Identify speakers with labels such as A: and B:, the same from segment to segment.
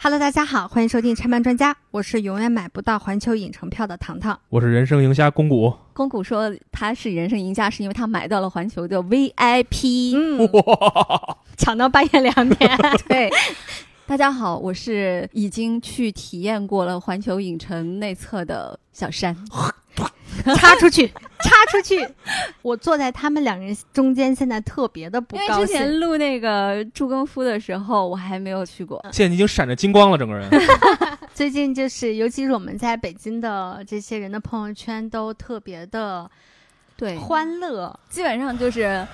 A: Hello，大家好，欢迎收听拆漫专家，我是永远买不到环球影城票的糖糖。
B: 我是人生赢家公谷，
C: 公谷说他是人生赢家，是因为他买到了环球的 VIP，、
A: 嗯，
C: 抢到半夜两 点。
A: 对，
C: 大家好，我是已经去体验过了环球影城内侧的小山。
A: 插出去，插出去！我坐在他们两人中间，现在特别的不
C: 因为
A: 高
C: 之
A: 兴。
C: 前录那个朱更夫的时候，我还没有去过。
A: 嗯
B: 现在你已经闪着金光了，整 个人。
A: 最近就是，尤其是我们在北京的这些人的朋友圈都特别的
C: 对，
A: 欢乐，
C: 基本上就是，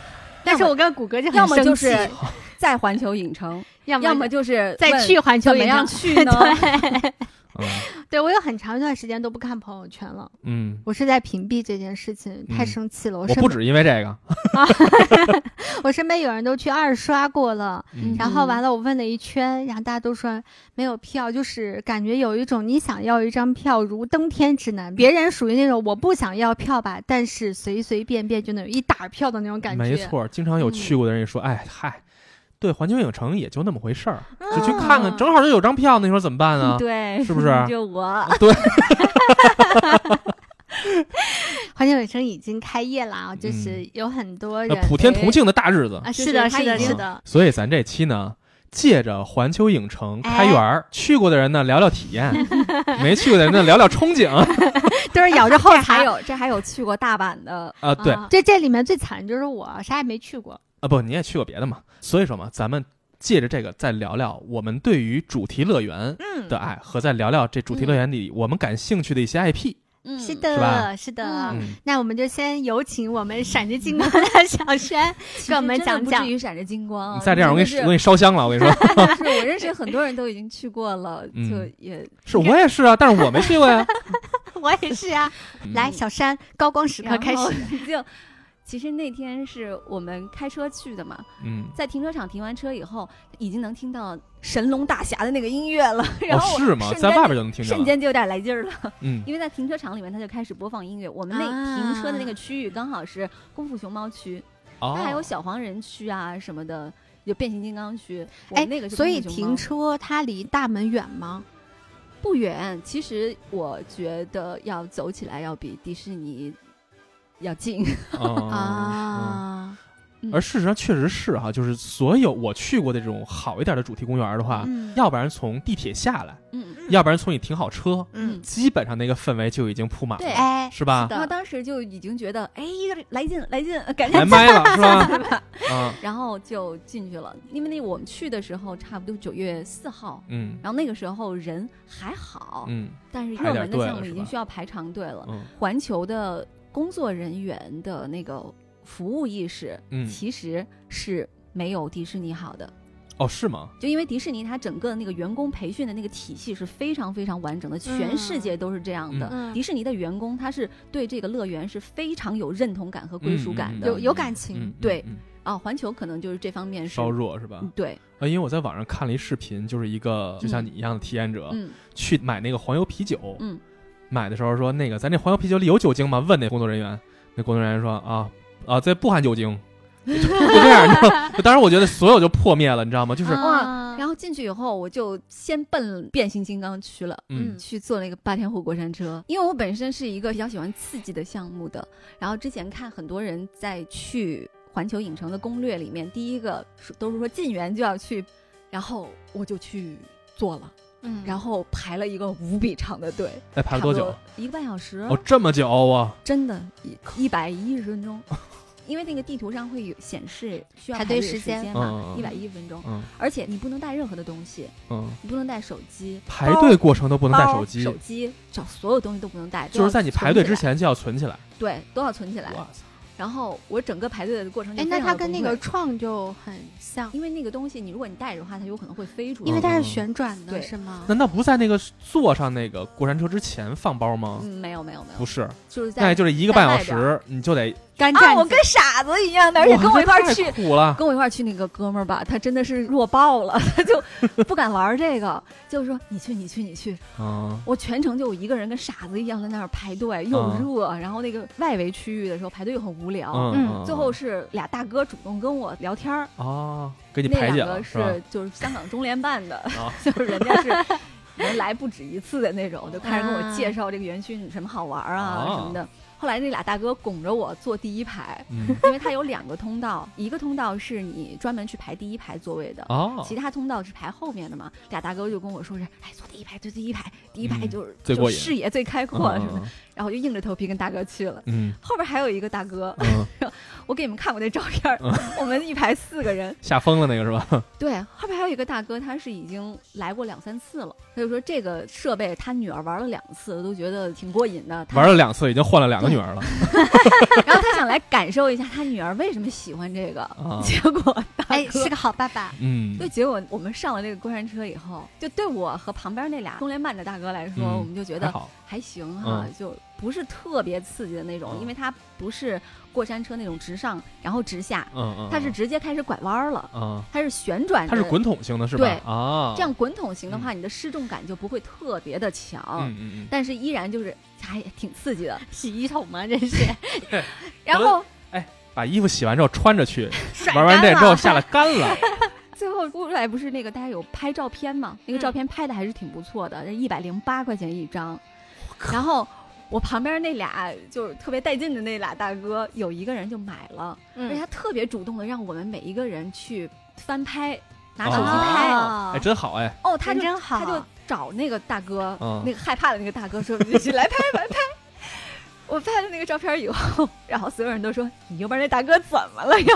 A: 但是我跟谷歌就很
C: 要么
A: 生
C: 就是
A: 气
C: 在环球影城，
A: 要么
C: 要么就是
A: 再
C: 问
A: 去环球
C: 怎么
A: 影
C: 样
A: 城。
C: 去 呢？
B: 嗯
A: 对我有很长一段时间都不看朋友圈了，
B: 嗯，
A: 我是在屏蔽这件事情，太
B: 嗯
A: 生气了。我
B: 我
A: 身
B: 不止因为 这个，
A: 我身边有人都去二刷过了，
B: 嗯
A: 然后
C: 嗯
A: 完了，我问了一圈，然后大家都说没有票，就是感觉有一种你想要一张票如登天之难。别人属于那种我不想要票吧，但是随随便便就能有一沓票的那种感觉。
B: 没，错，经常有
C: 嗯
B: 去过的人也说，哎嗨，对，环球影城也就那么回事儿，就去
A: 嗯
B: 看看，正好就有张票，那时候怎么办啊？
C: 对，
B: 是 不是
C: 就 我，
B: 对，
A: 环球影城已经开业了啊，就是有很多人、
B: 那嗯呃普天同庆的大日子，
A: 啊，
C: 就是
A: 的，
C: 是
A: 是的，
C: 他已
A: 是
B: 经
A: 的，
B: 所以咱这期呢。借着环球影城
A: 哎
B: 开园儿，去过的人呢聊聊体 验，没去过的人呢聊聊憧憬
A: 都是咬着后
C: 还
A: 有。
C: 有这还有去过大阪的
B: 啊。对
C: 啊
A: 这这里面最惨就是我啥也没去过，
B: 啊，不，你也去过别的嘛，所以说嘛，咱们借着这个再聊聊我们对于主题乐园
A: 嗯
B: 的爱和再聊聊这主题乐园里我们感兴趣的一些 IP。
C: 嗯
A: 是
B: 是
A: 的，
B: 吧
A: 是的。啊
B: 嗯，
A: 那我们就先有请我们闪着 金光的小山跟我们讲
C: 不
A: 讲
C: 至于闪着金光、啊。
B: 你再这样，我给你
C: 真
B: 我给
C: 的
B: 你烧香了。我跟你 说，
C: 是，是我认识很多人都已经去过了，
B: 嗯
C: 就也
B: 是我也是啊，但是我没去过 呀。
A: 我也是啊。
B: 嗯
A: 来，小山，高光时刻开始。
C: 始。 就其实那天是我们开车去的嘛，
B: 嗯，
C: 在停车场停完车以后，已经能听到神龙大侠的那个音乐了。然
B: 哦，
C: 后我
B: 是吗？
C: 瞬
B: 在
C: 间
B: 外
C: 就
B: 边就能听见
C: 瞬
B: 了。
C: 间就有点来劲儿了，
B: 嗯
C: 因为在停车场里面，他就开始播放音乐。我们那
A: 啊
C: 停车的那个区域刚好是功夫熊猫区，它还有
B: 哦，
C: 小黄人区啊什么的，有变形金刚区。我
A: 哎
C: 们那个，是
A: 所
C: 功
A: 以
C: 夫熊猫
A: 停车它离大门远吗？
C: 不远，其实我觉得要走起来要比迪士尼要近。
B: 哦嗯
A: 啊，
B: 而事实上确实是哈，就是所有我去过的这种好一点的主题公园的话，
A: 嗯
B: 要不然从地铁下来，
C: 嗯，
B: 要不然从你停好车，
A: 嗯，
B: 基本上那个氛围就已经铺满
C: 对
B: 了，
A: 哎，
B: 是吧？
C: 然后当时就已经觉得，哎，来劲来劲，呃 赶紧
B: 来麦了是吧？
C: 进吧。
B: 啊，
C: 然后就进去了，因为那我们去的时候差不多九月四号，
B: 嗯
C: 然后那个时候人还好，
B: 嗯
C: 但是
B: 排
C: 热
B: 点
C: 门的
B: 队
C: 项
B: 了
C: 目
B: 是
C: 已经
B: 吧
C: 需要排长队了。
B: 嗯
C: 环球的工作人员的那个服务意识
B: 嗯，
C: 其实是没有迪士尼好的。
B: 哦，是吗？
C: 就因为迪士尼它整个的那个员工培训的那个体系是非常非常完整的，全世界都是这样的。
A: 嗯
C: 迪士尼的员工他是对这个乐园是非常有认同感和归属感的。
A: 有有感情
C: 对
B: 嗯嗯
C: 啊，环球可能就是这方面是
B: 稍弱是吧？
C: 嗯对，
B: 啊，因为我在网上看了一视频，就是一个就像你一样的体验者、
A: 啊
C: 嗯
B: 去买那个黄油啤酒，
C: 嗯，
B: 买的时候说那个咱这黄油啤酒里有酒精吗？问那工作人员，那工作人员说啊啊，这不含酒精，就就这样，你知道吗 就当时我觉得所有就破灭了，你知道吗？
C: 啊
B: 就是、
A: 哇
C: 嗯然后进去以后，我就先奔变形金刚去了。
B: 嗯
C: 去坐那个霸天虎过山车，因为我本身是一个比较喜欢刺激的项目的。然后之前看很多人在去环球影城的攻略里面，第一个是都是说进园就要去，然后我就去做了，
A: 嗯
C: 然后排了一个无比长的队，
B: 哎排了多久
C: 差？不多一个半小时，
B: 哦，这么久啊！
C: 真的，一一百一十分钟， 因为那个地图上会有显示需要
A: 排
C: 排
A: 队
C: 队
A: 时
C: 时
A: 间
C: 嘛，
B: 嗯嗯嗯
C: 一百一十分钟，
B: 嗯
C: 而且你不能带任何的东西，
B: 嗯，
C: 你不能带手机，
B: 排队过程都不
C: 不
B: 能带手机，
C: 手机找所有东西都不能带，
B: 就是在你排队之
C: 前。
B: 前就要存起来。
C: 对，都要存起来。
B: 哇塞！
C: 然后我整个排队的过程就
A: 哎，
C: 非
A: 那
C: 常
A: 它
C: 有
A: 跟那
C: 崩
A: 个
C: 溃，
A: 创就很像，
C: 因为那个东西你如果你带着的话，它有可能会飞出去。
A: 因为它是旋转的，
C: 对
A: 是吗？
B: 难道不在那个坐上那个过山车之前放包吗？
C: 嗯，没有没有没有
B: 不，是，
C: 就是在
B: 那也就是一个
C: 在
B: 半小
C: 外边
B: 时，你就得
A: 干
C: 啊，
A: 站
C: 我
A: 起
C: 跟傻子一样的，而且
B: 哇
C: 跟我一块
B: 这
C: 儿去
B: 太，苦了，
C: 跟我一块儿去那个哥们儿吧，他真的是弱爆了， 他就不敢玩这个，就是说你去你去你去，
B: 嗯，
C: 我全程就我一个人跟傻子一样在那儿排队，又
B: 嗯
C: 热，然后那个外围区域的时候排队又很无聊，
A: 嗯
B: 嗯
C: 最后是俩大哥主动跟我聊天儿，
B: 哦，给你
C: 那
B: 排解
C: 两
B: 了
C: 个
B: 是吧？
C: 是就是香港中联办的，
B: 啊
C: 就是人家是能来不止一次的那种，就开始跟
A: 啊
C: 我介绍这个园区有什么好玩儿啊
B: 哦
C: 什么的。后来那俩大哥拱着我坐第一排，
B: 嗯，
C: 因为它有两个通道，一个通道是你专门去排第一排座位的。
B: 哦
C: 其，他通道是排后面的嘛？俩大哥就跟我说是，哎，坐第一排，坐第一排，第一排
B: 嗯
C: 就是、
B: 最
C: 就
B: 过瘾
C: 视野最开阔什么的。然后我就硬着头皮跟大哥去了。
B: 嗯
C: 后边还有一个大哥，
B: 嗯，
C: 我给你们看过那照片儿，我们一排四个人，
B: 吓疯了那个是 吧？
C: 对，后边还有一个大哥，他是已经来过两三次了，他就说这个设备他女儿玩了两次，都觉得挺过瘾的。他
B: 玩了两次，已经换了两个女儿了
C: 然后他想来感受一下他女儿为什么喜欢这个，
B: 啊，
C: 结果大
A: 哎，
C: 哥
A: 是个好爸爸。
B: 嗯
C: 对，结果我们上了那个过山车以后，就对我和旁边那俩中联办的大哥来说，
B: 嗯
C: 我们就觉
B: 还
C: 得
B: 好，
C: 还行哈，就不是特别刺激的那种，
B: 嗯
C: 因为它不是过山车那种直上然后直下，
B: 嗯嗯，
C: 它是直接开始拐弯儿了，
B: 嗯，
C: 它是旋转，
B: 它是滚，筒型的是吧？
C: 对
B: 啊，
C: 这样滚筒型的话，你的失重感就不会特别的强，
B: 嗯嗯嗯，
C: 但是依然就是还挺刺激的。
A: 洗衣桶吗？这是
C: 然后
B: 把衣服洗完之后穿着 去，
A: 甩
B: 玩完
A: 干
B: 这之后
A: 了
B: 下来干了，
C: 最后出来不是那个大家有拍照片嘛，那个照片拍的还是挺不错的，一百零八块钱一张。然后我旁边那俩就是特别带劲的那俩大哥，有一个人就买了，而且
A: 嗯，
C: 他特别主动的让我们每一个人去翻拍， 拿手机拍。
A: 哦
B: 哎，真好哎，
C: 哦，他就
A: 人真好
C: 他就找那个大哥，
B: 嗯
C: 那个害怕的那个大哥说：“你起来拍来拍。”我拍了那个照片以后，然后所有人都说：“你右边那大哥怎么了呀？”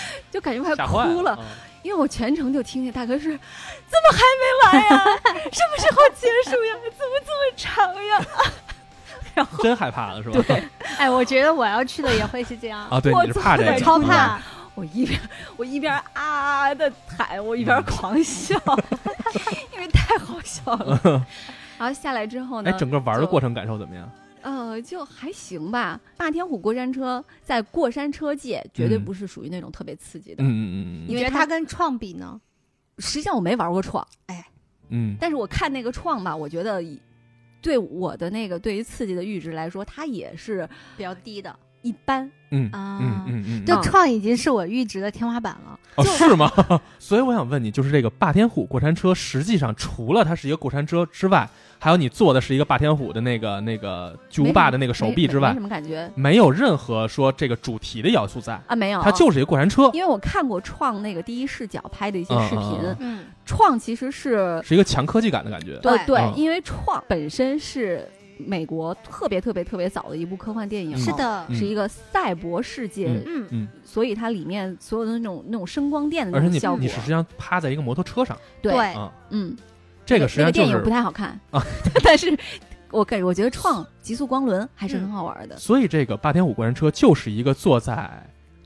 C: 就感觉快
B: 吓坏
C: 哭
B: 了嗯
C: 了，，因为我全程就听见大哥说：“怎么还没来呀？什么时候结束呀？怎么这么长呀
B: 嗯 真害怕了是吧？
A: 哎，我觉得我要去的也会是这样，
B: 啊，对，
C: 我
B: 你是怕这
C: 真
B: 个，
C: 的
A: 超
C: 对
A: 怕。
C: 我一边我一边啊的喊，我
B: 嗯
C: 一边狂笑， 因为太好笑了。 然后下来之后呢
B: 哎，，整个玩的
C: 就
B: 过程感受怎么样？
C: 呃，就还行吧。霸天虎过山车在过山车界绝对
B: 嗯
C: 不是属于那种特别刺激的。
B: 嗯嗯嗯
A: 你
C: 因
A: 觉
C: 为
A: 得
C: 他
A: 它跟创比呢？
C: 实际上我没玩过创，
B: 嗯
C: 但是我看那个创吧，我觉得以对我的那个对于刺激的阈值来说，它也是
A: 比较低的。
C: 一般。
B: 嗯嗯
A: 啊
B: 嗯嗯嗯，
A: 就
C: 啊
A: 创已经是我阈值的天花板了。
B: 哦，是吗？ 所以我想问你，就是这个霸天虎过山车，实际上除了它是一个过山车之外，还有你坐的是一个霸天虎的那个那个巨无霸的那个手臂之
C: 没
B: 外
C: 什，么感觉
B: 没有任何说这个主题的要素在，
C: 啊，没有。
B: 它就是一个过山车，
C: 因为我看过创那个第一视角拍的一些视频，
B: 嗯嗯嗯
A: 嗯，
C: 创其实是
B: 是一个强科技感的感觉。
A: 对
C: 呃对，
B: 嗯
C: 因为创本身是美国特别特别特别早的一部科幻电影，
A: 是，的，
B: 嗯
C: 是一个赛博世界，
A: 嗯
B: 嗯
C: 所以它里面所有的那种那种声光电的
B: 而
C: 那
B: 且
C: 种效
B: 你
C: 果
B: 你，实际上趴在一个摩托车上，
C: 对，
A: 对
B: 嗯，
C: 嗯，
B: 这
C: 那
B: 个
C: 个
B: 实际上就
C: 那个电影不
B: 是，
C: 太好看
B: 啊，
C: 但是我感我觉得创极速光轮还是
A: 嗯
C: 很好玩的，
B: 所以这个霸天虎过山车就是一个坐在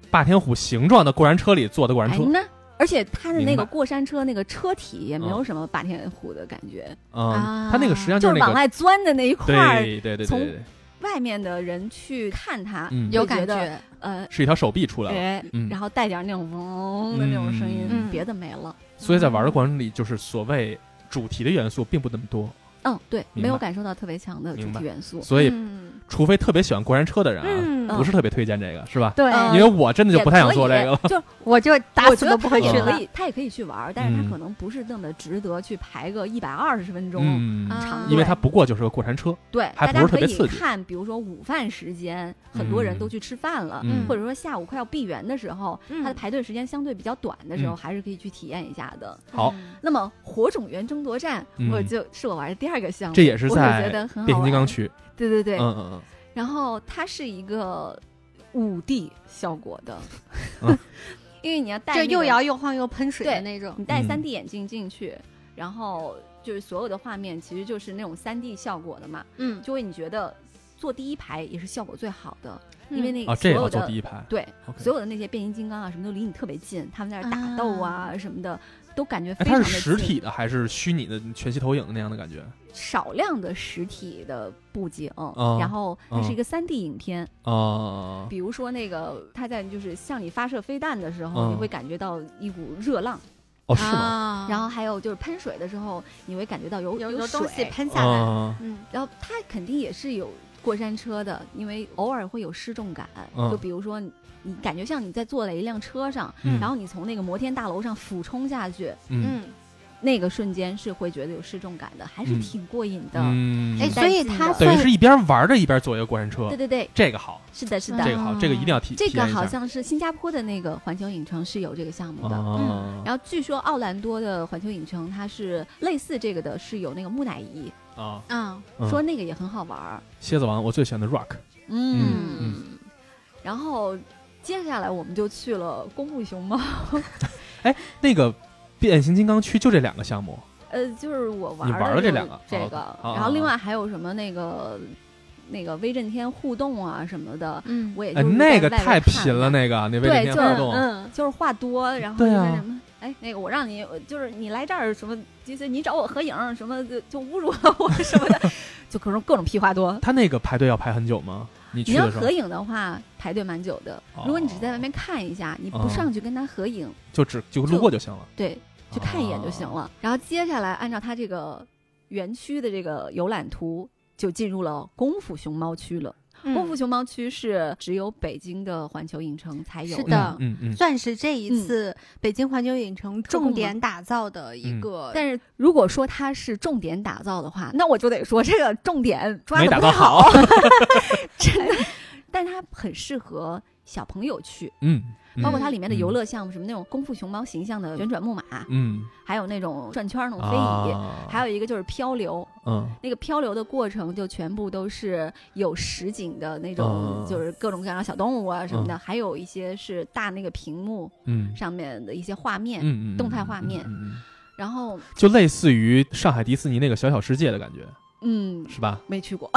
B: 霸天虎形状的过山车里坐的过山
C: 哎
B: 车，
C: 那。而且它的那
B: 明
C: 个
B: 白
C: 过山车那个车体也没有
B: 嗯
C: 什么霸天虎的感觉，
B: 嗯，它那个实际上
C: 啊就是
B: 那
C: 是往
B: 个。
C: 外钻的那一块儿，
B: 对对对对
C: 从
B: 对，
C: 外面的人去看它，
B: 嗯
A: 有
C: 会觉
A: 感
C: 得
A: 觉。
C: 呃，
B: 是一条手臂出来了，
C: 哎，
B: 嗯
C: 然后带点那种嗡的那种声音，
A: 嗯
C: 别的没了。
B: 所以在玩的过程里，就是所谓主题的元素并不那么多，
C: 嗯，对，
B: 明白
C: 没有感受到特别强的主
B: 明白
C: 题元素。
B: 所以
A: 嗯
B: 除非特别喜欢过山车的人啊，
A: 嗯，
B: 不是特别推荐这个，是吧？
A: 对，
C: 嗯
B: 因为我真的就不太想
C: 也可以
B: 做这个了。
C: 就
A: 我就打
C: 我
A: 死
C: 觉
A: 都
C: 得
A: 不
C: 他
A: 会
C: 也
A: 去
B: 嗯
A: 了
C: 可。以，他也可以去玩，但是
B: 嗯
C: 他可能不是那么值得去排个一百二十分钟。
B: 嗯，
A: 啊
B: 因为它不过就是个过山车，
C: 对，
B: 还不
C: 大家
B: 是特
C: 可
B: 别
C: 以
B: 刺激
C: 看，比如说午饭时间，很多人都去吃饭了，
B: 嗯
C: 或者说下午快要闭园的时候，
A: 嗯
C: 它的排队时间相对比较短的时候，
B: 嗯
C: 还是可以去体验一下的。
B: 好
A: 嗯
C: 那么火种源争夺战，
B: 嗯
C: 我就是我玩的第二个项目，
B: 这也是
C: 我
B: 在
C: 觉得很好玩
B: 变形金刚区。
C: 对对对，
B: 嗯嗯
C: 然后它是一个五 D 效果的，
B: 嗯
C: 因为你要戴、
A: 就
C: 那个、
A: 又摇又晃又喷水的
C: 对
A: 那种。
C: 你戴
B: 嗯
C: 三 D 眼镜进去，然后就是所有的画面其实就是那种三 D 效果的嘛，
A: 嗯，
C: 就会你觉得坐第一排也是效果最好的，
A: 嗯
C: 因为那
B: 嗯，啊，
C: 个
B: 这
C: 所
B: 也要
C: 有
B: 坐
C: 的、
B: 第一排。
C: 对
B: OK
C: 所有的那些变形金刚啊什么都离你特别近，他们在那儿打斗啊什么的，都感觉
B: 哎，
C: 非
B: 它
C: 常
B: 是
C: 的
B: 实体的还是虚拟的全息投影的那样的感觉？
C: 少量的实体的布景，
B: 哦
C: 然后它
B: 哦
C: 是一个三 D 影片，
B: 哦，
C: 比如说那个它在就是向你发射飞弹的时候，
B: 嗯
C: 你会感觉到一股热浪，
B: 哦，是吗？
A: 啊
C: 然后还有就是喷水的时候，你会感觉到有
A: 有
C: 有
A: 有东西
C: 水
A: 喷下来，
B: 啊，
A: 嗯，
C: 然后它肯定也是有过山车的，因为偶尔会有失重感，
B: 嗯
C: 就比如说你你感觉像你在坐在一辆车上，
B: 嗯
C: 然后你从那个摩天大楼上俯冲下去，
B: 嗯
A: 嗯，
C: 那个瞬间是会觉得有失重感的，还是
B: 嗯
C: 挺过瘾的。
B: 嗯
A: 哎，
C: 嗯
A: 所以它
C: 带劲的
B: 等于
A: 算
B: 是一边玩着一边坐一个过山车
C: 对，对对，
B: 这个好，
C: 是的，是的，
B: 这个好，这个一定要体
C: 这
B: 体
C: 个
B: 验一下
C: 好像是新加坡的那个环球影城是有这个项目的。嗯
B: 啊
C: 然后据说奥兰多的环球影城，它是类似这个的，是有那个木乃伊，
B: 啊，
A: 嗯
B: 嗯
C: 说那个也很好玩儿。
B: 蝎子王我最喜欢的 Rock，嗯
C: 嗯，然后接下来我们就去了公墓熊猫，
B: 那个变形金刚区就这两个项目，
C: 呃，就是我玩
B: 你
C: 儿
B: 玩
C: 的
B: 了这
C: 就是
B: 两个
C: 这
B: 哦
C: 个，
B: 哦
C: 然后
B: 哦
C: 另
B: 哦
C: 外还有什么那个那个威震天互动啊什么的，
A: 嗯，
C: 我也
B: 哎，
C: 就是
B: 那个
C: 在外边
B: 太
C: 看
B: 贫了，
C: 的
B: 那个那威
C: 对
B: 廉
C: 就
B: 天
C: 是
B: 动，
A: 嗯
C: 就是话多，然后就
B: 对
C: 是
B: 啊
C: 什么，哎，那个我让你，就是你来这儿什么，就是你找我合影什么，就就侮辱了我什么的， 就各种各种屁话多。
B: 他那个排队要排很久吗？你
C: 你
B: 去
C: 要
B: 的时候
C: 合影的话，排队蛮久的。如果你只是在外面看一下，你不
B: 哦
C: 上去跟他合影，
B: 就只就路过就行了，
C: 对，就看一眼就行
B: 哦。
C: 了。然后接下来按照他这个园区的这个游览图，就进入了功夫熊猫区了。
A: 嗯
B: 嗯
C: 功夫熊猫区是只有北京的环球影城才有
A: 是
C: 的
A: 的
B: 嗯嗯嗯，
A: 算是这一
C: 嗯
A: 次北京环球影城重点打造的
B: 嗯
A: 一个，
C: 但是如果说它是重点打造的话，那我就得说这个重点抓
B: 没
C: 的
B: 打
C: 不
B: 到
C: 太好，
B: 好，
C: 真的。但它很适合小朋友去，
B: 嗯，嗯
C: 包括它里面的
B: 嗯
C: 游乐项目，什么那种功夫熊猫形象的旋转木马，
B: 嗯，
C: 还有那种转圈儿那种飞椅，
B: 啊，
C: 还有一个就是漂流。
B: 嗯
C: 那个漂流的过程就全部都是有实景的那种
B: 嗯，
C: 就是各种各样的小动物啊什么
B: 哦
C: 的，还有一些是大那个屏幕
B: 嗯
C: 上面的一些画面，
B: 嗯嗯，
C: 动态画
B: 嗯
C: 面
B: 嗯嗯嗯
C: 然后
B: 就类似于上海迪士尼那个小小世界的感觉，
C: 嗯，
B: 是吧？
C: 没去过。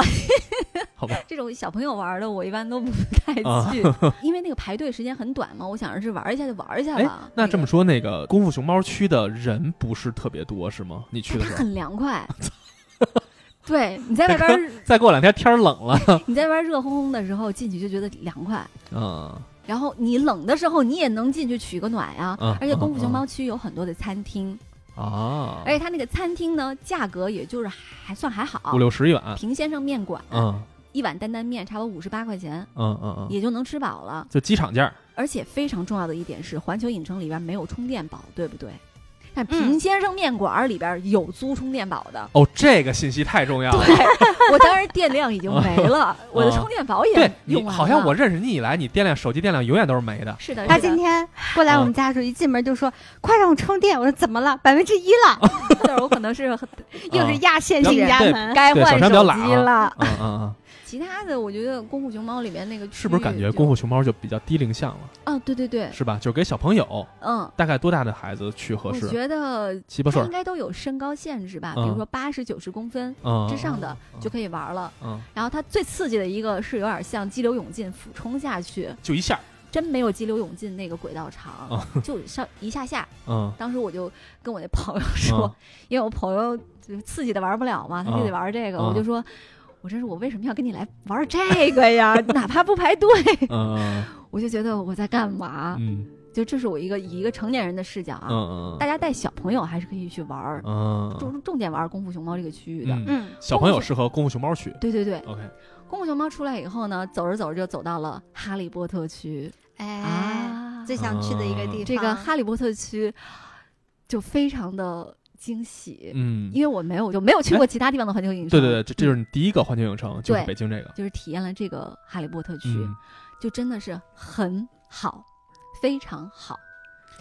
B: 好吧，
C: 这种小朋友玩的，我一般都不太
B: 啊
C: 去，因为那个排队时间很短嘛。我想着是玩一下就玩一下
B: 哎
C: 吧。
B: 那这么
C: 个，
B: 说，那个功夫熊猫区的人不是特别多，是吗？你去
C: 但
B: 的
C: 它
B: 时候，
C: 很凉快。对，你在外边儿，
B: 再过两天天儿冷了，
C: 你在外边儿热烘烘的时候进去就觉得凉快，
B: 嗯
C: 然后你冷的时候你也能进去取个暖呀、
B: 嗯
C: 而且功夫
B: 嗯
C: 熊
B: 嗯
C: 猫区有很多的餐厅，
B: 啊，
C: 而且它那个餐厅呢，价格也就是还算还好
B: 五。六十元，
C: 平先生面馆，
B: 嗯
C: 一碗担担面差不多五十八块钱，
B: 嗯嗯嗯，
C: 也就能吃饱了。
B: 就机场价儿，
C: 而且非常重要的一点是，环球影城里边没有充电宝，对不对？但平先生面馆儿里边有租充电宝 的。
B: 哦，这个信息太重要了。
C: 对， 我当时电量已经没了，我的充电宝也
B: 嗯对
C: 用
B: 你，
C: 完了。
B: 好像我认识你以来，你电量手机电量永远都是没的。
C: 是的，
A: 他
C: 是的
A: 今天 过来
B: 嗯
A: 我们家的时候，一进门就说：“快让我充电！”我说：“怎么了？百分之一了，
C: 但是我可能是很
A: 又是压线进家门。
C: 该
B: 嗯对
C: 换
B: 小山
C: 手机
B: 比较懒啊
C: 了。
B: 嗯嗯嗯，
C: 其他的，我觉得《功夫熊猫》里面那个区域
B: 是不是感觉功
C: 夫
B: 夫熊猫就比较低龄向了，
C: 啊？对对对，
B: 是吧？就给小朋友，
C: 嗯，
B: 大概多大的孩子去合
C: 我
B: 适？
C: 觉得
B: 七八岁
C: 它应
B: 儿，
C: 该都有身高限制吧，比
B: 嗯
C: 如说八十九十公分
B: 嗯，
C: 之上的
B: 嗯
C: 就可以玩了。
B: 嗯，
C: 然后它最刺激的一个是有点像激流勇进，俯冲下去，
B: 就一下，
C: 真没有激流勇进那个轨道长，
B: 啊
C: 就上一下下。
B: 嗯
C: 当时我就跟我那朋友说，
B: 嗯
C: 因为我朋友就刺激的玩不了嘛，他就得玩这个，
B: 嗯
C: 我就说。我真是我为什么要跟你来玩这个呀？ 哪怕不排队，
B: 嗯
C: 我就觉得我在干嘛？
B: 嗯
C: 就这是我一个以一个成年人的视角啊，
B: 嗯
C: 大家带小朋友还是可以去玩儿，
B: 嗯
C: 重、重点玩儿功夫熊猫这个区域的。
B: 嗯”嗯，
A: 嗯，
B: 小朋友适合功夫熊猫去。
C: 对对对，
B: OK，
C: 功夫熊猫出来以后呢，走着走着就走到了哈利波特区
A: 哎，
C: 啊，
A: 最想去的一个地方，
C: 这个哈利波特区就非常的惊喜，
B: 嗯，哎
C: 因为我没有就没有去过其他地方的环球影城，
B: 对对对，这这就是
C: 嗯
B: 你第一个环球影城，就是
C: 对
B: 北京这个。
C: 就是体验了这个哈利波特区，
B: 嗯，
C: 就真的是很好，非常好，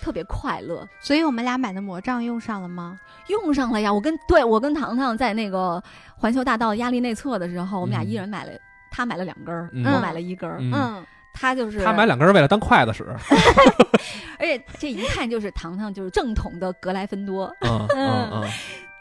C: 特别快乐，
A: 所以我们俩买的魔杖用上了吗？
C: 用上了呀！我跟对我跟糖糖在那个环球大道压力内测的时候，我们俩
B: 嗯
C: 一人买了，他买了两根儿，
B: 嗯
C: 我买了一根儿。
B: 嗯
A: 嗯，
C: 他就是
B: 他买，两根儿为了当筷 子使。
C: 而且这一看就是糖糖就是正统的格莱芬多，
B: 嗯嗯嗯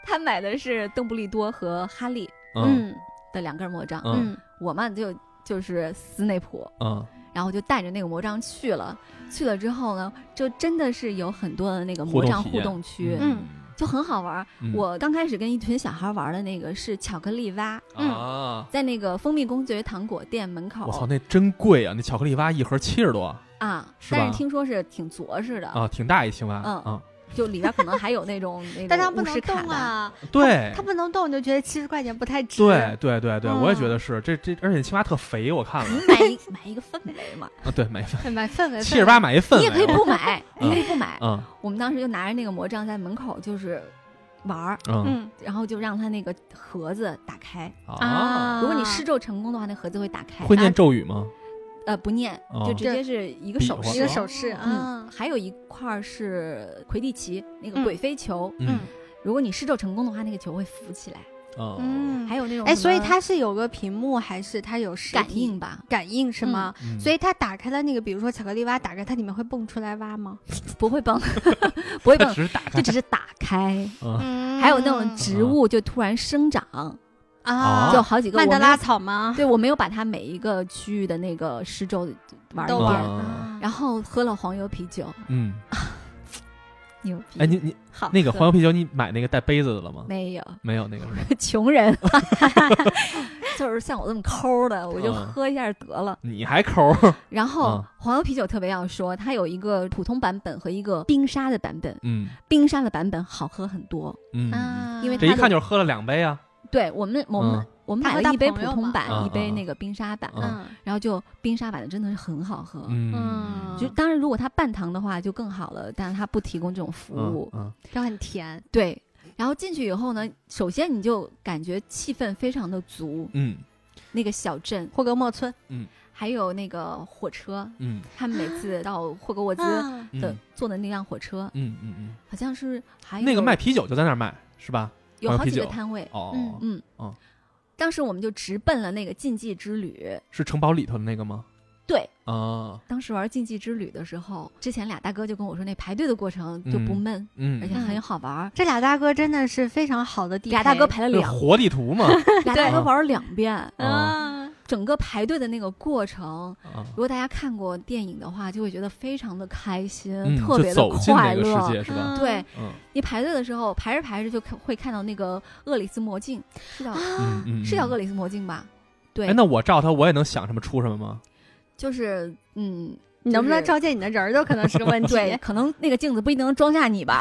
C: 他买的是邓布利多和哈利
B: 嗯
A: 嗯
C: 的两根魔杖，
B: 嗯
A: 嗯
C: 我嘛就就是斯内普。
B: 嗯
C: 然后就带着那个魔杖去了。去了之后呢，就真的是有很多的那个
B: 互
C: 魔
B: 动
C: 杖
B: 体
C: 互
B: 验
C: 动区，
A: 嗯
C: 就很好玩儿。
B: 嗯
C: 我刚开始跟一群小孩玩的那个是巧克力蛙，
A: 嗯
B: 啊，
C: 在那个蜂蜜公爵糖果店门口。
B: 我操，那真贵啊！那巧克力蛙一盒七十多
C: 啊！
B: 是
C: 但
B: 吧
C: 是听说是挺着实的，
B: 啊，挺大一青蛙
C: 嗯
B: 啊，
C: 就里边可能还有那种那个
A: 但它不
C: 巫
A: 能
C: 师卡
A: 动
C: 吧。
A: 啊，
B: 对
A: 它，不能动，你就觉得七十块钱不太值。
B: 对，对对对，
A: 嗯
B: 我也觉得是这这，而且青蛙特肥，我看了
C: 买一买一个氛围嘛，
B: 啊，对，买一份
A: 买氛围，
B: 七十八买一份
C: 你也可以
B: 没有
C: 不买，你可以不买。
B: 嗯
C: 我们当时就拿着那个魔杖在门口就是玩儿，
B: 嗯
A: 嗯
C: 然后就让它那个盒子打开。
B: 啊，
C: 如果你施咒成功的话，那盒子会打开。
B: 会念
C: 啊
B: 咒语吗？
C: 呃不念，
B: 哦
C: 就直接是一个
B: 比
C: 手
B: 划
C: 势。嗯
A: 一个手势啊，
C: 还有一块儿是魁地奇那个
A: 嗯
C: 鬼飞球，
A: 嗯
C: 如果你施咒成功的话，那个球会浮起来。
B: 哦
A: 嗯，
C: 还有那种
A: 哎，所以
C: 什么
A: 它是有个屏幕，还是它有实体
C: 感应吧，
A: 感应是吗？
B: 嗯
A: 所以它打开了那个，比如说巧克力蛙，打开它里面会蹦出来蛙吗？
C: 不会蹦，不会
B: 它
C: 蹦，
B: 只是打开
C: 就只是打开。
B: 嗯
A: 嗯
C: 还有那种植物就突然生长，
A: 啊，
C: 就好几个。
A: 曼德
C: 我没
A: 拉
C: 有，
A: 草吗？
C: 对我没有把它每一个区域的那个施咒玩
A: 都
C: 一
B: 玩
A: 玩
C: 遍
B: 儿，
A: 啊
C: 然后喝了黄油啤酒，
B: 嗯，
C: 牛逼！
B: 哎，你你
C: 好
B: 那个
C: 喝
B: 黄油啤酒，你买那个带杯子的了吗？
C: 没有，
B: 没有那个是吧？
C: 穷人，就是像我这么抠的，我就
B: 嗯
C: 喝一下得了。
B: 你还抠儿？
C: 然后
B: 嗯
C: 黄油啤酒特别要说，它有一个普通版本和一个冰沙的版本，
B: 嗯
C: 冰沙的版本好喝很多。
B: 嗯，
A: 啊，
C: 因为
B: 这
C: 它
B: 一
C: 的
B: 看就是喝了两杯啊。
C: 对我们，我们
B: 嗯
C: 我们
A: 它
C: 买
A: 和
C: 了
A: 它
C: 一杯普
A: 朋友
C: 通
A: 嘛
B: 嗯
C: 版，一杯
B: 嗯
C: 那个冰沙版，
B: 嗯
A: 嗯
C: 然后就冰沙版的真的是很好喝。
A: 嗯
C: 就当然，如果它半糖的话就更好了，但是它不提供这种服务。
B: 嗯
A: 就很甜，
C: 对，然后进去以后呢，首先你就感觉气氛非常的足，
B: 嗯
C: 那个小镇
A: 霍格莫村
C: 还有那个火车，
B: 嗯
C: 他们每次到霍格沃兹
A: 啊
B: 嗯
C: 的、坐的那辆火车，
B: 嗯嗯嗯，
C: 好像是还有
B: 那个卖啤酒就在那儿卖是吧？
C: 有好几
B: 黄
C: 个
B: 油啤酒
C: 摊位，
B: 哦，
C: 嗯
B: 哦
C: 当时我们就直奔了那个禁忌之旅。
B: 是城堡里头的那个吗？
C: 对，
B: 啊，
C: 当时玩禁忌之旅的时候，之前俩大哥就跟我说，那排队的过程就不
B: 嗯
C: 闷，
B: 嗯，
C: 而且很好玩儿。
A: 这俩大哥真的是非常好的地陪，
C: 俩大哥排了
B: 就是
C: 两，
B: 活地图嘛。
C: 俩大哥
B: 啊
C: 玩儿两遍，
A: 啊，
C: 整个排队的那个过程，
B: 啊，
C: 如果大家看过电影的话，就会觉得非常的开心，
B: 嗯，
C: 特别
B: 就
C: 的
B: 走进
C: 快
B: 那个世
C: 乐。啊
B: 界是吧？
C: 对
B: 嗯
C: 你排队的时候，排着排着就看会看到那个厄里斯魔镜，是叫、
B: 嗯嗯，
C: 是叫厄
B: 里。
C: 里斯魔镜吧？对，
B: 哎，那我照他，我也能想什么出什么吗？
C: 就是嗯，
A: 你能不能照见你的人儿都可能是个问题。
C: 对，可能那个镜子不一定能装下你吧。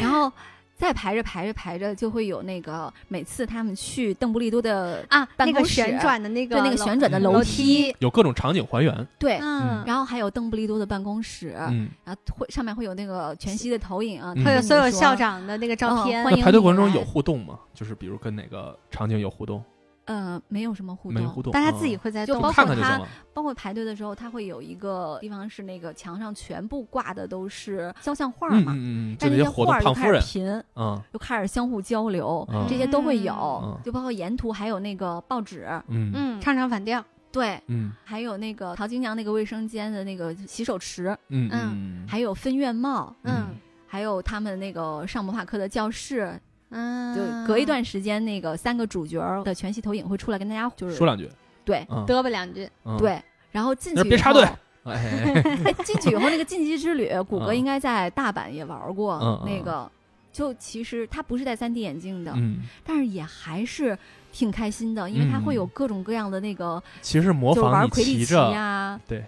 C: 然后再排着排着排着，就会有那个每次他们去邓布利多的
A: 啊，那
C: 办
A: 个
C: 公室
A: 旋转的那个
C: 对那个旋转的
B: 嗯
C: 楼
A: 楼
C: 梯，，
B: 有各种场景还原。
C: 对，
A: 嗯，
C: 然后还有邓布利多的办公室，
B: 嗯，
C: 然后会上面会有那个全息的投影啊，
B: 嗯
A: 还
C: 会
A: 有所有校
C: 长。
A: 长的那个照片
C: 嗯，欢
B: 那
C: 迎
B: 排队
C: 你
B: 过程中
C: 来
B: 有互动吗？就是比如跟哪个场景有互动？
C: 呃，没有什么互
B: 没有
C: 动，
B: 互动，
A: 但他
B: 嗯
A: 自己会在
C: 就
A: 动
C: 包
B: 就看
C: 括
B: 看就
C: 他
B: 行了。
C: 包括排队的时候，它会有一个地方是那个墙上全部挂的都是肖像画
B: 嗯
C: 嘛，
B: 嗯嗯，就
C: 但
B: 那
C: 那些
B: 活
C: 画
B: 动胖
C: 儿就开
B: 夫
C: 始
B: 人，
C: 贫，
B: 嗯
C: 就开始相互交流，
B: 嗯
C: 这些都会有，
B: 嗯
C: 就包括沿途还有那个报纸，
B: 嗯
A: 嗯，唱唱反调，
C: 对，
B: 嗯
C: 还有那个淘金娘那个卫生间的那个洗手池，
A: 嗯
B: 嗯嗯
C: 还有分院帽，
A: 嗯
C: 还有他们那个上魔法课的教室，
A: 嗯，
C: 就隔一段时间，那个三个主角儿的全息投影会出来跟大家就
B: 嗯
C: 是
B: 说两句，
C: 对
B: 嗯
A: 嘚吧两句，
B: 嗯，
C: 对，然后进
B: 那
C: 去
B: 别
C: 以
B: 插队
C: 后
B: 哎，
C: 哎，进去以后那个《禁忌之旅》，谷歌
B: 嗯
C: 应该在大阪也玩过
B: 嗯嗯
C: 那个。就其实它不是戴 3D 眼镜的，
B: 嗯，
C: 但是也还是挺开心的，因为它会有各种各样的那个，
B: 其实模
C: 就是
B: 仿
C: 玩
B: 你
C: 魁地
B: 骑
C: 奇
B: 着，
C: 呀、
B: 对，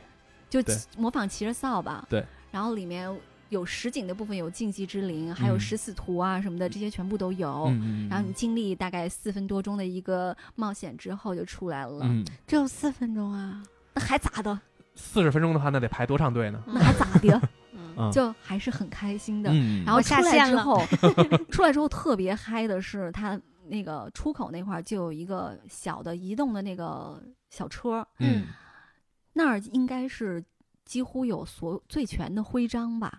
C: 就
B: 对
C: 模仿骑着扫把，
B: 对，
C: 然后里面有实景的部分，有竞技之灵，还有
B: 嗯
C: 十四图啊什么的，这些全部都有。
B: 嗯嗯，
C: 然后你经历大概四分多钟的一个冒险之后就出来了，
B: 嗯，
A: 只有四分钟啊，
C: 那还咋的？
B: 四十分钟的话，那得排多长队呢？
C: 那还咋
A: 嗯
C: 的？
B: 嗯，
C: 就还是很开心的。
B: 嗯，
C: 然后
A: 我
C: 出
A: 下
C: 来
A: 线
C: 之
A: 了
C: 后，出来之后特别嗨的是，它那个出口那块儿就有一个小的移动的那个小车，
B: 嗯
C: 那儿应该是几乎有所有最全的徽章吧，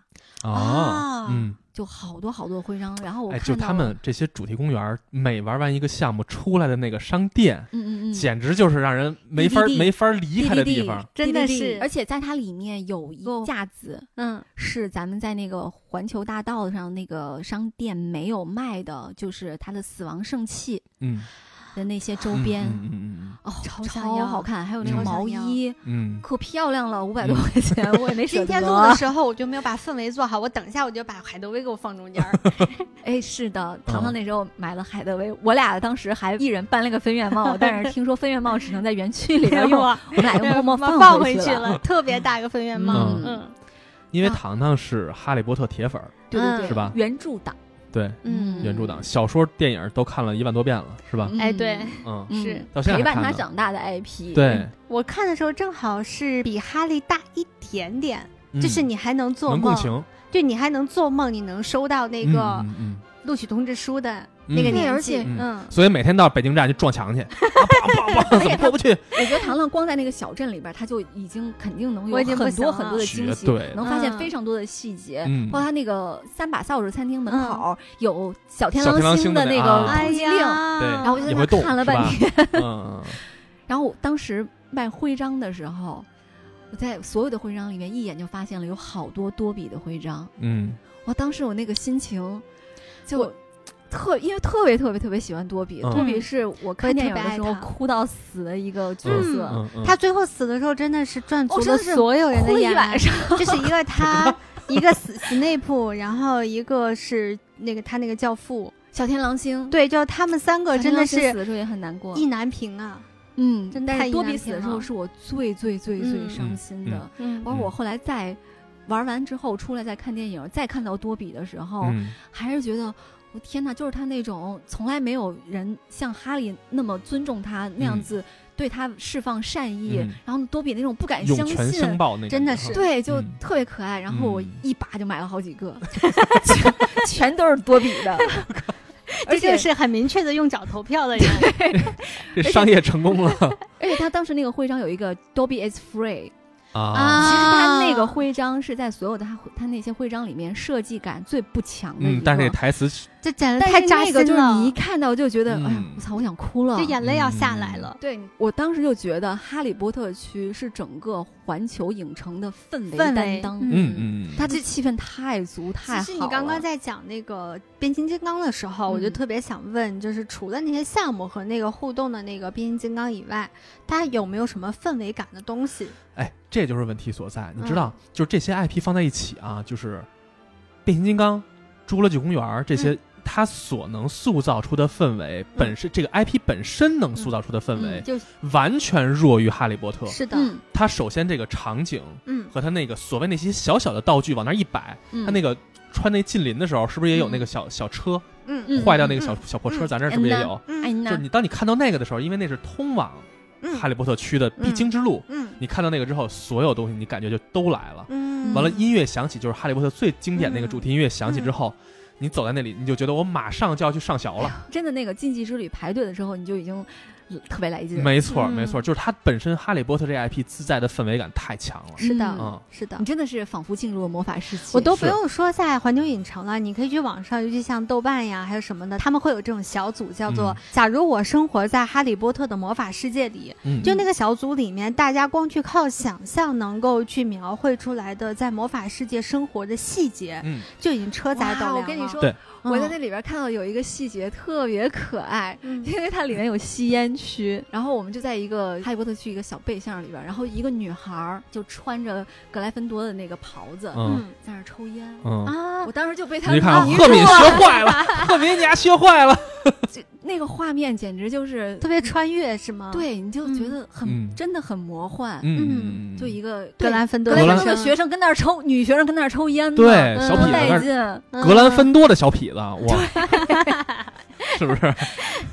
B: 哦，嗯，
C: 就好多好多徽章。然后我
B: 哎，
C: 看到、
B: 就他们，这些主题公园儿，每玩完一个项目出来的那个商店，
C: 嗯嗯嗯，
B: 简直就是让人没法
C: DDD
B: 没法离开的地方。
A: 真的
C: DDD
A: 是
C: 而且在它里面有一个架子，
A: 嗯
C: 是咱们在那个环球大道上那个商店没有卖的，就是它的死亡圣器
B: 嗯，
C: 的那些周边。
B: 嗯嗯嗯嗯嗯
C: 哦，
A: 超
C: 超
A: 想要
C: 好看，还有那
B: 嗯
C: 个毛
A: 超想
C: 衣，
B: 嗯，
C: 可漂亮了，五百多块钱，我也没舍
A: 今
C: 得。
A: 天录的时候我就没有把氛围做好，我等一下我就把海德薇给我放中 间儿。
C: 哎，是的，糖
B: 嗯
C: 糖那时候买了海德薇，我俩当时还一人办了个分院帽，但是听说分院帽只能在园区 里边用，我们俩又默默
A: 放
C: 回
A: 去
C: 了。
A: 了，特别大一个分院帽。
B: 嗯
A: 嗯
B: 因为糖糖是哈利波特铁粉儿，
C: 对对对，
B: 是吧
C: 原著党，
B: 对，
C: 嗯
B: 原著党小说、电影都看了一万多遍了，是吧？
A: 哎对，
B: 嗯，
C: 嗯
A: 是
B: 到现在还
C: 陪伴
B: 看
C: 他
B: 呢
C: 长大的 IP。
B: 对，，
A: 我看的时候正好是比哈利大一点点，
B: 嗯
A: 就是你还能做
B: 能共
A: 梦，
B: 情
A: 对你还能做梦，你能收到那
B: 嗯
A: 个
B: 嗯嗯
A: 录取通知书的
B: 嗯
A: 那个
B: 嗯
C: 年
A: 年纪
C: 而且，
A: 嗯，
B: 所以每天到北京站就撞墙去，啊砰砰砰，怎么过不去？
C: 我觉得糖糖光在那个小镇里边，他就已经肯定能有
A: 我已经不
C: 很
A: 行
C: 多很
A: 了
C: 多的
B: 绝
C: 惊喜，
B: 对
C: 能发现
A: 嗯
C: 非常多的细节，
B: 嗯
C: 包括他那个三把扫帚餐厅门口有小天
B: 小天狼
C: 狼
B: 星
C: 星
B: 的
C: 的那
B: 那
C: 个
B: 啊
A: 嗯哎
C: 嗯通缉令，
A: 呀，
B: 对
C: 然后我就
B: 也会
C: 在那
B: 动
C: 看了
B: 是吧
C: 半天。
B: 嗯，
C: 然后我当时卖徽章的时候，我在所有的徽章里面一眼就发现了有好多多比的徽章，
B: 嗯，
C: 我当时我那个心情就
A: 我。
C: 特因为特别特别特别喜欢多比，
B: 嗯
C: 多比是我
A: 我也
C: 看电影
A: 特别
C: 的
A: 爱
C: 时候
A: 他
C: 哭到死的一个角
B: 嗯
C: 色，
B: 嗯嗯，
A: 他最后死的时候真的是赚足
C: 哦
A: 了
C: 真的是
A: 所有人
C: 哭
A: 的
C: 了
A: 眼
C: 一晚
A: 泪，
C: 上。
A: 就是一个他，一个死死内普，然后一个是那个他那个教父，
C: 小天狼星，
A: 对，就他们三个真
C: 小天
A: 的
C: 狼星
A: 是
C: 死的时候也很难过。
A: 意难平啊，
C: 嗯
A: 真，
C: 但
A: 太意
C: 是多
A: 难
C: 比死
A: 平
C: 的时候
A: 了
C: 是我最最最最
A: 嗯
C: 伤
B: 嗯
C: 心
B: 嗯
C: 的。
A: 嗯
C: 包括我后来再玩完之后出来再看电影，再看到多比的时候，
B: 嗯
C: 还是觉得我天哪，就是他那种从来没有人像哈利那么尊重他那样
B: 嗯
C: 子，对他释放善意，
B: 嗯
C: 然后多比那种不敢
B: 涌
C: 相
B: 泉相
C: 信。
B: 报那个
A: 真的
B: 哈
A: 是
C: 对，就
B: 嗯
C: 特别可爱。然后我
B: 嗯
C: 一把就买了好几个， 全全都是多比 的，而
A: 这就
C: 且
A: 是很明确的用脚投票的人，
B: 这商业成功了
C: 而且他当时那个徽章有一个 “Dobby is free”，
B: 啊，
C: 其实他那
A: 啊
C: 个徽章是在所有的他他那些徽章里面设计感最不强的一
B: 嗯
C: 个。，
B: 但是这台词是
A: 这简直
C: 但
A: 太
C: 是
A: 扎
C: 那
A: 心
C: 个
A: 了，
C: 就是你一看到就觉得，哎呀
B: 嗯，
C: 我操，我想哭了
A: 这。眼泪要下来了。
C: 对我当时就觉得，哈利波特区是整个环球影城的氛围
A: 氛围
C: 担当，
A: 嗯
B: 嗯嗯嗯
C: 它的气氛太足太好了。
A: 其实你刚刚在讲那个变形金刚的时候，我就
C: 嗯
A: 特别想问，就是除了那些项目和那个互动的那个变形金刚以外，它有没有什么氛围感的东西？
B: 哎，这就是问题所在。你知道，就是这些 IP 放在一起啊，就是变形金刚、侏罗纪公园儿这些，它所能塑造出的氛围，本身这个 IP 本身能塑造出的氛围，
A: 就
B: 完全弱于哈利波特。
A: 嗯是的，
C: 嗯
B: 它首先这个场景
A: 嗯，
B: 和它那个所谓那些小小的道具往那儿一摆，
C: 嗯，
B: 它那个穿那近邻的时候，是不是也有
C: 嗯
B: 那个小小车
A: 嗯
C: 嗯
B: 坏掉那个小
A: 嗯
B: 小破车？
A: 嗯
B: 咱这儿是不是也
C: 嗯
B: 有？
A: 嗯
C: 哎
B: 就是
C: 呐，
B: 你当你看到那个的时候，因为那是通往
A: 嗯
B: 哈利波特区的必经之路，
A: 嗯
B: 你看到那个之后，所有东西你感觉就都来了。
A: 嗯，
B: 完了，音乐响起，就是哈利波特最经典那个主题音乐响起之后，你走在那里，你就觉得我马上就要去上学了。
C: 真的那个禁忌之旅排队的时候，你就已经呃特别来劲。
B: 没错，
A: 嗯
B: 没错，就是它本身哈利波特这 IP 自带的氛围感太强了。
A: 是的，
B: 嗯
A: 是的
C: 你。真的是仿佛进入了魔法世界。
A: 我都不
B: 是
A: 用说在环球影城了，你可以去网上，尤其像豆瓣呀，还有什么的，他们会有这种小组，叫做
B: 嗯
A: “假如我生活在哈利波特的魔法世界里”，
B: 嗯，
A: 就那个小组里面，大家光去靠想象能够去描绘出来的在魔法世界生活的细节，
B: 嗯
A: 就已经车载到
C: 哇我跟你说
B: 对，
C: 我在那里边看到有一个细节特别可爱，
A: 嗯
C: 因为它里面有吸烟区，然后我们就在一个哈利波特区一个小背巷里边，然后一个女孩儿就穿着格莱芬多的那个袍子，
B: 嗯
C: 在那儿抽烟。
B: 嗯，
A: 啊
C: 我，当时就被她
B: 你看
C: 迷
B: 赫
C: 住
B: 敏
C: 了
B: 学坏了，赫敏你丫学坏了。
C: 就那个画面简直就是
A: 特别穿越是吗？，
C: 对，你就觉得很、
B: 嗯
C: 真的很魔幻，
B: 嗯，
C: 就一
B: 个
C: 个
A: 格
C: 对
A: 兰芬多
C: 格兰
B: 格
C: 芬
B: 兰
C: 多的学生跟那儿抽，女学生跟那儿抽烟呢，
B: 对
A: 嗯
B: 小痞
C: 多
B: 子那
C: 带
B: 儿
C: 劲，
B: 格兰芬多的小 痞子，哇， 是不是？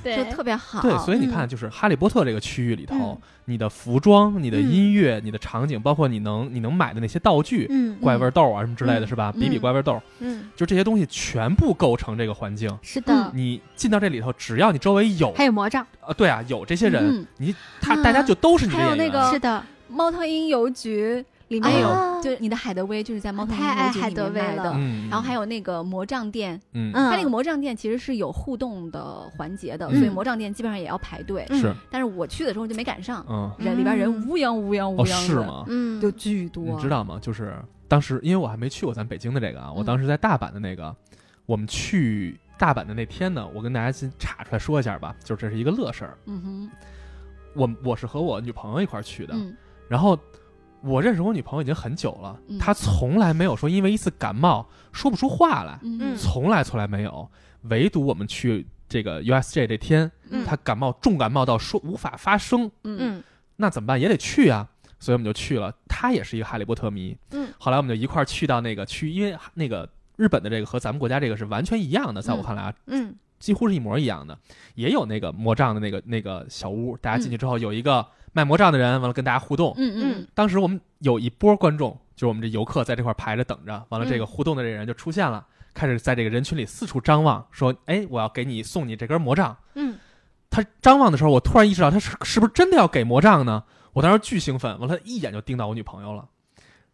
A: 对
C: 就特别好。
B: 对，所以你
A: 嗯
B: 看，就是哈利波特这个区域里头
A: 嗯，
B: 你的服装、你的
A: 嗯
B: 音乐、你的场景，包括你能你能买的那些道具，
A: 嗯
B: 怪味豆啊什么之类的，
A: 嗯
B: 是吧？
C: 嗯
B: 比比怪味豆，
A: 嗯，
B: 就这些东西全部构成这个环境。
A: 是的，
C: 嗯
B: 你进到这里头，只要你周围有
A: 还有魔杖，
B: 啊，对啊，有这些人，
C: 嗯
B: 你他
C: 啊
B: 大家就都是你的
C: 还有
B: 演员。
C: 那个
A: 是的，
C: 猫头鹰邮局里面有，
A: 啊
C: 就是你的海德薇就是在猫头鹰
A: 太爱
C: 邮局
A: 海
C: 里
A: 德
C: 面
A: 薇
C: 买的
A: 了。
B: 嗯，
C: 然后还有那个魔杖店，
B: 嗯
A: 嗯，
C: 它那个魔杖店其实是有互动的环节的，
B: 嗯
C: 所以魔杖店基本上也要排队。
A: 嗯
B: 是
C: 但是我去的时候就没赶上，
B: 嗯
C: 人里边
A: 嗯
C: 人乌泱乌泱乌
B: 哦
C: 泱
B: 是
C: 的，
B: 吗？
A: 嗯，
C: 就巨多。
B: 你知道吗？就是当时因为我还没去过咱北京的这个
C: 嗯
B: 啊，我当时在大阪的那个，我们去大阪的那天呢，我跟大家先岔出来说一下吧，就是这是一个乐事儿。
C: 嗯哼，
B: 我我是和我女朋友一块儿去的，
C: 嗯
B: 然后我认识我女朋友已经很久了，
C: 嗯
B: 她从来没有说因为一次感冒说不出话来，
C: 嗯
B: 从来从来没有，唯独我们去这个 USJ 这天，
A: 嗯
B: 她感冒重感冒到说无法发声，
C: 嗯
A: 嗯
B: 那怎么办？也得去啊。所以我们就去了。她也是一个哈利波特迷，
A: 嗯，
B: 后来我们就一块儿去到那个区，因为那个日本的这个和咱们国家这个是完全一样的，在我
C: 嗯
B: 看来啊，
A: 嗯
B: 几乎是一模一样的，也有那个魔杖的那个那个小屋，大家进去之后有一个卖魔杖的人，完了跟大家互动。
C: 嗯嗯
A: 嗯
B: 当时我们有一波观众，就是我们这游客在这块排着等着，完了这个
A: 嗯
B: 互动的这人就出现了，开始在这个人群里四处张望，说：“哎，我要给你送你这根魔杖。”
A: 嗯
B: 他张望的时候，我突然意识到他是是不是真的要给魔杖呢？我当时巨兴奋，完了，一眼就盯到我女朋友了。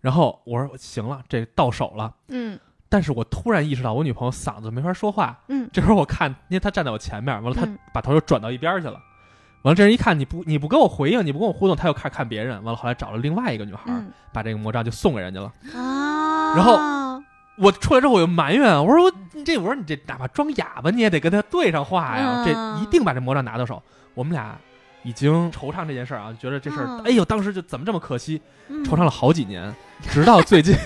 B: 然后我说行了，这到手了。
A: 嗯
B: 但是我突然意识到我女朋友嗓子没法说话。
A: 嗯
B: 这时候我看，因为她站在我前面，完了她
A: 嗯
B: 把头就转到一边去了。完了，这人一看你不你不跟我回应，你不跟我互动，他又开始看别人。完了，后来找了另外一个女孩，
A: 嗯
B: 把这个魔杖就送给人家了。
A: 啊，
B: 然后我出来之后我就埋怨，我说我你这我说你这哪怕装哑巴你也得跟他对上话呀，
A: 嗯
B: 这一定把这魔杖拿到手。我们俩已经惆怅这件事儿啊，觉得这事儿，
A: 嗯
B: 哎呦，当时就怎么这么可惜，
A: 嗯
B: 惆怅了好几年，直到最 近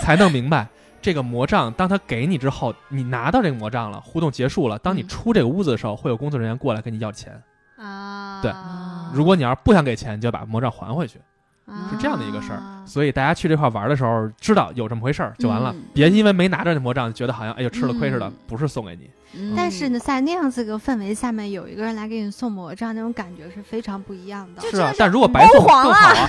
B: 才弄明白。这个魔杖，当他给你之后，你拿到这个魔杖了，互动结束了。当你
C: 嗯
B: 出这个屋子的时候，会有工作人员过来跟你要钱。
A: 啊，
B: 对
C: 啊
B: 如果你要是不想给钱，你就把魔杖还回去。
A: 啊
B: 是这样的一个事儿所以大家去这块玩的时候，知道有这么回事儿就完了，
C: 嗯
B: 别因为没拿着那魔杖，觉得好像哎呦吃了亏似的，
C: 嗯
B: 不是送给你。
C: 嗯
A: 但是呢，在那样子一个氛围下面，有一个人来给你送魔杖，那种感觉是非常不一样的。
B: 是啊，但如果白送
A: 谋皇
B: 更好啊。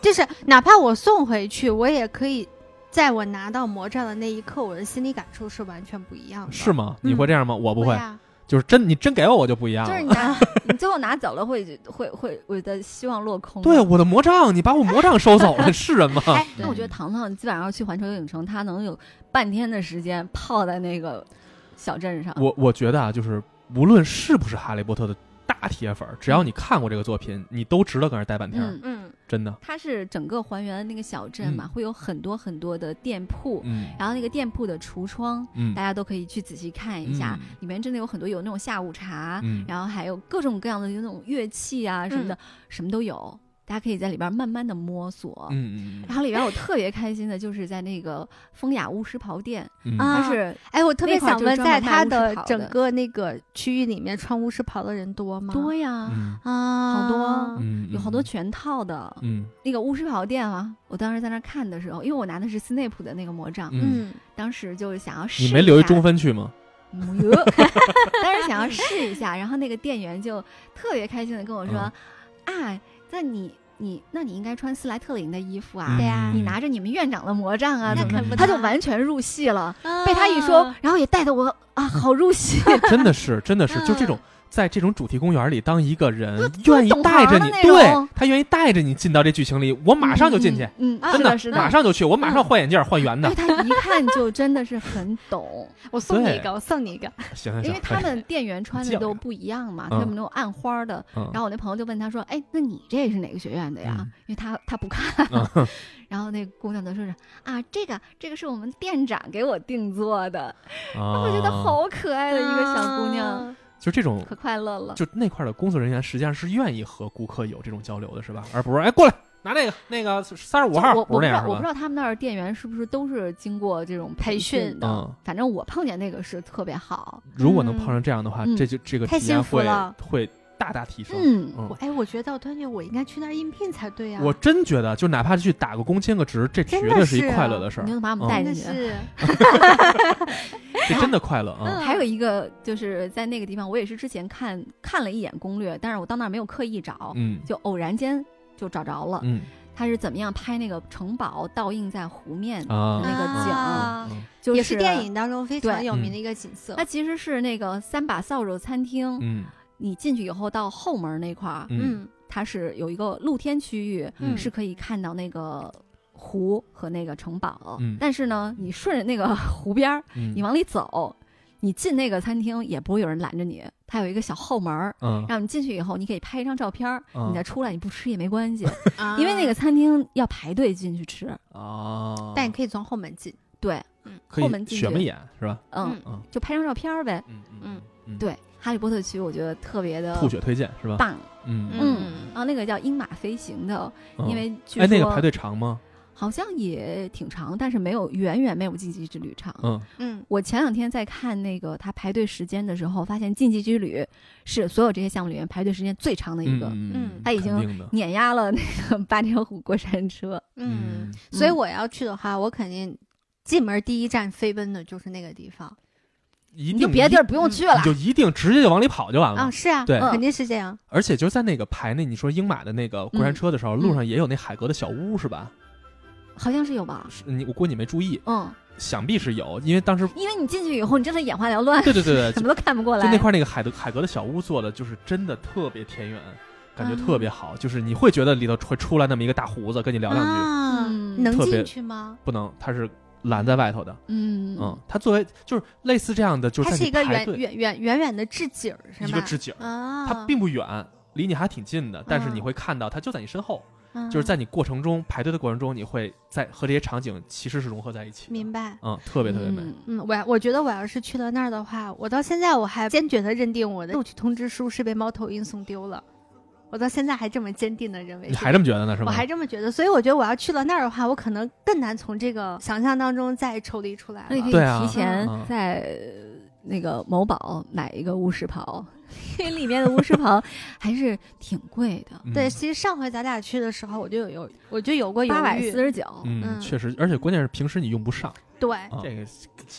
A: 就是哪怕我送回去，我也可以，在我拿到魔杖的那一刻，我的心理感受是完全不一样的。
B: 是吗？你会这样吗？我不
A: 会
B: 会，
A: 啊，
B: 就是真你真给我，我就不一样
C: 嗯就是你
B: 了。
C: 拿你最后拿走了会会会我的希望落空了。
B: 对，啊我的魔杖，你把我魔杖收 走了，是人吗？
A: 哎，
C: 那我觉得糖糖基本上要去环球影城，他能有半天的时间泡在那个小镇上。
B: 我我觉得啊，就是无论是不是哈利波特的大铁粉儿，只要你看过这个作品，你都值得搁那儿待半天儿，
C: 嗯，
A: 嗯
B: 真的。
C: 它是整个还原那个小镇嘛，
B: 嗯
C: 会有很多很多的店铺，
B: 嗯
C: 然后那个店铺的橱窗，
B: 嗯
C: 大家都可以去仔细看一下，
B: 嗯
C: 里面真的有很多有那种下午茶，
B: 嗯，
C: 然后还有各种各样的那种乐器啊什么的，
A: 嗯
C: 什么都有，大家可以在里边慢慢的摸索。
B: 嗯嗯
C: 然后里边我特别开心的就是在那个风雅巫师袍店，
B: 嗯
A: 啊
C: 它是
A: 哎，我特别
C: 那块儿
A: 想问，
C: 就专
A: 在
C: 门卖
A: 他
C: 巫师袍的
A: 整个那个区域里面，穿巫师袍的人多吗？
C: 多呀，
B: 嗯
A: 啊，
C: 好多
B: 嗯，
C: 有好多全套的。
B: 嗯
C: 那个巫师袍店啊，我当时在那儿看的时候，因为我拿的是斯内普的那个魔杖，
B: 嗯，
A: 嗯
C: 当时就是想要试
B: 你没留一
C: 下
B: 中分去 吗？
C: 没有，当时想要试一下，然后那个店员就特别开心的跟我说：“
B: 嗯
C: 啊，那你你那你应该穿斯莱特林的衣服啊，
A: 对呀
C: 你拿着你们院长的魔杖啊，
B: 嗯
C: 怎么
B: 那可不
C: 着他就
A: 呢
C: 完全入戏了。
A: 啊
C: 被他一说，然后也带的我啊，好入戏。
B: 真的是，真的是，就这种
A: 嗯
B: 在这种主题公园里，当一个人
C: 就就
B: 愿意
C: 啊懂
B: 带着
C: 行的
B: 你，
C: 那
B: 对
C: 种
B: 他愿意带着你进到这剧情里，我马上就进去，
C: 嗯，嗯，
A: 啊
C: 是
B: 真
C: 的，嗯
B: 的，
C: 是
B: 马
C: 的。
B: 上就去，我马上换眼镜儿换圆
C: 因
B: 的
C: 为。他一看就真的是很懂，
A: 我送你
B: 对
A: 一个，我送你一个，
B: 行行
C: 哎因
B: 行，
C: 为他们店员穿的
B: 教育
C: 都不一样嘛，
B: 嗯
C: 他们那种暗花的，
B: 嗯
C: 然后我那朋友就问他说：“哎，那你这是哪个学院的呀？”
B: 嗯
C: 因为他他不 看。
B: 嗯
C: 然后那姑娘就说是啊，这个这个是我们店长给我定做的，我觉得
B: 啊，
C: 好可爱的一个小姑娘，
A: 啊，
B: 就这种
C: 可快乐了。
B: 就那块儿的工作人员实际上是愿意和顾客有这种交流的，是吧？而不是哎过来拿那个那个三十五
C: 就
B: 号
C: 我，我
B: 不
C: 不
B: 是
C: 知
B: 那样
C: 道
B: 是
C: 我不
B: 吧
C: 知？道他们那儿店员是不是都是经过这种
A: 培
C: 训
A: 训
C: 的，
B: 嗯
C: 反正我碰见那个是特别好。
B: 如果能碰上这样的话，
C: 嗯
B: 这就这个
A: 太
B: 体验
A: 幸福
B: 会
A: 了
B: 会大大提升。
C: 嗯，
B: 嗯
A: 我哎，我觉得我突然觉得我应该去那儿应聘才对啊，
B: 我真觉得，就哪怕去打个工签个职，这绝
A: 真的
B: 对是一
A: 是
B: 快
A: 啊
B: 乐的事儿
C: 你，就把我
B: 嗯
C: 们带
A: 真的
C: 进去。
A: 是，
B: 这真的快乐啊！
A: 嗯
C: 还有一个就是在那个地方，我也是之前看看了一眼攻略，但是我到那儿没有刻意找，
B: 嗯
C: 就偶然间就找着了。
B: 嗯
C: 他是怎么样拍那个城堡倒映在湖面的
B: 啊
C: 那个景，
A: 啊
B: 嗯
C: 就
A: 也是电。影当中非常有名的一个景色
C: 它。其实是那个三把扫帚餐厅，
B: 嗯
C: 你进去以后到后门那块儿，
B: 嗯
A: 嗯
C: 它是有一个露天区域，
B: 嗯
C: 是可以看到那个湖和那个城堡。
B: 嗯
C: 但是呢，你顺着那个湖边儿，
B: 嗯，
C: 你往里走，你进那个餐厅也不会有人拦着你，它有一个小后门儿。
B: 嗯
C: 让你进去以后，你可以拍一张照片儿，
B: 啊
C: 你再出来，你不吃也没关系，
A: 啊
C: 因为那个餐厅要排队进去吃。
B: 啊，
A: 但你可以从后门进。
C: 对，
B: 可
C: 后门
B: 以
C: 进
B: 雪
C: 去
B: 眉眼是吧？
C: 嗯，
A: 嗯
C: 就拍张照片儿呗。
B: 嗯
A: 嗯
B: 嗯
C: 对，哈利波特区我觉得特别的
B: 吐血推荐是吧？
C: 棒，
B: 嗯，
C: 嗯，然后那个叫鹰马飞行的，
B: 嗯
C: 因为据
B: 哎那个
C: 说
B: 排队长吗？
C: 好像也挺长，但是没有远远没有《禁忌之旅》长。
B: 嗯，
A: 嗯
C: 我前两天在看那个他排队时间的时候，发现《禁忌之旅》是所有这些项目里面排队时间最长的一个，
A: 嗯
C: 他已经
B: 肯定的
C: 碾压了那个八点虎过山车。
A: 嗯
B: 嗯，
A: 所以我要去的话，我肯定进门第一站飞奔的就是那个地方
B: 一
C: 你
B: 定
C: 就别的地儿不用
A: 嗯
C: 去了
B: 你，就一定直接就往里跑就完了。
A: 啊，是啊，
B: 嗯对
A: 肯定是这样。
B: 而且就是在那个排那你说英马的那个过山车的时候，
C: 嗯
B: 路上也有那海格的小屋是吧？
C: 好像是有吧？
B: 是你我估计你没注意，
C: 嗯，
B: 想必是有，因为当时
C: 因为你进去以后，你真的眼花缭乱，
B: 对对对对，
C: 什
B: 就
C: 么都看不过来。
B: 就那块那个海的海格的小屋做的就是真的特别田园，感觉特
C: 啊
B: 别好，就是你会觉得里头会出来那么一个大胡子跟你聊两句，
A: 啊
C: 嗯
A: 能
B: 特别
A: 进去吗？
B: 不能，他是拦在外头的。
C: 嗯
B: 嗯，他作为就是类似这样的，就是
A: 它
B: 在
A: 是
B: 你
A: 一个
B: 排
A: 远
B: 队
A: 远远远远的置景儿是吧？
B: 一个置景，
A: 啊，
B: 它并不远，离你还挺近的，但是你会看到它就在你身后，
A: 嗯
B: 就是在你过程中排队的过程中，你会在和这些场景其实是融合在一起的。
A: 明白。
B: 嗯，特别特别美。
C: 嗯
A: 嗯，我我觉得我要是去了那儿的话，我到现在我还坚决的认定我的录取通知书是被猫头鹰送丢了，我到现在还这么坚定的认为
B: 你
A: 这个
B: 还这么觉得呢？是
A: 我
B: 吗？
A: 还这么觉得，所以我觉得我要去了那儿的话，我可能更难从这个想象当中再抽离出来
C: 那你可
A: 了。
B: 对啊
C: 以提前
B: 嗯
C: 在那个某宝买一个巫师袍， 因为里面的巫师袍还是挺贵的，
B: 嗯
A: 对，其实上回咱俩去的时候，我就有有我就有过犹
C: 八百四
A: 豫，
C: 十九。
B: 嗯，
A: 嗯
B: 确实，而且关键是平时你用不上
A: 对，
B: 啊这个如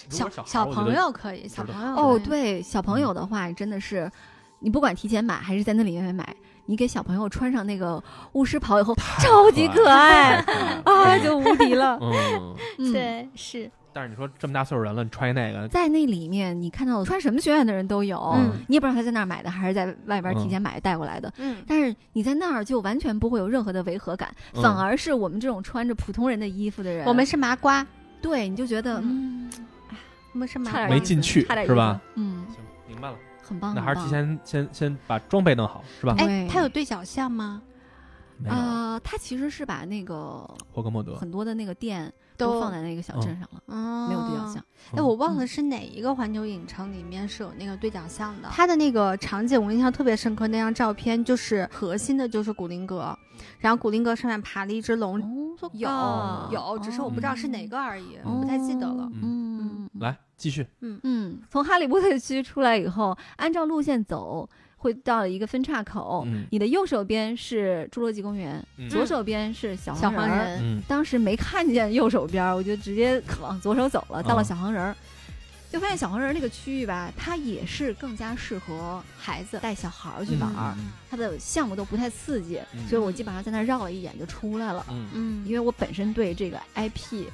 A: 小
B: 果孩
A: 小
B: 儿我觉
A: 朋
B: 得
A: 友可以，小
B: 值得
A: 朋友
C: 哦，
A: 可以，
C: 对，小朋友的话真的是，你不管提前买还是在那里面买，你给小朋友穿上那个巫师袍以后，
B: 太
C: 超级
B: 可
C: 可
B: 太
C: 爱
B: 可爱
C: 啊，
B: 了
C: 就无敌了。
B: 嗯，
C: 嗯，
A: 对是，
B: 但是你说这么大岁数人了，你穿一那个，
C: 在那里面你看到穿什么学院的人都有，
A: 嗯
C: 你也不知道他在那儿买的还是在
B: 嗯
C: 外边提前买带过来的。
A: 嗯
C: 但是你在那儿就完全不会有任何的违和感，
B: 嗯
C: 反而是我们这种穿着普通人的衣服的人，
A: 我们是麻瓜，哎
C: 对你就觉得嗯
A: 我们是麻
C: 差
A: 瓜，
C: 点
B: 没
C: 意思
B: 进去
C: 差点意
B: 是
C: 思
B: 吧？
C: 嗯，
B: 行，明白了，
C: 很棒，
B: 那还是提
C: 很棒
B: 前先先把装备弄好是吧？
A: 哎
C: 对，
A: 它有对角巷吗？
B: 没有
C: 啊，他其实是把那个
B: 霍格莫德，
C: 很多的那个店
A: 都
C: 都放在那个小镇上了，
A: 没
C: 没有比较像。
A: 哎，
B: 嗯
A: 我忘了是哪一个环球影城里面是有那个对角巷的，它的那个场景我印象特别深刻，那张照片就是核心的就是古灵阁，然后古灵阁上面爬了一只龙，
C: 哦
A: 有
B: 哦
A: 有，只是我不知道是哪个而已，我不太记得了。
C: 嗯嗯
B: 来继续，
C: 嗯，从哈利波特区出来以后，按照路线走，会到一个分岔口。
B: 嗯
C: 你的右手边是侏罗纪公园，
B: 嗯
C: 左手边是小
A: 小
C: 黄
A: 黄
C: 人儿。
A: 人，
B: 嗯
C: 当时没看见右手边儿，我就直接往左手走了，到
B: 啊
C: 了小黄人儿。就发现小黄人儿那个区域吧，它也是更加适合孩子带小孩儿去玩儿，
B: 嗯
C: 它的项目都不太刺激，
B: 嗯
C: 所以我基本上在那儿绕了一眼就出来了。
B: 嗯
A: 嗯
C: 因，为我本身对这个 IP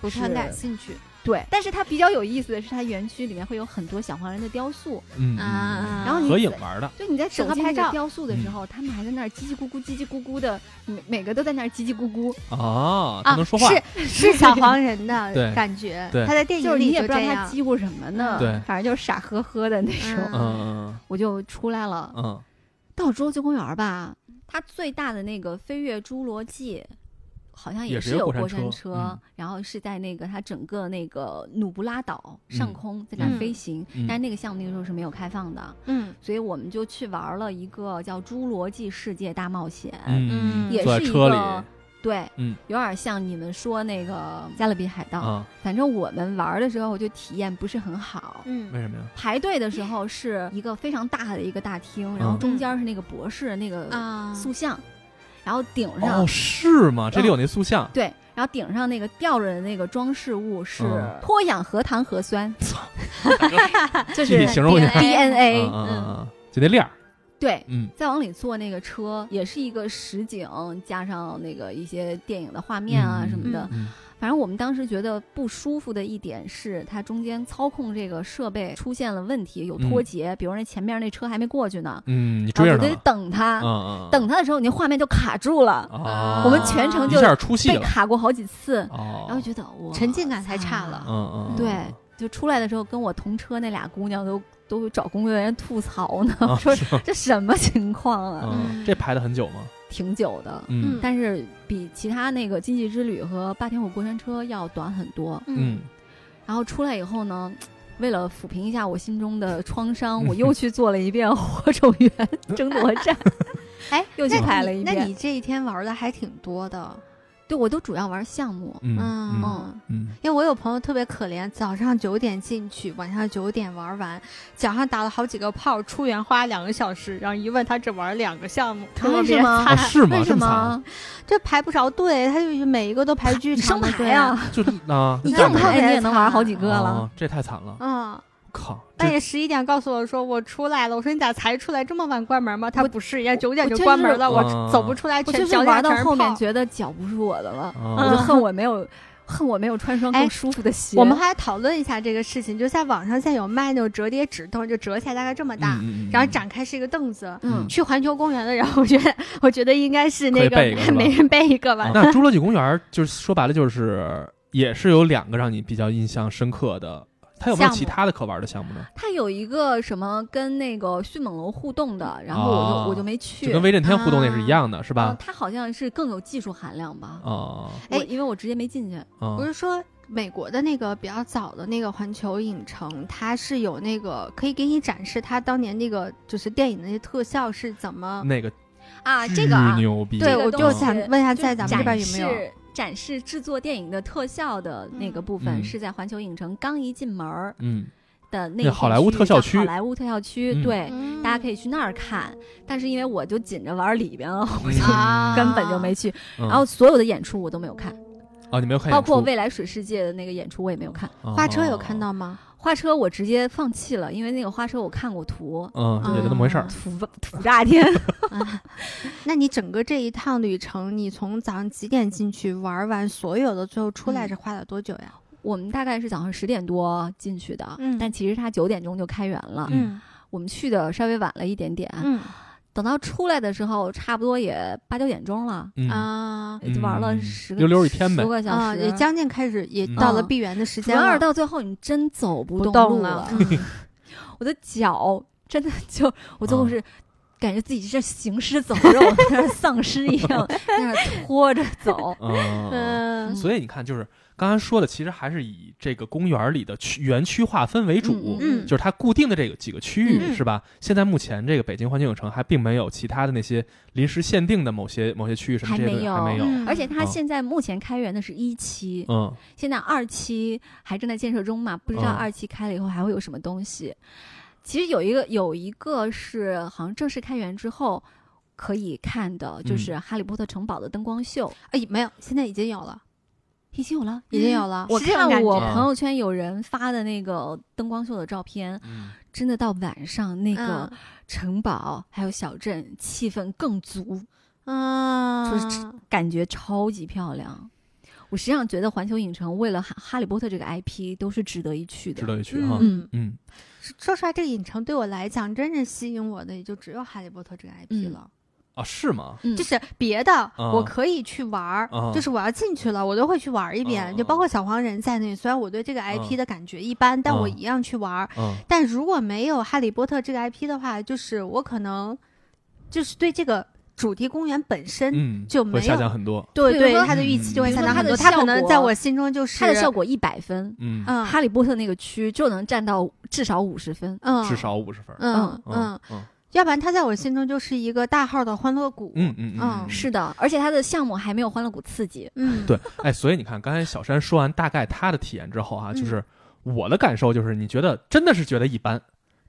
A: 不是很
C: 是
A: 感兴趣
C: 对，但是它比较有意思的是，它园区里面会有很多小黄人的雕塑，
B: 嗯，嗯
A: 啊。
C: 然后你
B: 合影玩的，
C: 就你在
A: 适
C: 走
A: 合
C: 进
A: 拍
C: 那个
A: 照
C: 雕塑的时候，他们还在那儿叽叽咕咕、叽叽咕咕的，每每个都在那儿叽叽咕咕，
B: 哦，他
A: 啊，
B: 能说话，
A: 是是小黄人的
B: 对
A: 感觉
B: 对，
A: 他在电
C: 就是嗯
A: 影
C: 你
A: 里
C: 也不
A: 就
C: 知道
A: 这
C: 他
A: 样。
C: 叽咕什么呢，
B: 对
C: 反正就是傻呵呵的那种。
A: 嗯
B: 嗯
C: 我就出来了，
B: 嗯嗯
C: 到侏罗纪公园吧，嗯它最大的那个飞跃侏罗纪。好像
B: 也是
C: 是
B: 有
C: 有
B: 过山车
C: 过山车，
B: 嗯
C: 然后是在那个它整个那个努布拉岛上
B: 嗯
C: 空在那儿
A: 嗯
C: 飞行，
B: 嗯
C: 但是那个项目那个时候是没有开放的，
A: 嗯
C: 所以我们就去玩了一个叫《侏罗纪世界大冒险》，
B: 嗯，
A: 嗯
C: 也
B: 坐
C: 是
B: 在
C: 一
B: 车里
C: 个对，
B: 嗯，
C: 有点像你们说那个《加勒比海盗》
B: 啊，
C: 反正我们玩的时候就体验不是很好。
B: 为
A: 嗯
B: 什么呀？
C: 排队的时候是一个非常大的一个大厅，
B: 嗯
C: 然后中间是那个博士那个
A: 啊，
C: 塑像，然后顶上、
B: 哦，是
C: 嗯
B: 吗？这里有那塑像，
C: 对，然后顶上那个吊着的那个装饰物是
B: 嗯
C: 脱氧核糖核 酸，就
B: 具体
C: 是
B: 形容一下，
C: DNA，、
B: 嗯嗯嗯，就那链儿，
C: 对，
B: 嗯
C: 再往里坐那个车，也是一个实景加上那个一些电影的画面啊
B: 嗯
C: 什么的。
B: 嗯
C: 反正我们当时觉得不舒服的一点是，它中间操控这个设备出现了问题，有脱节，比如那前面那车还没过去呢，
B: 嗯，你嗯追
C: 然
B: 着他
C: 后啊就得
B: 了，
C: 等它，
B: 嗯嗯，
C: 等它的时候，你那画面就卡住了，
B: 啊，
C: 我们全程
B: 一
C: 就
B: 下出戏
C: 被
B: 了，
C: 卡过好几次，
B: 哦，
C: 然后觉得我
A: 沉浸感太差了
B: 嗯嗯，
C: 对，就出来的时候跟我同车那俩姑娘都都找工作人员吐槽呢，
B: 啊
C: 说
B: 是吗
C: 这什么情况啊，
B: 嗯，
A: 嗯
B: 这排的很久吗？
C: 挺久的，
B: 嗯
A: 嗯
C: 但是比其他那个《经济之旅》和《霸天虎过山车》要短很多。
A: 嗯，
C: 然后出来以后呢，为了抚平一下我心中的 创伤，我又去做了一遍火种源争夺 战。
A: 哎，
C: 又去
A: 那你
C: 拍了一
A: 那
C: 遍
A: 你这一天玩的还挺多的，
C: 对我都主要玩项目，
B: 嗯
A: 嗯
B: 嗯嗯，
A: 因为我有朋友特别可怜，早上九点进去，晚上九点玩完，脚上打了好几个泡，出园花两个小时，然后一问他只玩两个项目，特
C: 为
A: 别
C: 什么
B: 哦
A: 惨
B: 是吗？
C: 啊为
B: 这
C: 什
B: 么
C: 么？
A: 这排不着队，他就每一个都排巨
C: 你
A: 长
C: 生
A: 的
C: 排
A: 队
C: 呀
A: 啊，！
B: 惨？就是 啊，
C: 你
A: 这样的
B: 干
C: 硬
B: 嘛
C: 排
A: 太
C: 你也能玩好几
A: 惨
C: 个了哎
B: 哦。，这太惨了，
A: 嗯，
B: 靠！
A: 半
B: 这
A: 夜十一点告诉我说我出来了，我说你咋才出来这么晚关门吗？他
C: 我
A: 不是，人家九点
C: 我
A: 就
C: 真
A: 关
C: 是
A: 门了，我
B: 嗯
A: 走不出来，
C: 我
A: 全
C: 就是
A: 脚底下
C: 玩到
A: 全是
C: 后面
A: 泡
C: 觉得脚不是我的了，
B: 哦
C: 我就恨我没有， 恨我没有穿双
A: 哎
C: 更舒服的鞋。
A: 我们还讨论一下这个事情，就在网上现在有卖那种折叠纸凳，就折起来大概这么大，
B: 嗯嗯嗯
A: 然后
B: 嗯
A: 展开是一个凳子。
C: 嗯
B: 嗯，
A: 去环球公园的人，我觉得我觉得应该是那
B: 可以备一个 是吧哦
A: 每人背一个吧。
B: 那《侏罗纪公园》就是说白了就是也是有两个让你比较印象深刻的，它有没有
A: 项目
B: 其他的可玩的项目呢？
C: 它有一个什么跟那个迅猛龙互动的，然后我就、
B: 哦
C: 我就没
B: 就
C: 去。
B: 跟威震天互动那是一样的，是
C: 嗯
B: 吧？
C: 它好像是更有技术含量吧？
B: 哦
A: 哎
C: 我因为我直接没进去。
B: 哦
A: 不是说美国的那个比较早的那个环球影城，它是有那个可以给你展示它当年那个就是电影的那些特效是怎么。
B: 那个
C: 啊，这
B: 巨
C: 个啊，
B: 牛逼，
A: 对，
C: 这个
A: 我就
C: 东西
A: 想问一下，
C: 就
A: 在咱们这边
C: 展
A: 有没有？
C: 示展示制作电影的特效的那个部
B: 嗯
C: 分是在环球影城刚一进门儿
B: 嗯，
C: 的那
B: 那
C: 个
B: 好莱坞特效区
C: 好莱坞特效区，
B: 嗯
C: 对，
A: 嗯
C: 大家可以去那儿看。但是因为我就紧着玩里边了，
B: 我
A: 啊
C: 根本就没去。
B: 然
C: 然后所有的演出我都没有看，
B: 嗯哦，你没有看演
C: 包
B: 出，
C: 括未来水世界的那个演出我也没有看。
B: 哦
A: 画车有看，到吗？
C: 花车我直接放弃了，因为那个花车我看过图，
B: 嗯，也就那么回事儿
A: 嗯。
C: 土土炸天。
A: 那你整个这一趟旅程，你从早上几点进去玩完所有的，最后出来
C: 嗯
A: 是花了多久呀？
C: 我们大概是早上十点多进去的，
A: 嗯
C: 但其实它九点钟就开园了。
B: 嗯
C: 我们去的稍微晚了一点点，
A: 嗯
C: 等到出来的时候，差不多也八九点钟了，
B: 嗯
A: 啊
B: 嗯
C: 就玩了十个
B: 溜溜一天呗
C: 十个小
A: 啊，
C: 时。
A: 也将近开始，也
B: 嗯
A: 到了
C: 嗯
A: 闭园的时
C: 主
A: 间
C: 要
A: 了，
C: 是到最后，你真走不
A: 不
C: 动
A: 动
C: 路
A: 了。
C: 我的脚真的就，我
B: 哦
C: 最后是感觉自己是行尸走肉，在那儿丧尸一 样，在那儿拖着走。
B: 嗯，
A: 嗯
B: 所以你看，就是刚刚说的，其实还是以这个公园里的区园区划分为主，
A: 嗯
B: 就是它固定的这个几个区域，
A: 嗯
B: 是吧？现在目前这个北京环球影城还并没有其他的那些临时限定的某些某些区域什么
C: 还
B: 这些东
C: 没
B: 西
C: 有
B: 还没有，
A: 嗯
C: 而且它
B: 嗯
C: 现在目前开园的是一期，
B: 嗯
C: 现在二期还正在建设中嘛，不知道
B: 嗯
C: 二期开了以后还会有什么东西。其实有一个有一个是好像正式开园之后可以看的，
A: 嗯
C: 就是《哈利波特城堡》的灯光秀，
A: 哎，没有，现在已经有了，
C: 已经有了。
A: 已经有了。
C: 嗯我
A: 嗯是啊这种
C: 看
A: 感觉
C: 我
B: 觉
C: 朋友圈有人发的那个灯光秀的照片，
B: 嗯
C: 真的到晚上那个
A: 嗯
C: 城堡还有小镇气氛更足，
A: 啊，
C: 就是感觉超级漂亮。我实际上觉得环球影城为了哈《哈利波特》这个 IP 都是值得一去的。
B: 值得一去哈。
C: 嗯，
B: 嗯，
A: 说实话，这个影城对我来讲，真正吸引我的也就只有《哈利波特》这个 IP
C: 嗯
A: 了。
B: 啊，是吗？
C: 嗯
A: 就是别的
B: 啊
A: 我可以去玩儿，
B: 啊
A: 就是我要进去了，我都会去玩儿一遍。
B: 啊
A: 就包括小黄人在内，虽然我对这个 IP 的感觉一般，但我一样去玩儿。
B: 嗯，
A: 但如果没有《哈利波特》这个 IP 的话，就是我可能就是对这个主题公园本身。
B: 嗯，
A: 就没
B: 会下
A: 有
B: 降很多。
A: 对
C: 比如
A: 对，
C: 说
A: 它的预期就会
B: 嗯
A: 下
B: 比如
A: 降很
B: 说它
A: 多。
C: 的
A: 它可
C: 效
A: 能
C: 果
A: 在我心中就是
C: 它的效果一百分，
B: 嗯，
A: 嗯
C: 哈利波特那个区就能占到至少五十分。
A: 嗯，
B: 至少五十分。
A: 嗯嗯
B: 嗯，嗯
A: 要不然它在我心中就是一个大号的欢乐谷。
B: 嗯嗯
A: 嗯
C: 是的，而且它的项目还没有欢乐谷刺激。
A: 嗯，
B: 对，哎，所以你看，刚才小山说完大概他的体验之后啊，就是我的感受就是，你觉得真的是觉得一般，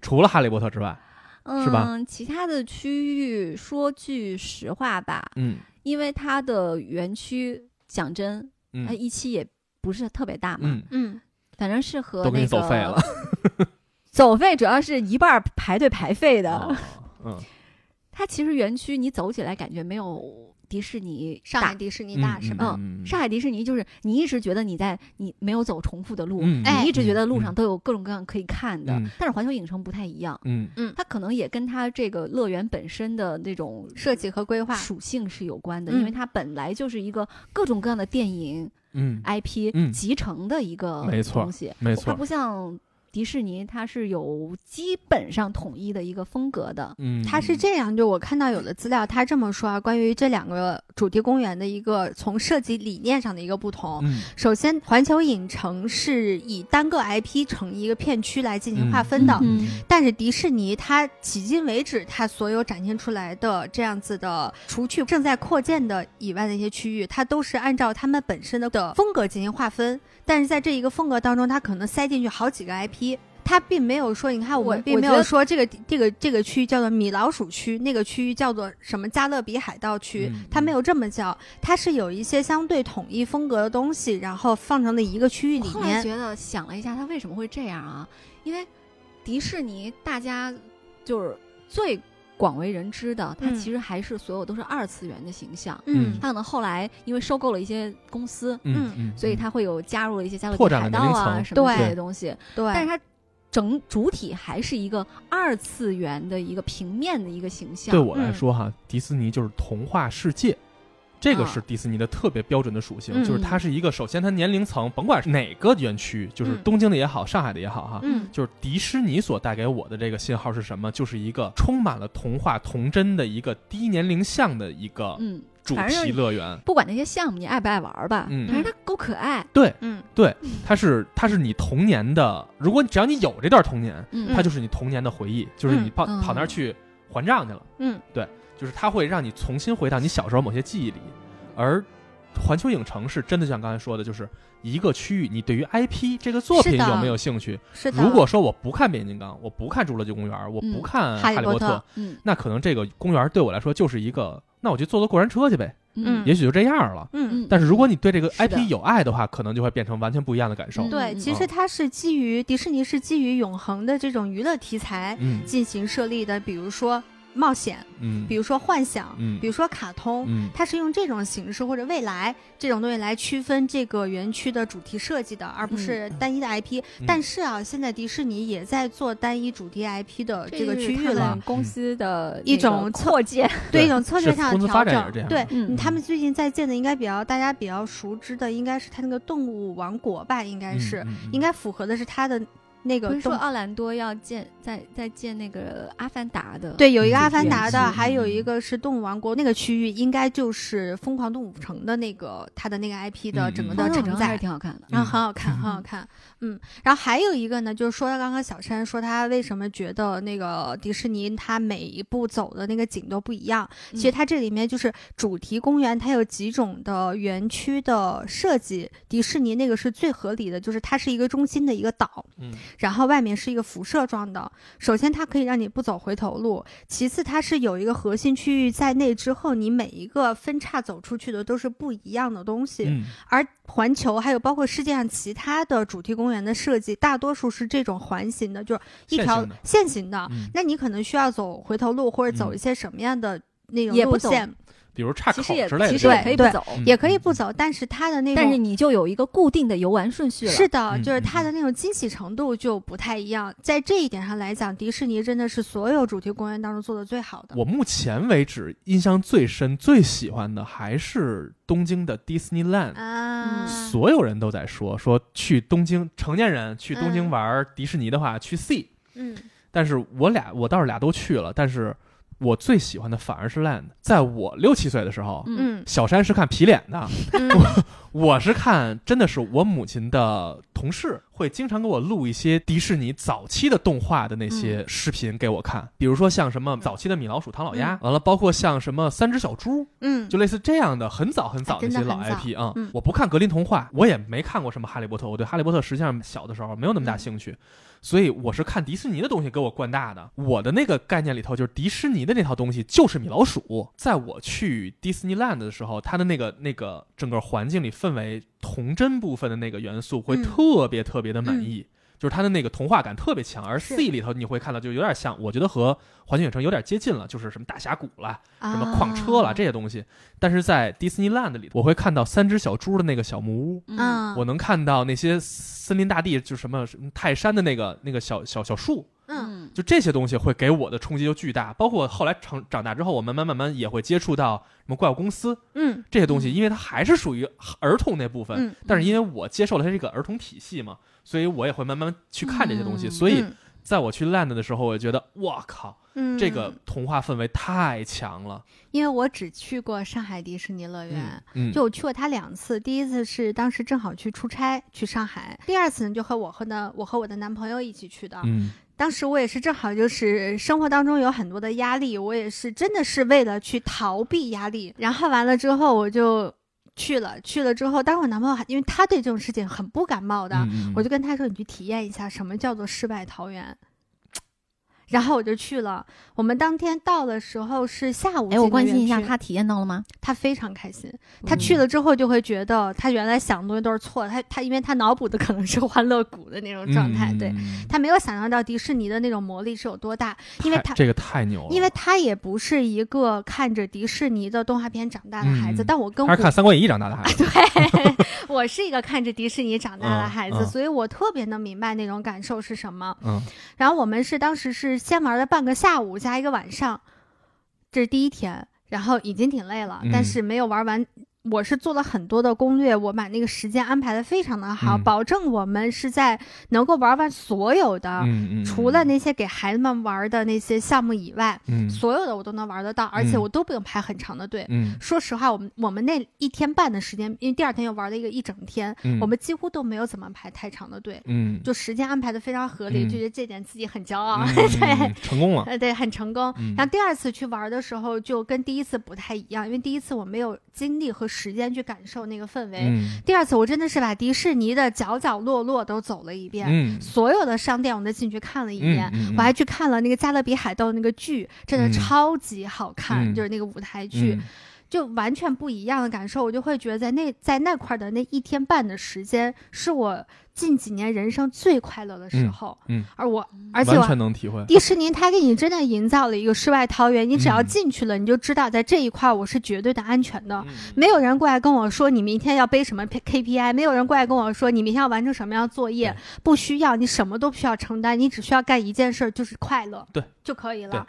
B: 除了哈利波特之外，
C: 嗯，
B: 是吧
C: 其他的区域，说句实话吧，
B: 嗯
C: 因为它的园区讲真，它
B: 嗯
C: 一期也不是特别大嘛，
B: 嗯，
A: 嗯，
C: 反正是和
B: 都给
C: 那
B: 你
C: 个
B: 走废了，
C: 走废主要是一半儿排队排废的。
B: 啊嗯
C: 它其实园区你走起来感觉没有迪士尼
A: 上海
C: 大。
A: 迪士尼大是吧？
C: 吧
B: 嗯
C: 上海迪士尼就是你一直觉得你在你没有走重复的路，
B: 嗯，
A: 哎
C: 你一直觉得路
B: 嗯
C: 上都有各种各样可以看的，
B: 嗯
C: 但是环球影城不太一样，
B: 嗯
C: 它可能也跟它这个乐园本身的那种
A: 嗯设计和规划，
C: 属性是有关的，
A: 嗯
C: 因为它本来就是一个各种各样的电影
B: 嗯，
C: IP
B: 嗯
C: 集成的一个
B: 没错
C: 东西，
B: 没错
C: 它不像迪士尼它是有基本上统一的一个风格的。
B: 嗯，
A: 它是这样，就我看到有的资料，它这么说啊，关于这两个主题公园的一个从设计理念上的一个不同。
B: 嗯，
A: 首先，环球影城是以单个 IP 乘一个片区来进行划分的，
C: 嗯
A: 但是迪士尼它迄今为止，它所有展现出来的这样子的，除去正在扩建的以外的一些区域，它都是按照他们本身的的风格进行划分。但是在这一个风格当中，它可能塞进去好几个 IP。它并没有说，你看我
C: 我
A: 们并
C: 我
A: 没
C: 觉
A: 有
C: 得
A: 说这个这个这个区域叫做米老鼠区，那个区域叫做什么加勒比海盗区，
B: 嗯
A: 它没有这么叫，它是有一些相对统一风格的东西，然后放成了一个区域里
C: 后来
A: 面。
C: 觉得想了一下，它为什么会这样啊？因为迪士尼大家就是最广为人知的，它
A: 嗯
C: 其实还是所有都是二次元的形象。
A: 嗯
C: 它可能后来因为收购了一些公司，
B: 嗯
A: 嗯
B: 嗯，
C: 所以它会有加入了一些加勒比
B: 拓展了
C: 海盗
B: 年龄
C: 啊
B: 层
C: 什么
A: 对
C: 这些东西，
A: 对，
C: 但是它。整主体还是一个二次元的一个平面的一个形象
B: 对，我来
A: 嗯
B: 说哈，迪士尼就是童话世界。这个
C: 啊
B: 是迪士尼的特别标准的属性，
A: 嗯
B: 就是它是一个，首先它年龄层，甭管是哪个园区，就是
A: 嗯
B: 东京的也好，上海的也好，哈，
A: 嗯
B: 就是迪士尼所带给我的这个信号是什么？就是一个充满了童话童真的一个低年龄向的一个
C: 嗯，
B: 主
C: 反正
B: 题乐园。
C: 不管那些项目你爱不爱玩儿吧，
B: 嗯
C: 啊反正它够可爱，
B: 对，
A: 嗯
B: 对，它是它是你童年的，如果只要你有这段童年，
C: 嗯，
B: 它就是你童年的回忆，就是你
A: 嗯
B: 跑
C: 嗯
B: 跑那儿去还账去了，
A: 嗯
B: 就是它会让你重新回到你小时候某些记忆里。而环球影城是真的像刚才说的，就是一个区域，你对于 IP 这个作
A: 是
B: 品
A: 的
B: 有没有兴趣？
A: 是的。
B: 如果说我不看变形金刚，我不看侏罗纪公园，我不看
A: 哈
B: 哈
A: 利
B: 利
A: 波
B: 波
A: 特
B: 特，
C: 嗯
B: 那可能这个公园对我来说就是一个，那我就坐坐过山车去呗，
A: 嗯
B: 也许就这样了。
A: 嗯
B: 但是如果你对这个
C: 是的
B: IP 有爱的话，可能就会变成完全不一样的感受。
C: 嗯
A: 对，其实
B: 嗯
A: 它是基于迪士尼是基于永恒的这种娱乐题材
B: 嗯
A: 进行设立的，比如说冒险，
B: 嗯
A: 比如说幻想，
B: 嗯
A: 比如说卡通。
B: 嗯
A: 它是用这种形式或者未来这种东西来区分这个园区的主题设计的，而不是单一的 IP、
B: 嗯
A: 但是啊，现在迪士尼也在做单一主题 IP 的这个区域
C: 是他
A: 了
B: 嗯
C: 们，公司的
A: 一
C: 那个
A: 种
C: 扩建，
A: 对一
B: 对
A: 种策略
B: 是
A: 上
B: 公
A: 的
B: 司发
A: 调
B: 展也是
A: 整
B: 这。样
A: 对
B: 的，
C: 嗯
A: 他们最近在建的应该比较大家比较熟知的，应该是它那个动物王国吧，应该是。
B: 嗯嗯
A: 应该符合的是它的那
C: 不
A: 个
C: 是说啊
A: 动。
C: 奥兰多要建在在建那个阿凡达的，，
A: 对，有一个
B: 嗯
A: 阿凡达
B: 园
A: 的，
B: 区
A: 还有一
B: 嗯
A: 个是动物王国那个区域，应该就是疯狂动物城的那个它的那个 IP 的
B: 嗯
A: 整个
B: 嗯
A: 的
C: 整
A: 承
C: 张还是
A: 载。
C: 挺好看的。
A: 啊，很好看，很好看，嗯，然后还有一个呢，就是说到刚刚小山说他为什么觉得那个迪士尼它每一步走的那个景都不一样，其
C: 嗯
A: 实它这里面就是主题公园，它有几种的园区的设计，迪士尼那个是最合理的，就是它是一个中心的一个岛，
B: 嗯
A: 然后外面是一个辐射状的。首先，它可以让你不走回头路；其次，它是有一个核心区域在内，之后你每一个分叉走出去的都是不一样的东西。
B: 嗯
A: 而环球还有包括世界上其他的主题公园的设计，大多数是这种环形的，就是一条
B: 线形的
A: 线形的。
B: 嗯，
A: 那你可能需要走回头路，或者走
B: 嗯
A: 一些什么样的那种
C: 也不
A: 路
C: 走
A: 线，
B: 比如岔
C: 其
B: 口
C: 实也
B: 之类的，
C: 其实也
A: 对
C: 可以不
A: 对
C: 走，
B: 嗯
A: 也可以不走。但是它的那种，
C: 但是你就有一个固定的游玩顺序了。
A: 是的，
B: 嗯
A: 就是它
B: 嗯
A: 的那种惊喜程度就不太一样。在这一点上来讲，迪士尼真的是所有主题公园当中做的最好的。
B: 我目前为止印象最深、最喜欢的还是东京的 Disneyland。
A: 啊，
C: 嗯
B: 所有人都在说说去东京，成年人去东
A: 嗯
B: 京玩迪士尼的话，去 C。
A: 嗯
B: 但是我俩我倒是俩都去了，但是我最喜欢的反而是 Land。在我六七岁的时候，
C: 嗯，
A: 嗯
B: 小山是看皮脸的，
A: 嗯
B: 我是看真的是我母亲的同事会经常给我录一些迪士尼早期的动画的那些视频给我看，比如说像什么早期的米老鼠、唐老鸭，完了包括像什么三只小猪，
A: 嗯，
B: 就类似这样的很早很早的一些老
A: 哎真的很
B: IP 啊、
A: 嗯
B: 我不看格林童话，我也没看过什么哈利波特，我对哈利波特实际上小的时候没有那么大
A: 嗯
B: 兴趣，所以我是看迪士尼的东西给我灌大的。我的那个概念里头，就是迪士尼的那套东西就是米老鼠。在我去 Disneyland 的时候，它的那个那个整个环境里氛围童真部分的那个元素会
A: 嗯
B: 特别特别的满意。就是它的那个童话感特别强，而
A: 是
B: C 里头你会看到，就有点像，我觉得和环球影城有点接近了，就是什么大峡谷啦，什么矿车啦、
A: 啊
B: 这些东西。但是在 Disneyland 里，我会看到三只小猪的那个小木屋，
C: 嗯
A: 啊，
B: 我能看到那些森林大地，就什么什么泰山的那个那个小小小树，
A: 嗯，
B: 就这些东西会给我的冲击就巨大。包括后来长长大之后，我慢慢慢慢也会接触到什么怪物公司
A: 嗯
B: 这些东西，
C: 嗯
B: 因为它还是属于儿童那部分。
A: 嗯，
B: 但是因为我接受了它这个儿童体系嘛，所以我也会慢慢去看这些东西。
C: 嗯
B: 所以在我去 Land 的时候，我就觉得哇靠，
A: 嗯
B: 这个，童话氛围太强了。
A: 因为我只去过上海迪士尼乐园
B: 嗯，嗯，
A: 就我去过它两次，第一次是当时正好去出差去上海，第二次呢就和我和的我和我的男朋友一起去的。
B: 嗯
A: 当时我也是正好就是生活当中有很多的压力，我也是真的是为了去逃避压力，然后完了之后我就去了，去了之后，当时我男朋友还因为他对这种事情很不感冒的，
B: 嗯嗯
A: 我就跟他说：“你去体验一下什么叫做世外桃源。”然后我就去了。我们当天到的时候是下午。
C: 哎，我关心一下，，他嗯体验到了吗？
A: 他非常开心。
B: 嗯
A: 他去了之后就会觉得他原来想的东西都是错的。他他因为他脑补的可能是欢乐谷的那种状态，对
B: 嗯
A: 他没有想象到迪士尼的那种魔力是有多大，因为
B: 太
A: 他
B: 这个太牛了，
A: 因为他也不是一个看着迪士尼的动画片长大的孩子。
B: 嗯
A: 但我跟
B: 他
A: 我
B: 是看《三国演义》长大的孩子。
A: 对， 我是一个看着迪士尼长大的
B: 嗯
A: 孩子，
B: 嗯
A: 所以我特别能明白那种感受是什么。
B: 嗯
A: 然后我们是当时是先玩了半个下午加一个晚上，这是第一天，然后已经挺累了，
B: 嗯
A: 但是没有玩完。我是做了很多的攻略，我把那个时间安排的非常的好，
B: 嗯
A: 保证我们是在能够玩完所有的，
B: 嗯嗯，
A: 除了那些给孩子们玩的那些项目以外，
B: 嗯
A: 所有的我都能玩得到，而且
B: 嗯
A: 我都不用排很长的队。
B: 嗯
A: 说实话，我们我们那一天半的时间，因为第二天又玩了一个一整天，
B: 嗯，
A: 我们几乎都没有怎么排太长的队，
B: 嗯
A: 就时间安排的非常合理，
B: 嗯
A: 就觉得这点自己很骄傲，
B: 嗯
A: 对，
B: 成功了。
A: 呃 对，很成功。
B: 嗯
A: 然后第二次去玩的时候，就跟第一次不太一样，因为第一次我没有精力和时间去感受那个氛围。
B: 嗯
A: 第二次我真的是把迪士尼的角角落落都走了一遍，
B: 嗯，
A: 所有的商店我都进去看了一遍。
B: 嗯嗯嗯
A: 我还去看了那个《加勒比海盗》那个剧，真的
B: 嗯
A: 超级好看，
B: 嗯
A: 就是那个舞台剧。
B: 嗯
A: 就完全不一样的感受，我就会觉得在那在那块儿的那一天半的时间，是我近几年人生最快乐的时候。
B: 嗯嗯
A: 而我，而且
B: 完
A: 我
B: 全能体会。
A: 迪士尼它给你真的营造了一个世外桃源，你只要
B: 嗯
A: 进去了，你就知道在这一块儿我是绝对的安全的。没有人过来跟我说你明天要背什么 P- KPI，没有人过来跟我说你明天要完成什么样的作业
B: 对，
A: 不需要，你什么都不需要承担，你只需要干一件事儿，就是快乐，
B: 对，
A: 就可以了。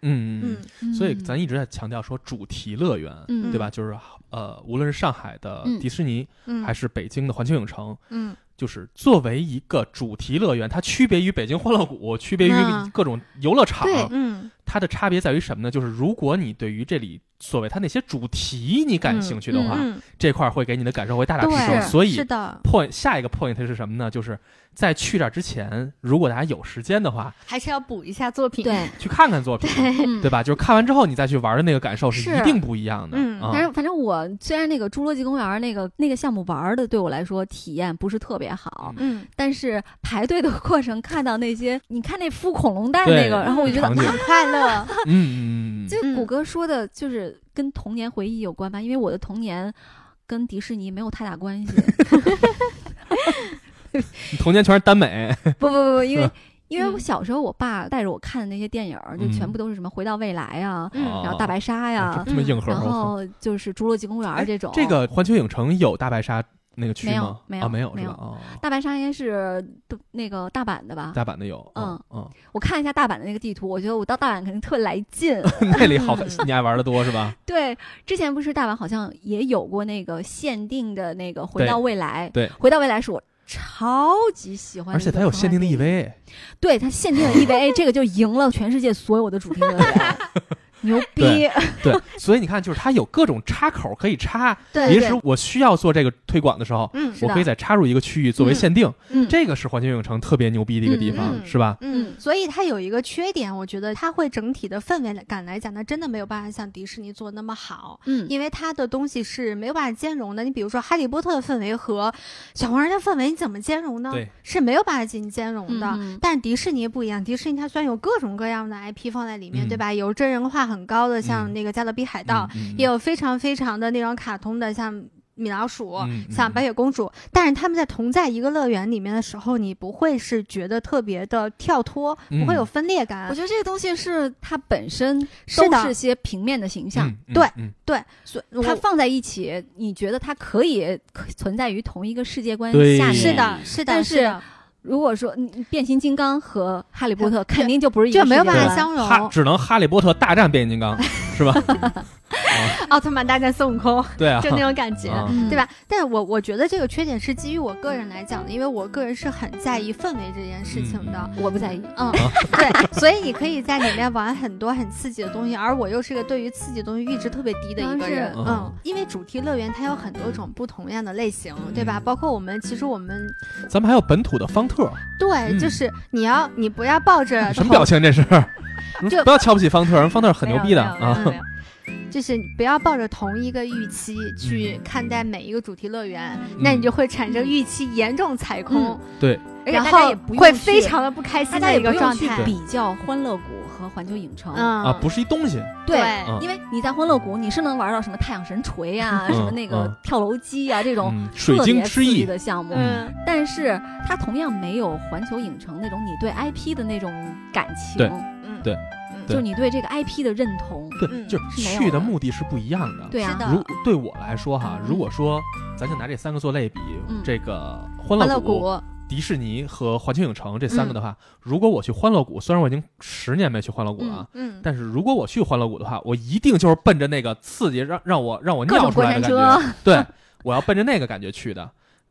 B: 嗯嗯
A: 嗯
B: 嗯，所以咱一直在强调说主题乐园，
C: 嗯
B: 对吧？就是呃，无论是上海的
C: 嗯
B: 迪士尼，
A: 嗯，
B: 还是北京的环球影城，
A: 嗯
B: 就是作为一个主题乐园，它区别于北京欢乐谷，区别于
A: 嗯
B: 各种游乐场，
C: 对
A: 嗯
B: 它的差别在于什么呢？就是如果你对于这里所谓它那些主题你感兴趣的话，
A: 嗯，
B: 这块儿会给你的感受会大打折
A: 对，
B: 扣。所
A: 是
B: 以
A: 的，
B: point 下一个 point 是什么呢？就是在去这儿之前，如果大家有时间的话，
A: 还是要补一下作品。
C: 对，
B: 去看看作品，对吧？就是看完之后你再去玩的那个感受是
C: 嗯是
B: 一定不一样的。
A: 嗯
B: 啊
C: 反正反正我虽然那个侏罗纪公园那个那个项目玩儿的对我来说体验不是特别好，
A: 嗯，
C: 但是排队的 过程看到那些，你看那孵恐龙蛋
B: 对
C: 那个，然后我就觉得
B: 场景
C: 啊，
A: 很快乐。
B: 嗯嗯嗯嗯
C: 就
A: 嗯
C: 谷歌说的就是跟童年回忆有关吧，因为我的童年跟迪士尼没有太大关系，
B: 嗯，童年全是耽美，
C: 不不不不，因为
B: 嗯
C: 因为我小时候我爸带着我看的那些电影儿，就全部都是什么《回到未来》啊，
A: 嗯
C: 然后《大白鲨》
B: 哦
C: 呀嗯
B: 这，这么硬核，
C: 然
B: 我靠
C: 后就是《侏罗纪公园》
B: 哎
C: 这种，
B: 这个环球影城有大白鲨那个区
C: 没有
B: 吗？
C: 没
B: 啊，
C: 有
B: 没有
C: 没
B: 是吧？
C: 有
B: 哦，
C: 大白鲨应该是都那个大阪的吧？
B: 大阪的有，嗯嗯，
C: 我看一下大阪的那个地图，我觉得我到大阪肯定特来劲。
B: 那里好
A: 嗯，
B: 你爱玩的多是吧？
C: 对，之前不是大阪好像也有过那个限定的那个《回
B: 对
C: 到未来》，
B: 对
C: 回到未来》是我超级喜欢，
B: 而且它有限定的 E
C: EV，
B: EVA，
C: 对它限定的 EVA，这个哎就赢了全世界所有的主题乐园，牛逼！
B: 对，所以你看，就是它有各种插口可以插。
A: 对
B: 临
A: 对
B: 时我需要做这个推广的时候，
A: 嗯
C: 是
B: 我
C: 的
B: 可以再插入一个区域作为限定，
C: 嗯，
B: 这个是环球影城特别牛逼的一个地
A: 嗯
B: 方，
A: 嗯
B: 是吧？
A: 嗯，所以它有一个缺点，我觉得它会整体的氛围感来讲，它真的没有办法像迪士尼做的那么好。
C: 嗯
A: 因为它的东西是没有办法兼容的，你比如说《哈利波特》的氛围和小黄人的氛围，你怎么兼容呢？
B: 对，
A: 是没有办法进行兼容的。
C: 嗯嗯
A: 但迪士尼不一样，迪士尼它虽然有各种各样的 IP 放在里面，
B: 嗯
A: 对吧？有真人化很高的，像
B: 嗯
A: 那个《加勒比海盗》
B: 嗯
A: 也有非常非常的那种卡通的，像米老鼠、
B: 嗯
A: 像
B: 嗯
A: 白雪公主，但是他们在同在一个乐园里面的时候，你不会是觉得特别的跳脱，不
B: 嗯
A: 会有分裂感。
C: 我觉得这个东西是它本身
A: 啊是
C: 都
A: 的，
C: 是些平面的形象，
B: 嗯嗯
A: 对
B: 嗯
A: 对，所以
C: 它
A: 我
C: 放在一起，你觉得它可以可存在于同一个世界观
B: 对
C: 下面？
A: 是的，是的，
C: 但
A: 是
C: 是
A: 的
C: 如果说嗯变形金刚和哈利波特，肯定就不是一个
A: 就没有办
B: 对
A: 法
B: 吧
A: 相
B: 哈
A: 容。
B: 只能哈利波特大战变形金刚是吧？啊
A: 奥特曼大战孙悟空，
B: 对 啊，
A: 就那种感觉。
B: 啊
A: 对？吧？但是我我觉得这个缺点是基于我个人来讲的，因为我个人是很在意氛围这件事情的。
C: 我不在意。
A: 嗯，
B: 啊
A: 对，所以你可以在里面玩很多很刺激的东西，而我又是个对于刺激的东西阈值特别低的一个人。
B: 当然是
A: 嗯，因为主题乐园它有很多种不同样的类型，对吧？
B: 嗯
A: 包括我们，其实我们
B: 咱们还有本土的方特，
A: 对，
B: 嗯
A: 就是你要你不要抱着
B: 什么
A: 头
B: 表情这是？
A: 就
B: 不要瞧不起方特，人方特很
A: 没
B: 牛
A: 有
B: 逼的
A: 没有没有
B: 啊！
A: 没有
C: 嗯
A: 就是你不要抱着同一个预期去看待每一个主题乐园，那你就会产生预期严重踩空，
B: 对，
C: 而且
A: 然
C: 大家
A: 后
C: 也不用
A: 会
C: 去
A: 非常的不开
C: 大
A: 心
C: 家
A: 的
C: 也
A: 一
C: 不
A: 个
C: 用
A: 状
C: 去
A: 态。
C: 比较欢乐谷和环球影城。
A: 嗯
B: 啊，不是一东西，
C: 对，
A: 嗯
C: 因为你在欢乐谷，你是能玩到什么太阳神锤呀、
B: 嗯
C: 什么那个
B: 嗯
C: 跳楼机呀、这种
B: 嗯，水
C: 特
B: 晶
C: 别
B: 之
C: 刺激
B: 翼，
C: 的项目，
A: 嗯，
C: 但是它同样没有环球影城那种你对 IP 的那种感情，
B: 对
A: 嗯
B: 对
C: 就
B: 对
C: 是你对这个 IP 的认同。
B: 对，
A: 嗯
B: 就是
C: 是没有
B: 去的
C: 的
B: 目的是不一样的。
C: 对啊
A: 是，的
B: 如对我来说哈，
C: 嗯
B: 如果说咱就拿这三个做类比，
C: 嗯
B: 这个欢
A: 欢
B: 乐
A: 乐谷，
B: 迪士尼和环球影城这
C: 嗯
B: 三个的话，如果我去欢乐谷，虽然我已经十年没去欢乐谷了啊，
A: 嗯，
B: 但是如果我去欢乐谷的话，我一定就是奔着那个刺激，让让我让我
C: 各
B: 尿
C: 种
B: 出
C: 过
B: 来
C: 山
B: 的感
C: 车
B: 觉，，对，我要奔着那个感觉去的。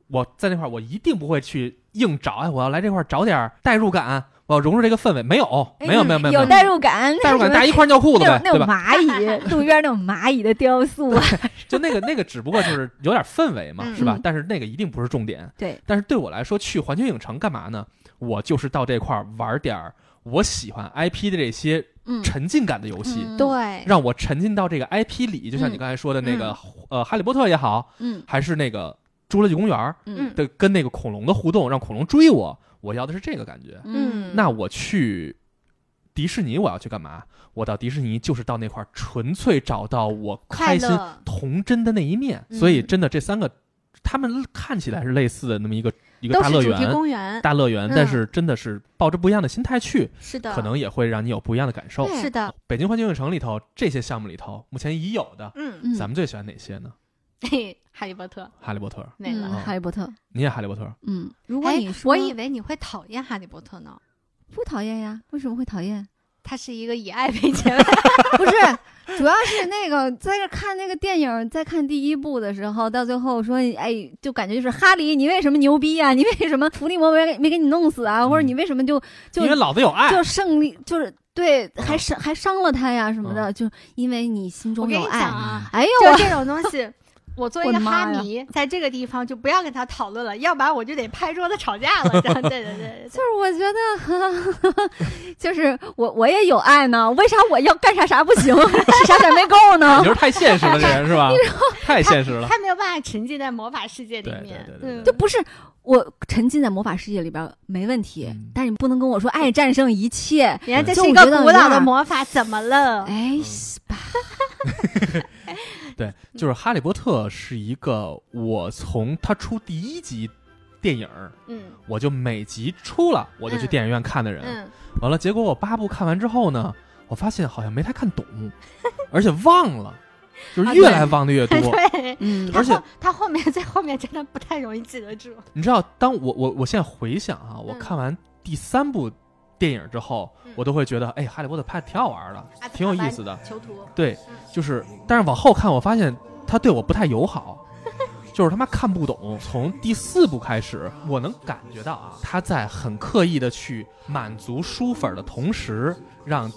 B: 我在那块儿，我一定不会去硬找，哎，我要来这块儿找点儿代入感，我要融入这个氛围。没有，没有，没有，没有，没
C: 哎有
B: 有
C: 代入感，
B: 代入感，
C: 那
B: 大家一块儿尿裤子
C: 那
B: 呗，
C: 种那
B: 对
C: 种
B: 吧？
C: 蚂蚁，路边那种蚂蚁的雕塑啊，
B: 就那个 那个，只不过就是有点氛围嘛，
A: 嗯
B: 是吧
C: 嗯？
B: 但是那个一定不是重点。
C: 对，
B: 但是对我来说，去环球影城干嘛呢？我就是到这块儿玩点儿我喜欢 IP 的这些
C: 嗯，
B: 沉浸感的游戏，
C: 嗯，
A: 对，
B: 让我沉浸到这个 IP 里。就像你
C: 嗯
B: 刚才说的那个
A: 嗯，
B: 呃，哈利波特也好，
C: 嗯
B: 还是那个侏罗纪公园儿
C: 嗯
B: 的跟那个恐龙的互动，让恐龙追我，我要的是这个感觉。
A: 嗯
B: 那我去迪士尼，我要去干嘛？我到迪士尼就是到那块儿纯粹找到我
A: 快
B: 开心
A: 乐，
B: 童真的那一面。
A: 嗯
B: 所以真的这三个，他们看起来是类似的那么一个一个
A: 都
B: 大
A: 是
B: 乐
A: 主题
B: 园。
A: 公园，
B: 大乐园
A: 嗯，
B: 但是真的是抱着不一样的心态去，
A: 是的，
B: 可能哦也会让你有不一样的感受。
A: 是的，
B: 北京环球影城里头这些项目里头，目前已有的，
A: 嗯，
C: 嗯
B: 咱们最喜欢哪些呢？
A: 嘿，哈利波特
B: 哈利波特，
A: 没
C: 嗯
A: 了。
C: 哈利波特，
B: 你也哈利波特，
C: 嗯，如果
A: 哎
C: 你，说
A: 我以为你会讨厌哈利波特呢，
C: 不讨厌呀，为什么会讨厌？
A: 他是一个以爱为 结尾，
C: 不是，主要是那个在这看那个电影，在看第一部的时候，到最后说，哎，就感觉就是哈利，你为什么牛逼啊？你为什么伏地魔没没给你弄死啊？或者你为什么就就
B: 因为老子有爱，
C: 就胜利就是对，
B: 嗯
C: 还伤还伤了他呀什么的，就因为你心
A: 我
C: 中
A: 跟你
C: 有
A: 讲
C: 爱。
A: 啊，
C: 哎呦
A: 就
C: 我，
A: 这种东西，我作为一个
C: 我的
A: 哈
C: 妈呀
A: 迷，在这个地方就不要跟他讨论了，要不然我就得拍桌子吵架了。这样，对对对对
C: 就是我觉得， 就是我我也有爱呢，为啥我要干啥啥不行，吃啥啥没够 呢
B: 你？就是太现实了， 这人是吧？太现实
A: 对，
B: 了，
A: 他没有办法沉浸在魔法世界里面，
B: 对对对对
A: 嗯，
C: 就不是我沉浸在魔法世界里边儿没问题，
B: 嗯
C: 但是你不能跟我说爱战胜一切。
A: 人家这
C: 就是
A: 一
C: 我
A: 个
C: 觉得
A: 古老
C: 那
A: 的
C: 儿
A: 魔法，怎么了？
C: 哎
B: 嗯
C: 是吧，
B: 对，就是哈利波特是一个我从他出第一集电影儿，
A: 嗯
B: 我就每集出了我就去
A: 嗯
B: 电影院看的人，
A: 嗯，
B: 完了，结果我八部看完之后呢，我发现好像没太看 懂，而且忘了，就是越来忘的越多。
A: 啊 对。
C: 嗯
A: 他
B: 而且
A: 后他后面最后面真的不太容易记得住，
B: 你知道，当我我我现在回想啊，我看完第三部电影之后，
A: 嗯
B: 我都会觉得，哎，哈利波特拍的挺好玩的，
A: 啊
B: 挺有意思的。
A: 囚徒。
B: 对，就是，但是往后看，我发现他对我不太友好。就是他妈看不懂，从第四部开始，我能感觉到啊，他在很刻意的去满足书粉的同时，让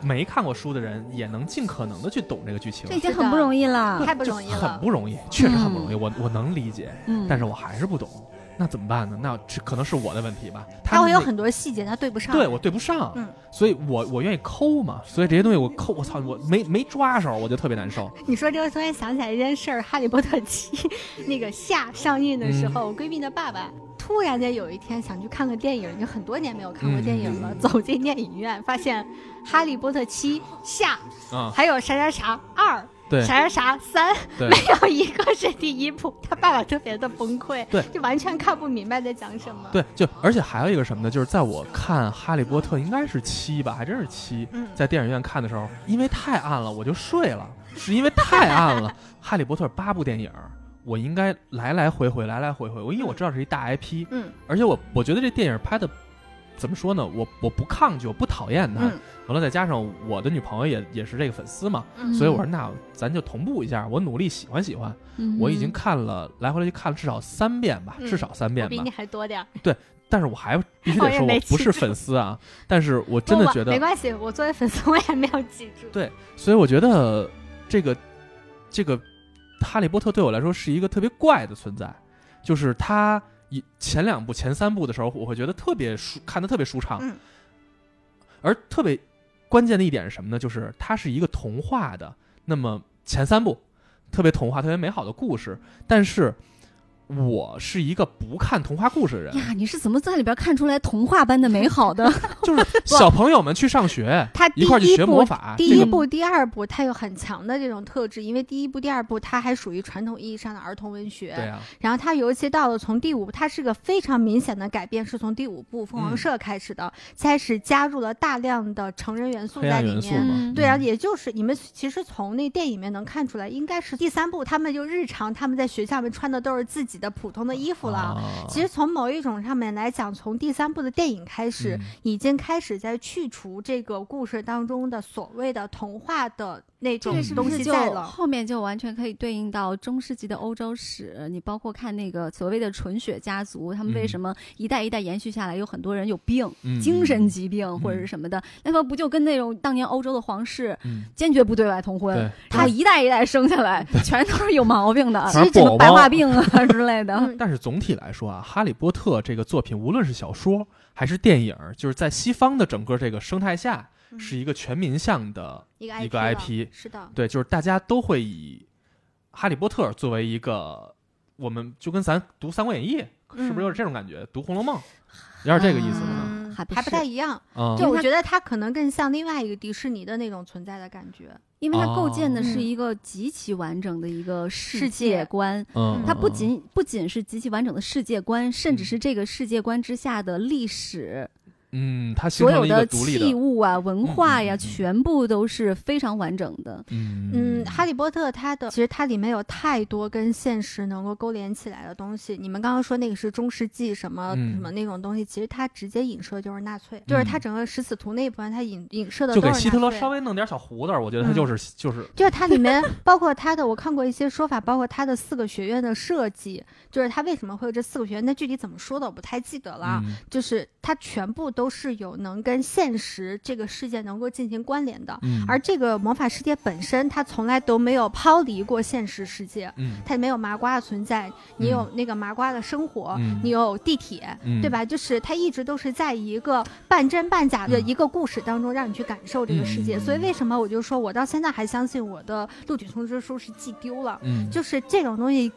B: 没看过书的人也能尽可能的去懂这个剧情啊
C: 这，已经很不容易了。
A: 太不容易
B: 就很
A: 了。
B: 不容易，确实很不容易。我我能理解，
C: 嗯，
B: 但是我还是不懂，那怎么办呢？那这可能是我的问题吧。
A: 他会有
B: 那
A: 很多细节他对不上。
B: 对我对不上，
A: 嗯
B: 所以我我愿意抠嘛，所以这些东西我抠，我操，我没没抓手，我就特别难受。
A: 你说这个，突然想起来一件事儿，《哈利波特七》 那个夏上映的时
B: 嗯
A: 候，我闺蜜的爸爸突然间有一天想去看个电影，已经很多年没有看过电影了，
B: 嗯
A: 走进电影院发现《哈利波特七》夏，
B: 啊、
A: 还有啥啥啥二，
B: 对
A: 啥啥啥三，
B: 对
A: 没有一个是第一部，他爸爸特别的崩溃，
B: 对
A: 就完全看不明白在讲什么。，
B: 对，就而且还有一个什么呢？就是在我看《哈利波特》应该是七吧，还真是七，
A: 嗯，
B: 在电影院看的时候，因为太暗了，我就睡了，是因为太暗了。《哈利波特》八部电影，我应该来来回回，来来回回，我因为我知道这是一大 IP，
C: 嗯
B: 而且我我觉得这电影拍的怎么说呢？我我不抗拒，我不讨厌它。
C: 嗯
B: 完了，再加上我的女朋友也也是这个粉丝嘛，
C: 嗯，
B: 所以我说那咱就同步一下，我努力喜欢喜欢。我已经看了来回来去看了至少三遍吧，
A: 嗯
B: 至少三遍
A: 比
B: 吧
A: 你。还多点儿。
B: 但是我还必须
A: 我
B: 得
A: 也
B: 说，
A: 没
B: 我不
A: 记
B: 是
A: 住
B: 粉丝啊，但是我真的
A: 不
B: 觉
A: 没
B: 得，
A: 关系，我作为粉丝我也没有记住。
B: 对所以我觉得这个这个哈利波特对我来说是一个特别怪的存在，就是他一前两部、前三部的时候，我会觉得特别舒，看的特别舒畅，
A: 嗯。
B: 而特别关键的一点是什么呢？就是它是一个童话的，那么前三部特别童话、特别美好的故事，但是我是一个不看童话故事的人，
C: 哎呀，你是怎么在里边看出来童话般的美好的？
B: 就是小朋友们去上学
A: 他第
B: 一块儿去
A: 一
B: 学
A: 部
B: 魔法，
A: 第
B: 这
A: 一
B: 个
A: 部、第二部，它有很强的这种特质，因为第一部、第二部它还属于传统意义上的儿童文学。
B: 对啊，
A: 然后它尤其到了从第五，它是个非常明显的改变，是从第五部《凤凰
B: 嗯
A: 社》开始的，开始加入了大量的成人元素
B: 黑
A: 在
B: 暗
A: 里
B: 元素
A: 面。
B: 嘛
C: 嗯，
A: 对啊，
B: 嗯
A: 也就是你们其实从那电影里面能看出来，应该是第三部，他们就日常他们在学校里面穿的都是自己的普通的衣服了。
B: 啊
A: 其实从某一种上面来讲，从第三部的电影开始，
B: 嗯
A: 已经开始在去除这个故事当中的所谓的童话的那
C: 这
A: 种
C: 个是不
A: 东
C: 是
A: 西
C: 就
A: 在了。
C: 后面就完全可以对应到中世纪的欧洲史？你包括看那个所谓的纯血家族，他们为
B: 嗯
C: 什么一代一代延续下来，有很多人有病、
B: 嗯
C: 精神疾病或者是什么的，那个不就跟那种当年欧洲的皇室
B: 嗯，
C: 坚决不对外通婚
B: 对，，
C: 他一代一代生下来，全都是有毛病的，
B: 反正
C: 什
B: 宝
C: 么白
B: 宝
C: 化病 啊之类的。
A: 嗯
B: 但是总体来说啊，《哈利波特》这个作品，无论是小说还是电影，就是在西方的整个这个生态下，
A: 嗯
B: 是一个全民向的，
A: 一个
B: 一
A: IP，,
B: 个 IP
A: 了是的，
B: 对，就是大家都会以《哈利波特》作为一个，我们就跟咱读《三国演义》，是不是有点这种感觉？读《红楼梦》有点这个意思呢。
A: 嗯，
C: 还不
A: 还不
C: 是
A: 太一样。
B: 嗯，
A: 就
C: 因为
A: 我
C: 它
A: 觉得它可能更像另外一个迪士尼的那种存在的感觉。
C: 因为它构建的
A: 哦
C: 是一个极其完整的一个嗯世
A: 世界
C: 界观，
B: 嗯，
C: 它不仅不仅是极其完整的世界观，甚至是这个世界观之下的历史，
B: 嗯，它形
C: 所
B: 成了
C: 有
B: 一个独立
C: 器
B: 的，
C: 物啊、文化
B: 嗯
C: 呀，
B: 嗯嗯
C: 全部都是非常完整的。
B: 嗯
A: 嗯，哈利波特它的其实它里面有太多跟现实能够勾连起来的东西。你们刚刚说那个是中世纪什么、
B: 嗯
A: 什么那种东西，其实它直接影射就是纳粹，就是它整个十死徒那一部分，它影影射的
B: 就
A: 都是
B: 给
A: 纳
B: 希
A: 粹。
B: 特勒稍微弄点小胡子儿，我觉得他
A: 嗯
B: 就是就是
A: 就是它里面包括它的，我看过一些说法，包括它的四个学院的设计，就是它为什么会有这四个学院，那具体怎么说的我不太记得了啊。
B: 嗯
A: 就是它全部都是有能跟现实这个世界能够进行关联的，
B: 嗯，
A: 而这个魔法世界本身，它从来都没有抛离过现实世界，
B: 嗯
A: 它里面有麻瓜的存在，你有那个麻瓜的生活，
B: 嗯
A: 你有地铁。
B: 嗯
A: 对吧？就是它一直都是在一个半真半假的
B: 嗯
A: 一个故事当中，让你去感受这个世界。
B: 嗯
A: 所以为什么我就说我到现在还相信我的录取通知书是寄丢了，
B: 嗯，
A: 就是这种东西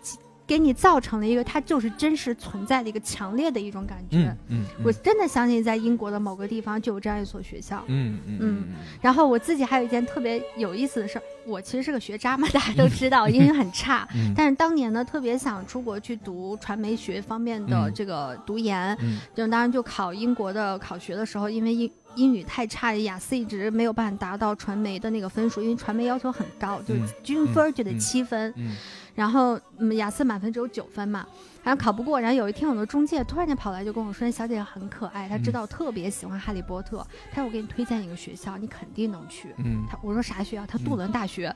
A: 给你造成了一个它就是真实存在的一个强烈的一种感觉。
B: 嗯嗯，嗯
A: 我真的相信在英国的某个地方就有这样一所学校。
B: 嗯嗯嗯
A: 然后我自己还有一件特别有意思的事儿，我其实是个学渣嘛，大家都知 道，英语很差。
B: 嗯，
A: 但是当年呢，特别想出国去读传媒学方面的
B: 嗯
A: 这个读研，
B: 嗯
A: 就当然就考英国的考学的时候，因为英英语太差，雅思一直没有办法达到传媒的那个分数，因为传媒要求很高，就是
B: 嗯
A: 均分儿就得
B: 嗯
A: 七分。
B: 嗯
A: 然后嗯，雅思满分只有九分嘛，然后考不过。然后有一天，我的中介突然间跑来就跟我说：“小姐姐很可爱，她
B: 嗯
A: 知道我特别喜欢哈利波特，她说我给你推荐一个学校，你肯定能去。
B: 嗯
A: 她”我说啥学校？她
B: 嗯
A: 杜伦大学。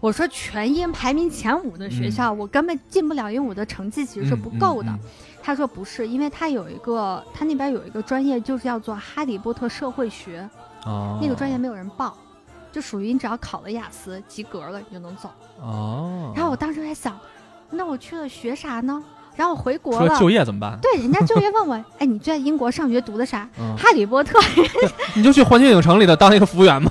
A: 我说全英排名前五的学
B: 嗯
A: 校，我根本进不了，因为我的成绩其实是不够的。她说不是，因为她有一个，她那边有一个专业就是叫做哈利波特社会学，
B: 哦，
A: 那个专业没有人报，就属于你只要考了雅思及格了，你就能走。
B: 哦，
A: 然后我当时还想，那我去了学啥呢？然后我回国
B: 说
A: 了，
B: 就业怎么办？
A: 对，人家就业问我， 哎，你在英国上学读的啥？
B: 嗯，
A: 哈利波特。
B: 你就去环球影城里头当一个服务员吧。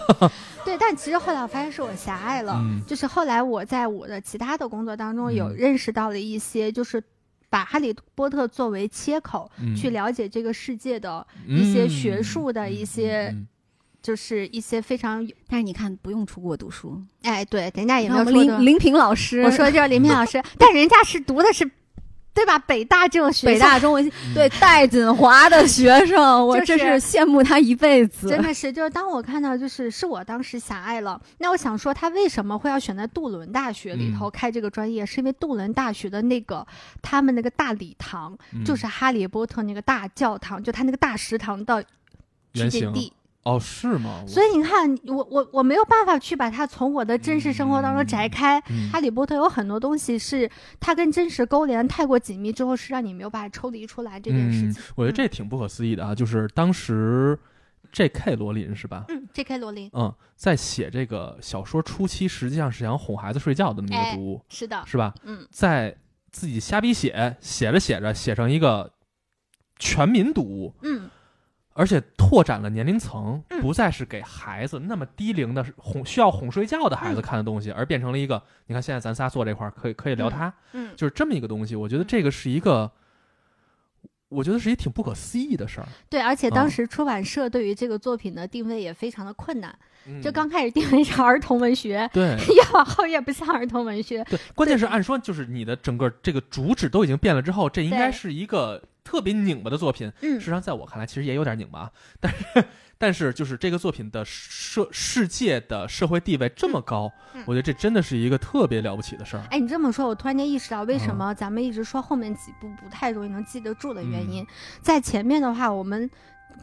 A: 对，但其实后来我发现是我狭隘了，
B: 嗯
A: 就是后来我在我的其他的工作当中
B: 嗯
A: 有认识到了一些，就是把哈利波特作为切口。
B: 嗯
A: 去了解这个世界的，
B: 嗯
A: 一些学术的
B: 嗯
A: 一些
B: 嗯
A: 就是一些非常有，
C: 但是你看，不用出国读书，
A: 哎，对，人家也
C: 你
A: 没
C: 看我
A: 有
C: 们
A: 说
C: 林
A: 的，
C: 林平老师，
A: 我说就是林平老师，但人家是读的是对吧？北大这种学校，
C: 北大中文系
B: 嗯
C: 对戴锦华的学生，我
A: 就
C: 真
A: 是
C: 是羡慕他一辈子。
A: 真的是，就是当我看到，就是是我当时狭隘了。那我想说，他为什么会要选在杜伦大学里头
B: 嗯
A: 开这个专业？是因为杜伦大学的那个他们那个大礼堂，
B: 嗯
A: 就是《哈利波特》那个大教堂，就他那个大食堂的取
B: 原
A: 景
B: 型
A: 地。
B: 哦，是吗？
A: 所
B: 以
A: 以你看，我我我没有办法去把它从我的真实生活当中
B: 嗯
A: 摘开。哈利波特有很多东西是它跟真实勾连太过紧密之后，是让你没有办法抽离出来这件事情。
B: 嗯
A: 嗯
B: 我觉得这挺不可思议的啊，就是当时 J.K. 罗琳是吧？
A: 嗯，J.K. 罗琳
B: 嗯，在写这个小说初期，实际上是想哄孩子睡觉的那么一
A: 哎
B: 个读物，
A: 是的，
B: 是吧？
A: 嗯，
B: 在自己瞎逼写，写着写着写成一个全民读物，
A: 嗯，
B: 而且拓展了年龄层，
A: 嗯
B: 不再是给孩子那么低龄的哄需要哄睡觉的孩子看的东西，而变成了一个你看现在咱仨坐这块儿可以可以聊它，
A: 嗯嗯，
B: 就是这么一个东西。我觉得这个是一个，我觉得是一挺不可思议的事儿。
A: 对，而且当
B: 嗯
A: 时出版社对于这个作品的定位也非常的困难，
B: 嗯
A: 就刚开始定位是儿童文学，
B: 对
A: 越往后越不像儿童文学，
B: 对，关键是按说就是你的整个这个主旨都已经变了之后，这应该是一个特别拧巴的作品。
A: 嗯
B: 实际上，在我看来，其实也有点拧巴啊，但是但是就是这个作品的社世界的社会地位这么高，
A: 嗯嗯
B: 我觉得这真的是一个特别了不起的事儿。
A: 哎，你这么说，我突然间意识到为
B: 嗯
A: 什么咱们一直说后面几部不太容易能记得住的原
B: 嗯
A: 因，在前面的话，我们。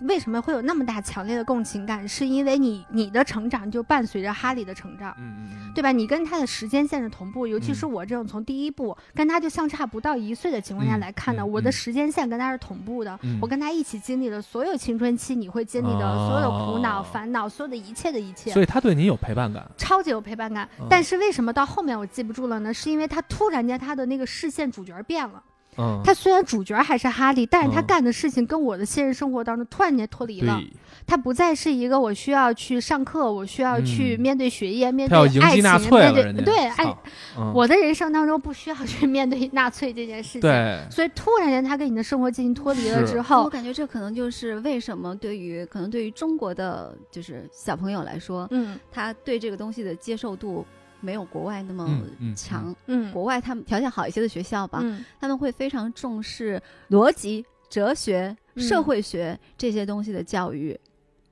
A: 为什么会有那么大强烈的共情感？是因为你你的成长就伴随着哈利的成长，
B: 嗯嗯，
A: 对吧？你跟他的时间线是同步，尤其
B: 嗯
A: 是我这种从第一部跟他就相差不到一岁的情况下
B: 嗯
A: 来看的，
B: 嗯
A: 我的
B: 嗯
A: 时间线跟他是同步的。
B: 嗯
A: 我跟他一起经历了所有青春期你会经历的所有的苦恼、
B: 哦
A: 烦恼，所有的一切的一切。
B: 所以他对你有陪伴感。
A: 超级有陪伴感
B: 嗯。
A: 但是为什么到后面我记不住了呢？是因为他突然间他的那个视线主角变了。
B: 嗯，
A: 他虽然主角还是哈利，但是他
B: 嗯
A: 干的事情跟我的现实生活当中突然间脱离了。
B: 对，
A: 他不再是一个我需要去上课，我需要去
B: 嗯
A: 面对学业、面
B: 他
A: 对
B: 要迎
A: 爱
B: 击
A: 情、
B: 纳粹
A: 面
B: 了，
A: 对
B: 人家
A: 对爱
B: 操。嗯
A: 我的人生当中不需要去面对纳粹这件事情。。
B: 对，
A: 所以突然间，他跟你的生活进行脱离了
B: 是
A: 之
C: 我
A: 后，
C: 感觉这可能就是为什么对于可能对于中国的就是小朋友来说，
A: 嗯
C: 他对这个东西的接受度没有国外那么
B: 嗯嗯，
C: 强。
A: 嗯
C: 国外他们条件好一些的学校吧，
A: 嗯
C: 他们会非常重视逻辑、哲学、
A: 嗯
C: 社会学这些东西的教育，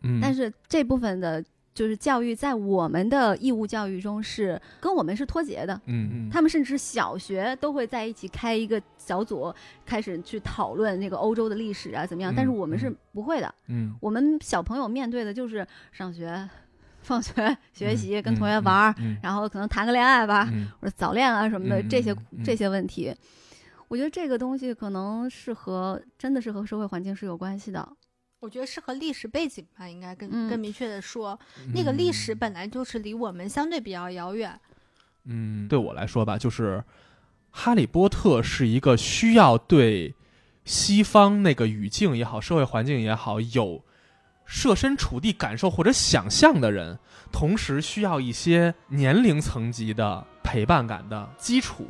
B: 嗯，
C: 但
B: 是
C: 是这部分的就是教育在我们的义务教育中是跟我们是脱节的。
B: 嗯嗯，
C: 他们甚至小学都会在一起开一个小组，开始去讨论那个欧洲的历史啊怎么样，
B: 嗯
C: 但是我们是
B: 嗯
C: 不会的。
B: 嗯
C: 我们小朋友面对的就是上学、放学、学习、跟同学玩儿，
B: 儿，嗯
C: 然后可能谈个恋爱吧，
B: 嗯
C: 或者早恋啊什么的，
B: 嗯
C: 这些
B: 嗯嗯
C: 这些问题，我觉得这个东西可能是和真的是和社会环境是有关系的。
A: 我觉得是和历史背景吧，应该更
C: 嗯
A: 更明确的说，
B: 嗯
A: 那个历史本来就是离我们相对比较遥远，
B: 嗯，对我来说吧，就是《哈利波特》是一个需要对西方那个语境也好、社会环境也好有设身处地感受或者想象的人，同时需要一些年龄层级的陪伴感的基础，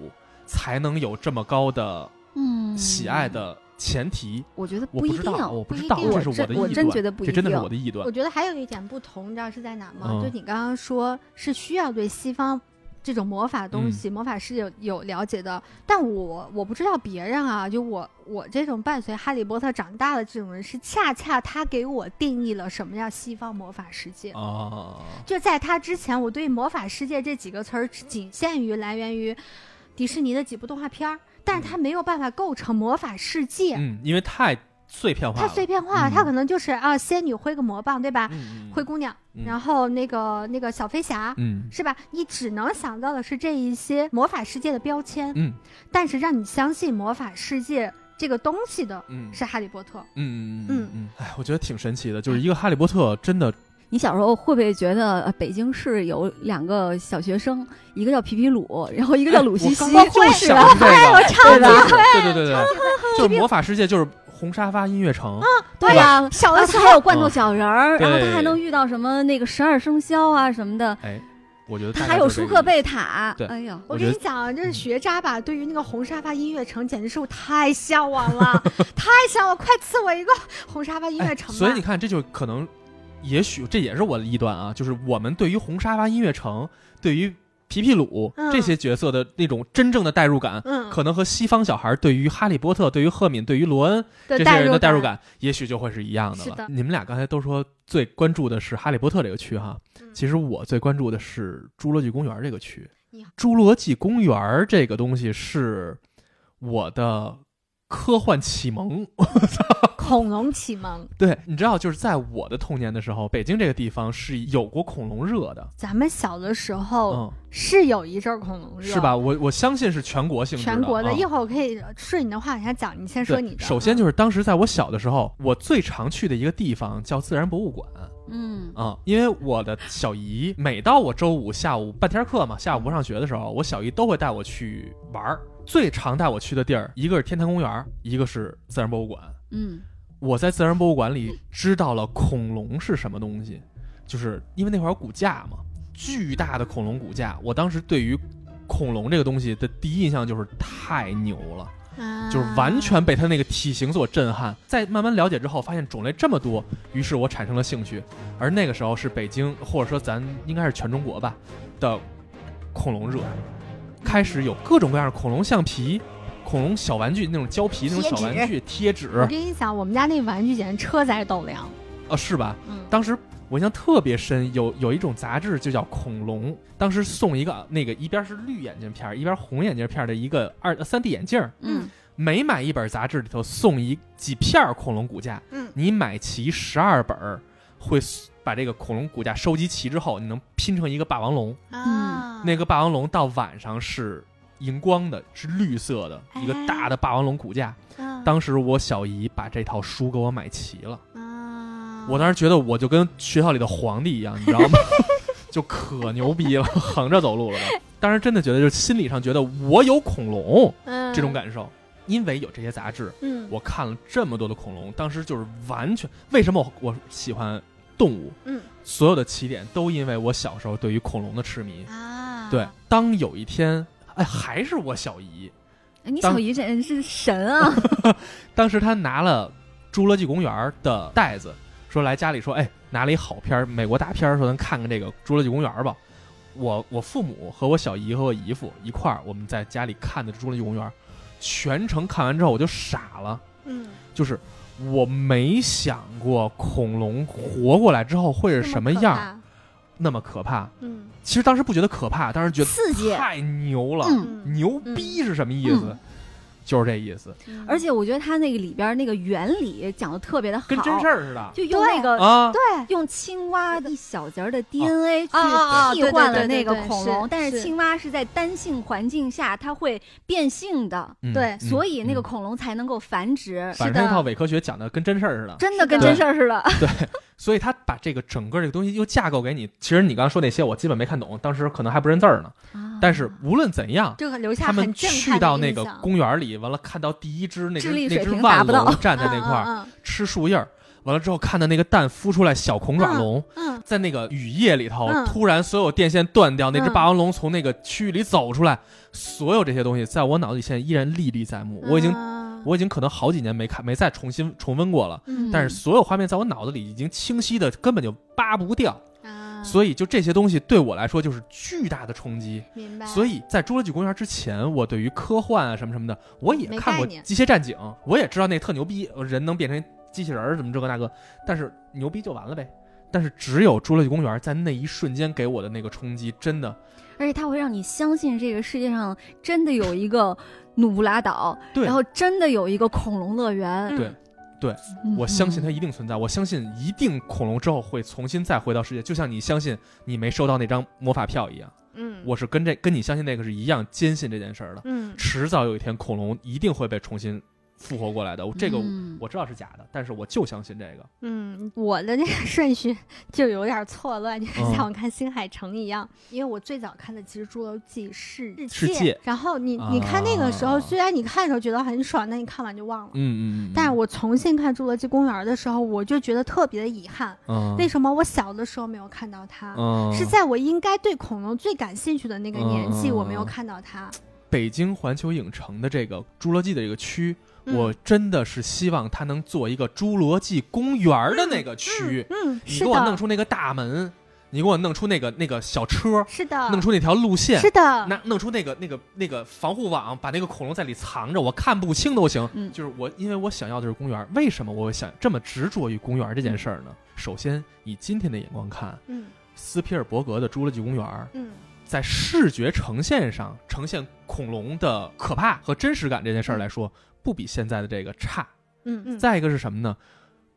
B: 才能有这么高的
C: 嗯
B: 喜爱，的前提。
C: 我觉得
B: 我
C: 不一
B: 知
C: 定。
B: 道，我
A: 不一
B: 知道，
A: 定
B: 这
A: 我
B: 是
C: 真
B: 的
C: 我
B: 臆
C: 真
B: 断，
C: 觉得不
B: 这
C: 一
B: 真的是
C: 定
B: 我的臆断
A: 我。觉得还有一点不同，你知道是在哪吗？
B: 嗯
A: 就你刚刚说是需要对西方这种魔法东
B: 嗯
A: 西、魔法师有有了解的，但我我不知道别人啊，就我我这种伴随哈利波特长大的这种人，是恰恰他给我定义了什么叫西方魔法世界。
B: 啊，
A: 就在他之前，我对“魔法世界”这几个词儿只仅限于来源于迪士尼的几部动画片儿，但是他没有办法构成魔法世界。
B: 嗯，因为太碎片化
A: 它
B: 了，
A: 碎片化，它
B: 嗯
A: 可能就是啊，仙女挥个魔棒，对吧？
B: 嗯，嗯
A: 灰姑娘，
B: 嗯
A: 然后那个那个小飞侠。
B: 嗯
A: 是吧？你只能想到的是这一些魔法世界的标签，
B: 嗯
A: 但是让你相信魔法世界这个东西的
B: 嗯
A: 是哈利波特。
B: 嗯嗯
A: 嗯
B: 嗯嗯，哎，我觉得挺神奇的，就是一个哈利波特真的，
C: 你小时候会不会觉得呃北京市有两个小学生，一个叫皮皮鲁，然后一个叫鲁西啊西？
B: 哎我刚刚就想这个，我
C: 唱的
B: 对对对对，对 就是魔法世界就是红沙发音乐城，
C: 对呀、啊，
A: 小
C: 而
A: 的
C: 且
A: 时
C: 还
A: 候，
C: 有罐头小人
B: 嗯
C: 儿，然后他
B: 对
C: 还能遇到什么那个十二生肖啊什么的，
B: 哎，我觉得
C: 他
B: 大
C: 还
B: 概
C: 有
B: 就是
C: 舒
B: 这
C: 克
B: 个意
C: 贝塔
B: 对。
C: 哎呦，
A: 我
B: 我
A: 跟
B: 觉
A: 你
B: 得嗯
A: 讲，啊这是学渣吧？对于那个红沙发音乐城，简直是我太向往 了，太向往！快赐我一个红沙发音
B: 思。
A: 乐
B: 哎，
A: 城吧。
B: 所以你看，这就可能，也许这也是我的臆断啊，就是我们对于红沙发音乐城，对于皮皮鲁
A: 嗯
B: 这些角色的那种真正的代入感，
A: 嗯，
B: 可能和西方小孩对于哈利波特、对于赫敏、对于罗恩
A: 的
B: 这些
A: 代
B: 人
A: 入
B: 的代入，感，也许就会是一样的
A: 是
B: 了。
A: 的
B: 你们俩刚才都说最关注的是哈利波特这个区哈，
A: 嗯
B: 其实我最关注的是侏罗纪公园这个区
A: 你好。
B: 侏罗纪公园这个东西是我的科幻启蒙。
A: 恐龙启蒙，
B: 对，你知道，就是在我的童年的时候，北京这个地方是有过恐龙热的，
A: 咱们小的时候
B: 嗯，
A: 是有一阵儿恐哦龙热，
B: 是？吧？我我相信是全国性质
A: 全国的，
B: 嗯
A: 一会儿我可以顺你的话往下讲，你先说
B: 对
A: 你的。
B: 首
A: 嗯
B: 先就是当时在我小的时候，我最常去的一个地方叫自然博物馆
C: 嗯
B: 啊、因为我的小姨每到我周五下午半天课嘛，下午不上学的时候，我小姨都会带我去玩儿。最常带我去的地儿，一个是天坛公园，一个是自然博物馆。
C: 嗯
B: 我在自然博物馆里知道了恐龙是什么东西，就是因为那会儿有骨架嘛，巨大的恐龙骨架。我当时对于恐龙这个东西的第一印象就是太牛了。
A: 啊
B: 就是完全被它那个体型所震撼。在慢慢了解之后，发现种类这么多，于是我产生了兴趣。而那个时候是北京，或者说咱应该是全中国吧的恐龙热，开始有各种各样的恐龙橡皮、恐龙小玩具那种胶皮那种小玩具、贴纸
A: 我
B: 啊、
A: 跟你讲，我们家那玩具简直车载斗量。
B: 哦是吧？
A: 嗯，
B: 当时我印象特别深，有有一种杂志就叫《恐龙》，当时送一个那个一边是绿眼镜片儿，一边红眼镜片儿的一个二呃三 D 眼镜儿，
C: 嗯
B: 每买一本杂志里头送一几片儿恐龙骨架，
A: 嗯
B: 你买齐十二本儿，会 s- 把这个恐龙骨架收集齐之后，你能拼成一个霸王龙。
C: 嗯
A: 啊，
B: 那个霸王龙到晚上是荧光的，是绿色的，一个大的霸王龙骨架。
A: 嗯
B: 当时我小姨把这套书给我买齐了，
A: 啊，
B: 我当时觉得我就跟学校里的皇帝一样，你知道吗？ 就可牛逼了，横着走路了都。当时真的觉得，就是心理上觉得我有恐龙
A: 嗯
B: 这种，感受，因为有这些杂志，
A: 嗯，
B: 我看了这么多的恐龙，当时就是完全为什么我我喜欢动物？
A: 嗯，
B: 所有的起点都因为我小时候对于恐龙的痴迷。
A: 啊，
B: 对，当有一天，哎，还是我小姨，
C: 哎你
B: 当
C: 小姨真是神啊！
B: 当时她拿了《侏罗纪公园》的袋子，说来家里说，哎，拿了一好片儿，美国大片儿，说咱看看这个《侏罗纪公园》吧。我我父母和我小姨和我姨父一块儿，我们在家里看的《侏罗纪公园》，全程看完之后我就傻了。
A: 嗯，
B: 就是我没想过恐龙活过来之后会是什么样儿，那么可怕。
A: 嗯
B: 其实当时不觉得可怕，当时觉
C: 刺激
B: 得，太牛了，
C: 嗯
A: 嗯，
B: 牛逼是什么意思？
C: 嗯
B: 就是这意思，
A: 嗯
C: 而且我觉得他那个里边儿那个原理讲的特别的好，
B: 跟真事儿似的
C: 就用那个
B: 啊。
A: 对
C: 用青蛙一小节儿
B: 哦
C: 的 DNA
A: 啊啊啊啊
C: 去替
A: 对
C: 换
A: 对
C: 了那个
A: 对对
C: 恐
A: 是
C: 龙，但
A: 是
C: 是青蛙是在单性环境下它会变性的，
B: 嗯
A: 对
B: 嗯
C: 所以那个
B: 嗯
C: 恐龙才能够繁殖，
B: 反
A: 是的
B: 正那套伪科学讲的跟真事儿似的，
C: 真的跟
A: 对
C: 真事儿似的。
B: 所以他把这个整个这个东西又架构给你。其实你刚刚说那些我基本没看懂，当时可能还不认字儿呢。
A: 哦
C: 嗯
B: 但是无论怎样，
A: 这个留下
B: 他们
A: 很震
B: 去
A: 撼
B: 到
A: 的
B: 那
A: 印
B: 个
A: 象
B: 公园里，完了看到第一只那只
C: 智力
B: 那
C: 水
B: 只
C: 平达
B: 万
C: 不到
B: 龙站在那块儿，
A: 嗯
B: 吃树叶儿，完了之后看到那个蛋孵出来小孔爪龙，
A: 嗯
B: 在那个雨夜里头，
A: 嗯
B: 突然所有电线断掉，那只
A: 嗯
B: 霸王龙从那个区域里走出来，所有这些东西在我脑子里现在依然历历在目。
A: 嗯，
B: 我已经
A: 嗯
B: 我已经可能好几年没看没再重新重温过了，
A: 嗯
B: 但是所有画面在我脑子里已经清晰的根本就扒不掉，
A: 啊
B: 所以就这些东西对我来说就是巨大的冲击。
A: 明白，
B: 所
A: 以
B: 以在《侏罗纪公园》之前，我对于科幻啊什么什么的，我也
A: 没
B: 看
A: 概
B: 过
A: 念
B: 《机械战警》，我也知道那特牛逼，呃人能变成机器人儿，怎么这个那个，但是牛逼就完了呗。但是只有《侏罗纪公园》在那一瞬间给我的那个冲击，真的
C: 而且它会让你相信这个世界上真的有一个努布拉岛，
B: 对
C: 然后真的有一个恐龙乐园。嗯
B: 对我相信它一定存在，我相信一定恐龙之后会重新再回到世界，就像你相信你没收到那张魔法票一样，
A: 嗯
B: 我是跟这跟你相信那个是一样坚信这件事儿的。
A: 嗯
B: 迟早有一天，恐龙一定会被重新复活过来的，这个
C: 嗯
B: 我知道是假的，但是我就相信这个。
A: 嗯，我的那个顺序就有点错乱，就是
B: 嗯
A: 像我看《星海城》一样，因为我最早看的其实《侏罗纪》是
B: 世
A: 世
B: 界
A: 然后你你看那个时候，
B: 啊
A: 虽然你看的时候觉得很爽，但你看完就忘了。
B: 嗯嗯嗯，
A: 但是我重新看《侏罗纪公园》的时候，我就觉得特别的遗憾，
B: 嗯
A: 为什么我小的时候没有看到它？
B: 嗯
A: 是在我应该对恐龙最感兴趣的那个年纪，
B: 嗯
A: 我没有看到它。
B: 北京环球影城的这个侏罗纪的这个区，
A: 嗯
B: 我真的是希望它能做一个侏罗纪公园的那个区，
A: 嗯，
B: 你
A: 是
B: 给我弄
A: 的，
B: 出那个大门，你给我弄出那个那个小车，
A: 是的，
B: 弄出那条路线，
A: 是的，
B: 那弄出那个那个那个防护网，把那个恐龙在里藏着，我看不清都行。
C: 嗯
B: 就是我，因为我想要的是公园。为什么我想这么执着于公园这件事儿呢？首先，以今天的眼光看，
A: 嗯
B: 斯皮尔伯格的《侏罗纪公园》
A: 嗯
B: 在视觉呈现上呈现恐龙的可怕和真实感这件事儿来说，不比现在的这个差。
A: 嗯嗯，
B: 再一个是什么呢？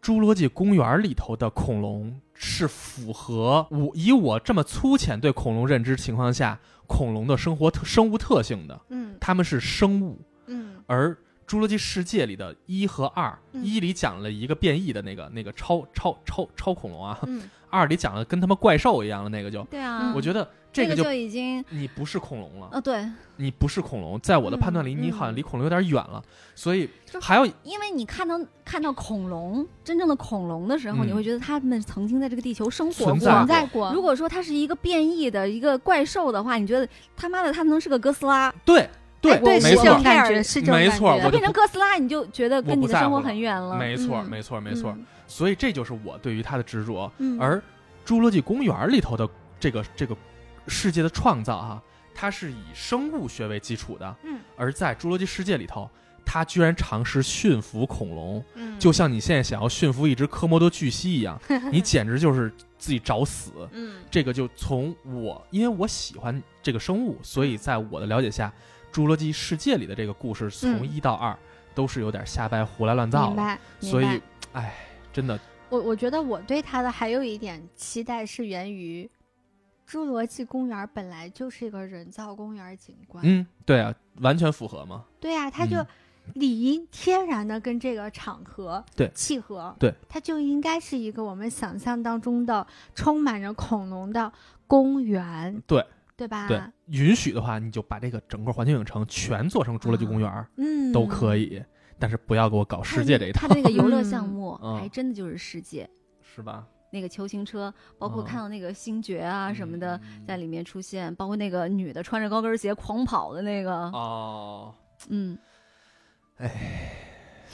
B: 《侏罗纪公园》里头的恐龙是符合我以我这么粗浅对恐龙认知情况下，恐龙的生活特生物特性的，
A: 嗯
B: 它们是生物。
A: 嗯
B: 而《侏罗纪世界》里的一和二，
A: 嗯
B: 一里讲了一个变异的那个那个超超超超恐龙啊，
A: 嗯，
B: 二里讲了跟他妈怪兽一样的那个就，
C: 对啊，
B: 我觉得这
C: 这
B: 个
C: 个
B: 就
C: 已经
B: 你不是恐龙了，
C: 呃对，
B: 你不是恐龙，在我的判断里，
A: 嗯
B: 你好像
A: 嗯
B: 离恐龙有点远了，所以
C: 就
B: 还有
C: 因为你看到看到恐龙真正的恐龙的时候，
B: 嗯
C: 你会觉得它们曾经在这个地球生活
B: 存
C: 过
A: 存。
B: 在
A: 在过，
C: 如果说它是一个变异的一个怪兽的话，你觉得他妈的它能是个哥斯拉？
B: 对对
C: 哎对
B: 没
A: 是这种
B: 错
C: 我。
A: 感觉，是这种
B: 没
A: 感
B: 错
A: 觉
B: 我
C: 它
B: 就
C: 变成哥斯拉，你就觉得
B: 我
C: 跟
B: 不
C: 你的
B: 在
C: 生
B: 乎
C: 活
B: 了
C: 很远了。
B: 没错，
A: 嗯
B: 没错，没错。
A: 嗯
B: 所以这就是我对于它的执着。
A: 嗯
B: 而《侏罗纪公园》里头的这个这个世界的创造啊，它是以生物学为基础的，
A: 嗯
B: 而在《侏罗纪世界》里头，它居然尝试驯服恐龙，
A: 嗯
B: 就像你现在想要驯服一只科莫多巨蜥一 样，你简直就是自己找死。
A: 嗯
B: 这个就从我，因为我喜欢这个生物，所
A: 嗯
B: 以在我的了解下，《侏罗纪世界》里的这个故事从
A: 嗯
B: 一到二都是有点瞎掰、胡来乱造
A: 明
B: 了。
A: 白。
C: 明
B: 所以
C: 白，
B: 哎，真的，
A: 我我觉得我对他的还有一点期待是源于。侏罗纪公园本来就是一个人造公园景观，
B: 嗯，对啊，完全符合嘛。
A: 对呀、它就
B: 嗯
A: 理应天然的跟这个场合
B: 对
A: 契合，
B: 对，
A: 它就应该是一个我们想象当中的充满着恐龙的公园，
B: 对
A: 对吧？
B: 对，
C: 啊
B: 允许的话，你就把这个整个环球影城全做
C: 啊
B: 成《侏罗纪公园》
A: 嗯，
B: 都可以，但是不要给我搞世界这一套
C: 它，那个游乐项目
B: 嗯
C: 还真的就是世界，
B: 是吧？
C: 那个球形车，包括
B: 嗯
C: 看到那个星爵啊什么的
B: 嗯
C: 在里面出现，包括那个女的穿着高跟鞋狂跑的那个，
B: 哦，
C: 嗯，
B: 哎，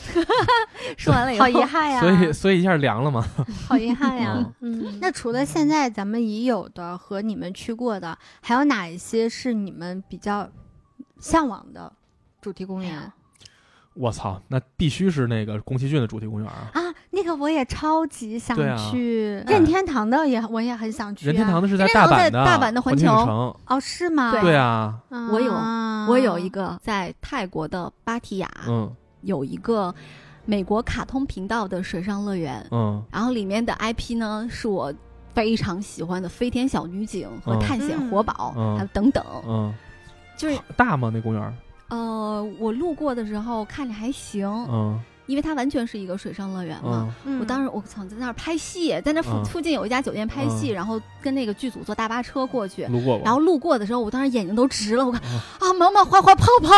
C: 说完了以后，
A: 好遗憾呀，
B: 所以所以一下凉了嘛。
A: 好遗憾呀
B: 嗯。
A: 嗯，那除了现在咱们已有的和你们去过的，还有哪一些是你们比较向往的主题公园
C: 哎呀
B: 我操，那必须是那个宫崎骏的主题公园啊！
A: 啊？那个我也超级想
B: 对啊
A: 去，
B: 哎
A: 任天堂的也我也很想去啊。
B: 任天堂的是在
C: 任天
B: 大
C: 堂
B: 阪
C: 在
B: 的
C: 大阪的
B: 环
C: 环
B: 球影
C: 球
B: 城，
A: 哦，是吗？
C: 对
B: 对啊，
A: 我
C: 我有
A: 嗯
C: 我有一个在泰国的芭提雅、
B: 嗯
C: 有一个美国卡通频道的水上乐园，
B: 嗯
C: 然后里面的 IP 呢是我非常喜欢的《飞天小女警》和
B: 嗯
C: 《探险活宝》
B: 嗯
C: 还有等等，
B: 嗯，
C: 就是
B: 大吗？那公园？
C: 呃，我路过的时候看着还行，
B: 嗯
C: 因为它完全是一个水上乐园嘛。
B: 嗯
A: 嗯，
C: 我当时我操，在那儿拍戏，在那附
B: 嗯
C: 附近有一家酒店拍戏，然后跟那个剧组坐大巴车过去。
B: 路过过。
C: 然后路过的时候，我当时眼睛都直了，我看
B: 嗯
C: 啊，毛毛滑滑泡 泡，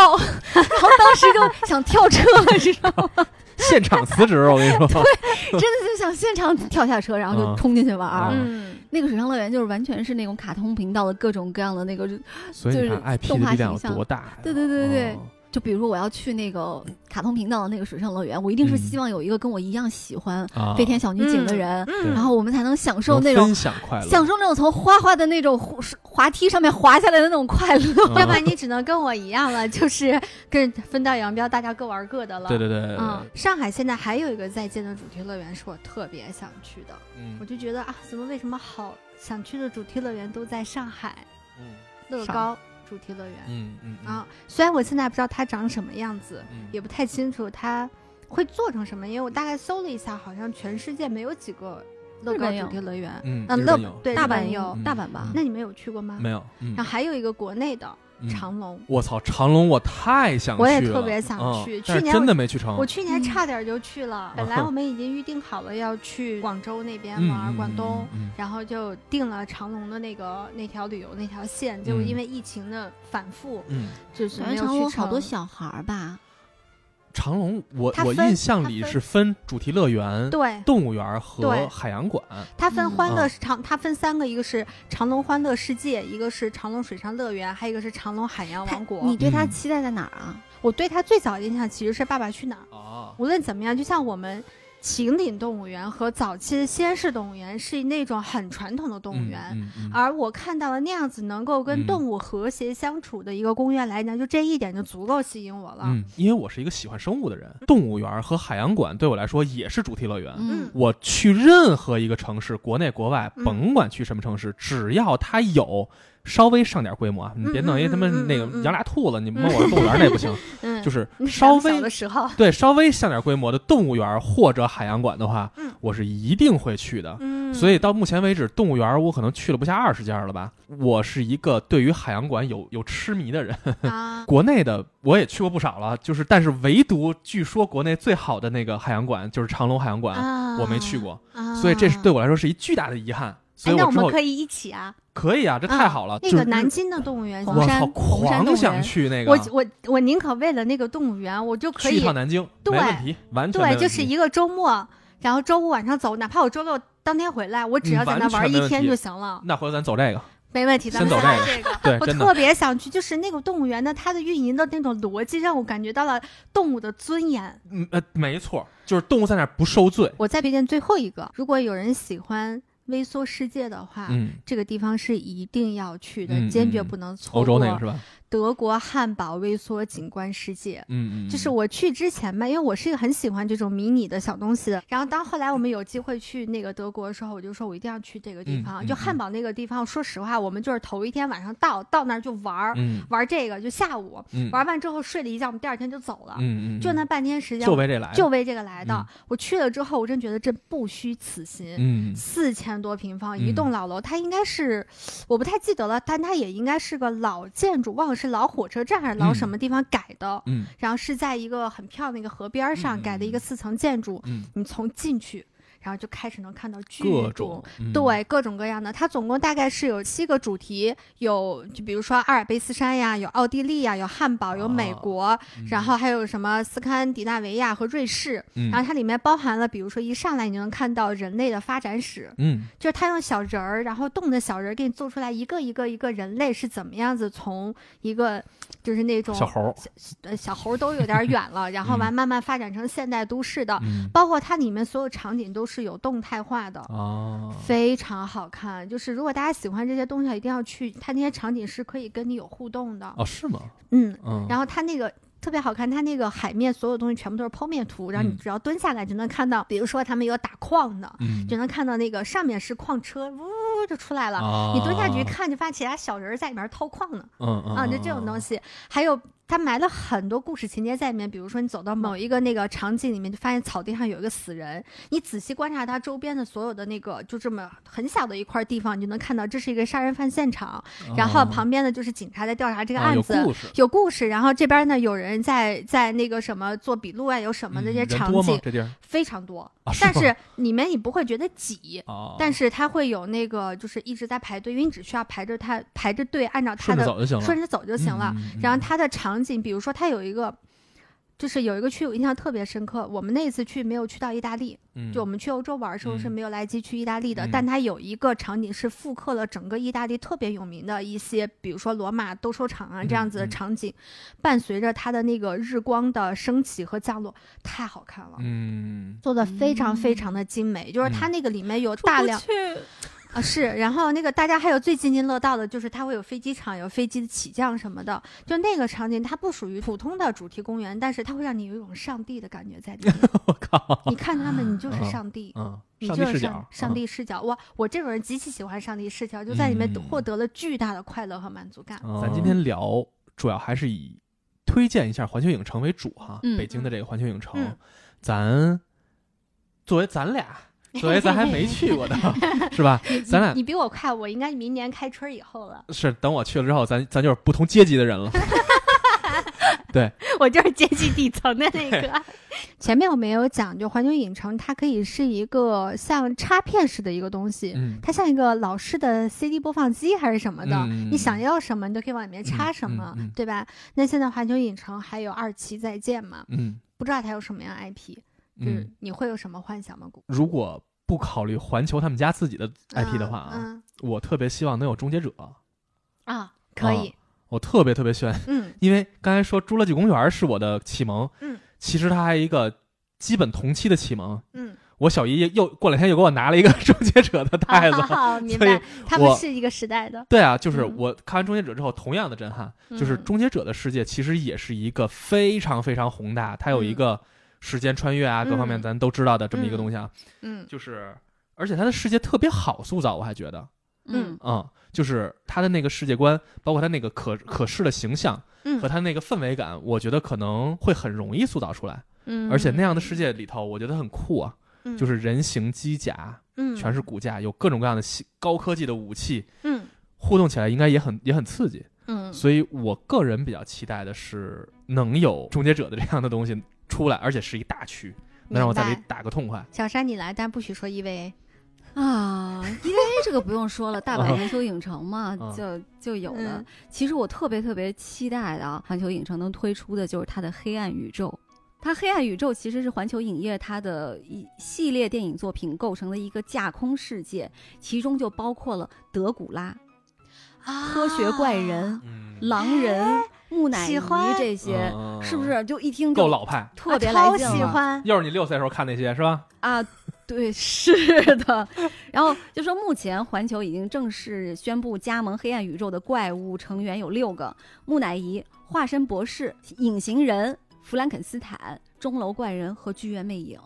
C: 然后当时就想跳车，知道 吗？
B: 现场辞职，我跟你 说，
C: 真的就想现场跳下车，然后
B: 嗯
C: 就冲进去玩儿。
B: 嗯
A: 嗯，
C: 那个水上乐园就是完全是那种卡通频道的各种各样的那个，就
B: 所以你看
C: 就是
B: IP
C: 动
B: 的
C: 画
B: 力量有
C: 形象
B: 多大呀？
C: 对对对对
B: 嗯
C: 就比如说我要去那个卡通频道的那个水上乐园，我一定是
B: 嗯
C: 希望有一个跟我一样喜欢
B: 啊，
C: 飞天小女警的人，
B: 对
C: 然后我们才能享受
B: 能
C: 那种
B: 分享快乐，
C: 享受那种从花花的那种滑滑梯上面滑下来的那种快乐。
B: 嗯
A: 要不然你只能跟我一样了，就是跟分道扬镳，大家各玩各的了。
B: 对对对对，
A: 嗯
B: 对，
A: 上海现在还有一个在建的主题乐园是我特别想去的，我
B: 嗯
A: 就觉得啊，怎么为什么好想去的主题乐园都在上海
B: 嗯
A: 乐
C: 上
A: 高主题乐园
B: 嗯嗯嗯
A: 啊？虽然我现在不知道它长什么样子，
B: 嗯
A: 也不太清楚它会做成什么，因为我大概搜了一下，好像全世界没有几个乐
C: 日
A: 高
C: 本有
A: 主题乐园。
B: 嗯
A: 啊
B: 日
A: 乐
B: 本有
A: 对
C: 大
A: 日本
C: 阪
A: 有
B: 嗯
C: 大阪吧
B: 嗯，
A: 那你们有去过吗？
B: 没有？嗯
A: 然后还有一个国内的
B: 嗯
A: 长隆，
B: 我操，长隆我太想去
A: 我
B: 了，
A: 也特别想
B: 嗯
A: 去
B: 但
A: 去
B: 是
A: 年
B: 真
A: 我
B: 的没去成
A: 我。去年
C: 嗯
A: 差点就去了，本来我们已经预定好了要去广州那边
B: 哦嗯
A: 玩，广东，，
B: 嗯嗯
A: 然后就定了长隆的那个那条旅游那条
B: 嗯
A: 线，结果因为疫情的反复，
B: 嗯，嗯
A: 就是没有
C: 长
A: 去
C: 隆
A: 成。
C: 好多小孩儿吧，
B: 长隆我
A: 它
B: 我
A: 分
B: 印象
A: 它
B: 里
A: 分
B: 是分主题乐园、
A: 对，
B: 动物园和
A: 对
B: 海洋馆。
A: 它分
C: 嗯
A: 欢乐
B: 啊
A: 长，它分三个，一个是长隆欢乐世界，一个是长隆水上乐园，还有一个是长隆海洋王国。
C: 你对他
B: 嗯
C: 期待在哪儿啊？
A: 我对它最早的印象其实是《爸爸去哪儿》，
B: 哦，
A: 无论怎么样，就像我们。秦岭动物园和早期的西安市动物园是那种很传统的动物园，
B: 嗯嗯嗯
A: 而我看到了那样子能够跟动物和谐相处的一个公园来讲，就这一点就足够吸引我了。
B: 嗯，因为我是一个喜欢生物的人，动物园和海洋馆对我来说也是主题乐园。
A: 嗯
B: 我去任何一个城市，国内国外，
A: 嗯
B: 甭管去什么城市，只要它有稍微上点规模啊，你别
A: 嗯
B: 弄一
A: 嗯
B: 他妈
A: 嗯嗯
B: 那个
A: 嗯
B: 养俩兔子，你妈我是动物园 那不行，
A: 嗯，
B: 就是是稍微
A: 小的时候，
B: 对稍微像点规模的动物园或者海洋馆的话
A: 嗯，
B: 我是一定会去的。
A: 嗯，
B: 所以到目前为止，动物园我可能去了不下二十家了吧。我是一个对于海洋馆有有痴迷的人。
A: 啊，
B: 国内的我也去过不少了，就是但是唯独据说国内最好的那个海洋馆就是长隆海洋馆，
A: 啊
B: 我没去，过，
A: 啊、
B: 所以这是对。我来说是一巨大的遗憾。所
A: 哎
B: 以，
A: 那
B: 我
A: 我
B: 之
A: 们
B: 后
A: 可以一起啊！
B: 可以啊，这太好了。
A: 那
B: 就是
A: 个南京的动物园，
B: 我
A: 山
B: 操，
A: 红山动
B: 狂
A: 物园
B: 想，去那个，
A: 我我我宁可为了那个动物园，我就可
B: 去一
A: 以
B: 趟南京，没
A: 对
B: 问题，完全没
A: 对，
B: 问
A: 就
B: 题
A: 是一个周末，然后周五晚上走，哪怕我周六当天回来，我只
B: 嗯
A: 要在那
B: 完全
A: 玩
B: 没
A: 一
B: 问
A: 天
B: 题
A: 就行了，
B: 那回头咱 走这个，
A: 没问题。咱们
B: 先走
A: 下
B: 这
A: 这个。
B: 对，
A: 我
B: 真的
A: 特别想去，就是那个动物园的，它的运营的那种逻辑，让我感觉到了动物的尊严。
B: 嗯，呃，没错，就是动物在那儿不受罪。
A: 我再推荐最后一个，如果有人喜欢微缩世界的话，
B: 嗯，
A: 这个地方是一定要去的，
B: 嗯
A: 坚决
B: 嗯
A: 不能错过。
B: 欧洲那个是吧？
A: 德国汉堡微缩景观世界。
B: 嗯嗯，
A: 就是我去之前吧，因为我是一个很喜欢这种迷你的小东西的。然后当后来我们有机会去那个德国的时候，我就说我一定要去这个地
B: 嗯
A: 方。
B: 嗯
A: 就汉堡那个地方，说实话，我们就是头一天晚上到，到那儿就玩儿、
B: 嗯
A: 玩这个，就下午、
B: 嗯
A: 玩完之后睡了一觉，我们第二天就走了，
B: 嗯嗯，
A: 就
B: 嗯
A: 那半天时间，
B: 就为这来的，
A: 就为这个来的。我去了之后，我真觉得这不虚此行。
B: 嗯
A: 四千多平方，
B: 嗯
A: 一栋老楼，它应该是，我不太记得了，但它也应该是个老建筑，忘了是老火车站还是老什么地方改的。
B: 嗯
A: 然后是在一个很漂亮的一个河边儿上
B: 嗯
A: 改的一个四层建筑，
B: 嗯，
A: 你从进去，然后就开始能看到巨
B: 各种。嗯
A: 对，各种各样的，它总共大概是有七个主题，有就比如说阿尔卑斯山呀，有奥地利呀，有汉堡，有美
B: 哦
A: 国，
B: 嗯
A: 然后还有什么斯堪的纳维亚和瑞士，
B: 嗯
A: 然后它里面包含了，比如说一上来你就能看到人类的发展史，
B: 嗯
A: 就是它用小人儿，然后动的小人儿给你做出来一个一个一个人类是怎么样子从一个就是那种
B: 小猴儿，
A: 呃小猴儿都有点儿远了，然后完慢慢发展成现代都市的，
B: 嗯
A: 包括它里面所有场景都是有动态化的。
B: 啊，
A: 非常好看，就是如果大家喜欢这些东西，一定要去。它那些场景是可以跟你有互动的，
B: 哦是吗？
A: 嗯，
B: 嗯，
A: 然后它那个特别好看，它那个海面所有东西全部都是剖面图，然后你
B: 嗯
A: 只要蹲下来就能看到，比如说他们有打矿的，
B: 嗯
A: 就能看到那个上面是矿车，呜就出来了。
B: 啊
A: 你蹲下去一，看，就发现其他小人儿在里面掏矿呢，
B: 嗯嗯
A: 啊，就这种东
B: 西，
A: 西。还有它埋了很多故事情节在里面，比如说你走到某
B: 嗯
A: 一个那个场景里面，就发现草地上有一个死人，你仔细观察它周边的所有的那个，就这么很小的一块地方，你就能看到这是一个杀人犯现场，然后旁边的就是警察在调查这
B: 这
A: 个案子，
B: 哦嗯啊有故事，
A: 有故事，然后这边呢有人在在那个什么做笔录啊，有什么
B: 嗯
A: 那些
B: 人
A: 场
B: 多吗
A: 景
B: 这地儿
A: 非常多，
B: 啊
A: 但
B: 吗
A: 是里面你不会觉得挤，
B: 哦，
A: 但是它会有那个就是一直在排队，因为你只需要排着它排着队，按照它
B: 顺着
A: 的
B: 走就行了，
A: 顺着走就行了。
B: 嗯，嗯
A: 然后它的场景，比如说它有一个。就是有一个区我印象特别深刻，我们那一次去没有去到意大利，就我们去欧洲玩的时候是
B: 嗯
A: 没有来及去意大利的，
B: 嗯
A: 但它有一个场景是复刻了整个意大利特别有名的一些，比如说罗马斗兽场啊
B: 嗯
A: 这样子的场景，伴随着它的那个日光的升起和降落，太好看了。
B: 嗯
A: 做的非常非常的精美，就是它那个里面有大量、啊是，然后那个大家还有最津津乐道的就是它会有飞机场，有飞机的起降什么的，就那个场景它不属于普通的主题公园，但是它会让你有一种上帝的感觉在里面。
B: 嗯， 我靠，
A: 你看他们，你就是
B: 嗯
A: 上帝。
B: 嗯，
A: 你
B: 上
A: 就
B: 帝
A: 是
B: 视
A: 上
B: 角，嗯
A: 上帝视角，我我这种人极其喜欢上帝视角，就在里面
B: 嗯
A: 获得了巨大的快乐和满足感。
B: 嗯。咱今天聊主要还是以推荐一下环球影城为主哈，
C: 嗯
B: 北京的这个环球影城
A: 嗯，
B: 咱作为咱俩， 作为咱还没去过的，是吧？咱俩
A: 你比我快，我应该明年开春以后了，
B: 是等我去了之后，咱咱就是不同阶级的 人了。
A: 我就是接近底层的那个。 前面我没有讲，就环球影城它可以是一个像插片式的一个东西，
B: 嗯，
A: 它像一个老式的 CD 播放机还是什么的，
B: 嗯
A: 你想要什么你都可以往里面插什么，
B: 嗯嗯嗯
A: 对吧？那现在环球影城还有二期再见嘛，
B: 嗯
A: 不知道它有什么样 IP，就是
B: 嗯，
A: 你会有什么幻想吗？谷
B: 如果不考虑环球他们家自己的 IP 的话啊，
A: 嗯
B: 我特别希望能有终结者，
A: 嗯啊，可以，
B: 我特别特别喜欢，
A: 嗯
B: 因为刚才说《侏罗纪公园》是我的启蒙，
A: 嗯，
B: 其实它还有一个基本同期的启蒙，
A: 嗯，
B: 我小姨又过两天又给我拿了一个《终结者》的袋 子
A: 好。好好，明
B: 所以
A: 白，他们
B: 我
A: 是一个时代的，
B: 对啊，就是
A: 嗯
B: 我看完《终结者》之后，同样的震撼，就是《
A: 嗯
B: 终结者的世界》其实也是一个非常非常宏大，它有一
A: 嗯
B: 个时间穿越啊，各方面
A: 嗯
B: 咱都知道的这么一个
A: 嗯
B: 东西啊，
A: 嗯
B: 就是而且它的世界特别好塑造，我还觉得，
A: 嗯
C: 嗯
B: 嗯，就是它的那个世界观，包括它那个可可视的形象
A: 嗯
B: 和它那个氛围感，我觉得可能会很容易塑造出来，
A: 嗯，
B: 而且那样的世界里头，我觉得很酷啊，
C: 嗯
B: 就是人形机甲，
A: 嗯，
B: 全是骨架，有各种各样的新高科技的武器，
A: 嗯
B: 互动起来应该也很也很刺激。
A: 嗯，
B: 所以我个人比较期待的是能有终结者的这样的东西出来，而且是一大区，能让我在
A: 明
B: 里
A: 白
B: 打个痛快。
A: 小山你来，但不许说 EVA，
C: 啊，因为这个不用说了，大阪环球影城嘛，
B: 啊
C: 就就有了
A: 嗯。
C: 其实我特别特别期待的啊，环球影城能推出的就是它的黑暗宇宙。它黑暗宇宙其实是环球影业它的一系列电影作品构成的一个架空世界，其中就包括了德古拉、 科学怪
A: 啊
C: 人、
B: 嗯
C: 狼人、木乃
A: 喜
C: 伊
A: 欢
C: 这些，是不？
B: 嗯
C: 是就一听就
B: 够老派，
C: 特别
A: 啊
C: 来
A: 超
C: 劲
A: 喜
C: 了？
A: 欢，
B: 又是你六岁的时候看那些是吧？
C: 啊，对，是的。然后就说，目前环球已经正式宣布加盟黑暗宇宙的怪物成员有六个：木乃伊、化身博士、隐形人、弗兰肯斯坦、钟楼怪人和剧院魅影。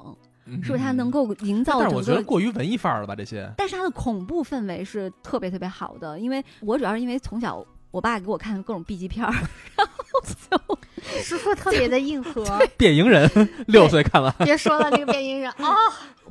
C: 是不是它能
B: 够？
C: 够营造
B: 嗯但
C: 整
B: 是
C: 个
B: 我觉得过于文艺范儿了吧？这些
C: 但是它的恐怖氛围是特别特别好的，因为我主要是因为从小我爸给我看各种 B 级片儿， 然后就
A: 叔叔特别的硬核，
B: 电影人六岁看完，
A: 别说了，那个变音人 哦，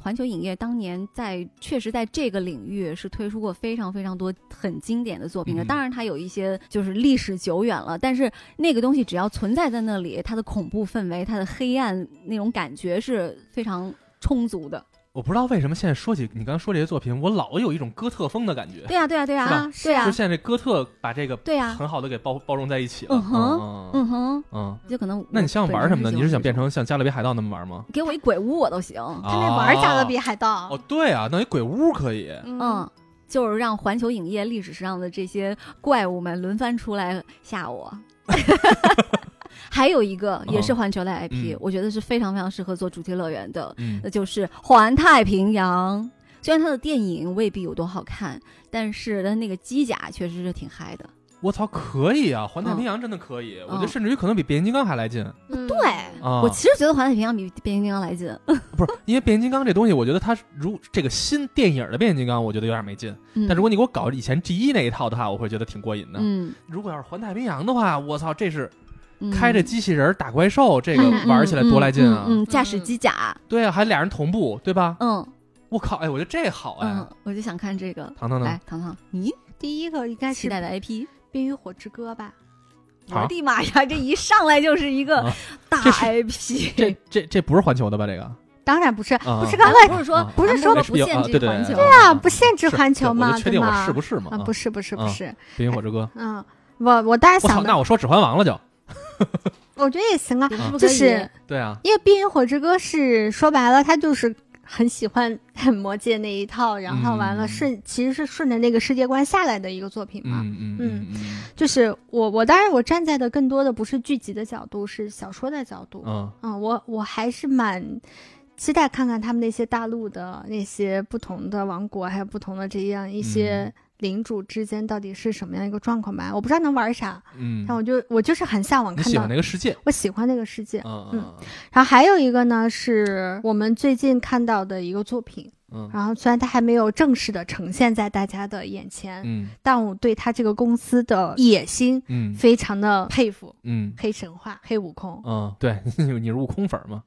C: 环球影业当年在确实在这个领域是推出过非常非常多很经典的作品的。
B: 嗯
C: 当然，它有一些就是历史久远了，但是那个东西只要存在在那里，它的恐怖氛围、它的黑暗那种感觉是非常充足的。
B: 我不知道为什么现在说起你刚刚说这些作品，我老有一种哥特风的感觉。
C: 对啊呀、对呀、对呀、
B: 是吧
C: 对啊呀、
B: 就现在这哥特把这个
C: 对呀、
B: 很好的给包包容在一起了。
C: 嗯哼
B: 嗯嗯
C: 嗯哼，
B: 嗯，
C: 就可能
B: 那你想玩什么呢？
C: 本身
B: 你是想
C: 喜欢
B: 变成像加勒比海盗那么玩吗？
C: 给我一鬼屋我都行，
A: 他那玩加勒比
B: 哦
A: 海盗
B: 哦，，对啊，那一鬼屋可以。
C: 嗯。就是让环球影业历史上的这些怪物们轮番出来吓 我。 还有一个也是环球类 IP，、
B: 嗯
C: 我觉得是非常非常适合做主题乐园的，
B: 嗯
C: 那就是《环太平洋》。虽然它的电影未必有多好看，但是它那个机甲确实是挺嗨的。
B: 我操，可以啊！环太平洋真的可以，我觉得甚至于可能比变形金刚还来劲啊！
A: 嗯，
C: 对
A: 对，
C: 我其实觉得《环太平洋》比《变形金刚》来劲。
B: 不是因为变形金刚这东西，我觉得它是如这个新电影的变形金刚，我觉得有点没劲。
C: 嗯、
B: 但如果你给我搞以前 G 一那一套的话，我会觉得挺过瘾的。
C: 嗯，
B: 如果要是环太平洋的话，我操，这是
C: 嗯
B: 开着机器人儿打怪兽，这个
C: 嗯嗯
B: 玩起来多来劲啊！
C: 嗯，嗯嗯驾驶机甲，
B: 对啊，还俩人同步，对吧？
C: 嗯
B: 我靠，哎，我觉得这好哎。
C: 嗯，我就想看这个。
B: 糖糖呢
C: 来，？糖糖，你
A: 第一个应该是
C: 期
A: 《
C: 待的 IP
A: 冰与火之歌》吧？
C: 我
B: 好
C: 的妈呀，这一上来就是一个
B: 啊
C: 大
B: 这是
C: IP，
B: 这这这不是环球的吧？这个
A: 当然不是，
B: 啊
A: 不是
B: 啊
A: 刚才
C: 不是说
B: 啊
A: 不是说
C: 咱们
B: 是
C: 不
B: 有
C: 限
B: 啊对
C: 制
B: 对
C: 环球，
B: 对
A: 啊，不限制
B: 是
A: 环球
B: 对我
A: 嘛，
B: 就确
A: 对
B: 定我
A: 吗？
B: 是不是嘛？
A: 啊，不是不是不
B: 啊
A: 是，
B: 《冰与火之歌》。
A: 嗯，我我当然
B: 我操，
A: 想
B: 那
A: 的，
B: 我说《指环王》了就。
A: 我觉得也行啊，
C: 是不
A: 就
C: 可以
A: 是
B: 对啊，
A: 因为《冰与火之歌》是说白了，他就是很喜欢很魔界那一套，然后完了
B: 嗯
A: 顺、其实是顺着那个世界观下来的一个作品嘛。
B: 嗯
A: 嗯
B: 嗯
A: 就是我我当然我站在的更多的不是剧集的角度，是小说的角度。
B: 嗯
A: 嗯，我我还是蛮期待看看他们那些大陆的那些不同的王国，还有不同的这样一
B: 嗯
A: 些领主之间到底是什么样一个状况吧。我不知道能玩啥，
B: 嗯
A: 但
B: 嗯，
A: 我就我就是很向往
B: 你
A: 看
B: 喜
A: 到
B: 欢，那个世界？
A: 我喜欢那个世界。
B: 嗯
A: 然后还有一个呢，是我们最近看到的一个作品，
B: 嗯
A: 然后虽然它还没有正式的呈现在大家的眼前，
B: 嗯
A: 但我对它这个公司的野心
B: 嗯
A: 非常的佩服。
B: 嗯
A: 黑神话、黑悟空，
B: 嗯，对， 你是悟空粉嘛？嗯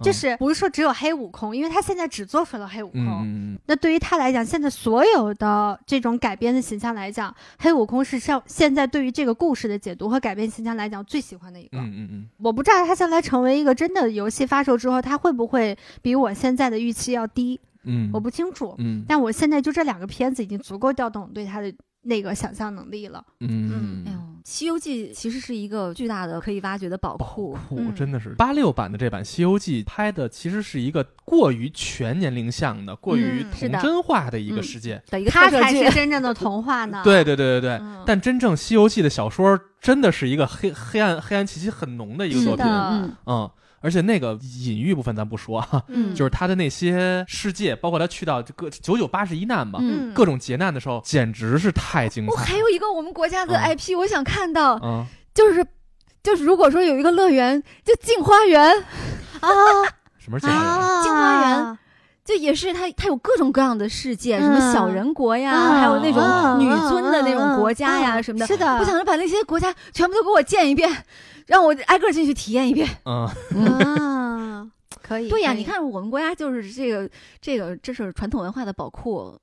A: 就是不是说只有黑悟空，因为他现在只做出了黑悟空。
B: 嗯嗯
A: 那对于他来讲，现在所有的这种改编的形象来讲，黑悟空是像现在对于这个故事的解读和改编形象来讲最喜欢的一个。
B: 嗯嗯嗯，
A: 我不知道他将来成为一个真的游戏发售之后，他会不会比我现在的预期要低，
B: 嗯，
A: 我不清楚。
B: 嗯
A: 但我现在就这两个片子已经足够调动我对他的那个想象能力了。
B: 嗯
C: 哎呦，《西游记》其实是一个巨大的可以挖掘的宝库。
A: 嗯
B: 酷，真的是八六版的这版《西游记》拍的其实是一个过于全年龄向的、
A: 嗯
B: 过于童真化的一个世界。
C: 的一个
A: 他
C: 特摄
A: 才
C: 剧
A: 是，真正的童话呢。
B: 对对对对对，
A: 嗯，
B: 但真正《西游记》的小说真的是一个黑黑暗黑暗气息很浓的一个
A: 是
B: 作品。
A: 的
C: 嗯，
B: 嗯，而且那个隐喻部分咱不说啊，
A: 嗯，
B: 就是他的那些世界，包括他去到这个九九八十一难吧，
C: 嗯，
B: 各种劫难的时候，简直是太精
C: 我、
B: 彩
C: 还
B: 了。
C: 有一个我们国家的
B: 嗯
C: IP，、我想看到，
B: 嗯，
C: 就是就是如果说有一个乐园，就镜花园，
A: 啊
B: 什么是劫难？
A: 啊，
C: 镜花园就也是它它有各种各样的世界，什么小人国呀，还有那种。
A: 种
C: 女尊的那种国家呀嗯什么的
A: 是的，
C: 我想着把那些国家全部都给我见一遍，让我挨个儿进去体验一遍。
B: 嗯，
A: 啊， 可以，
C: 对呀、
A: 可以
C: 你，看我们国家就是这个这个，这是传统文化的宝库。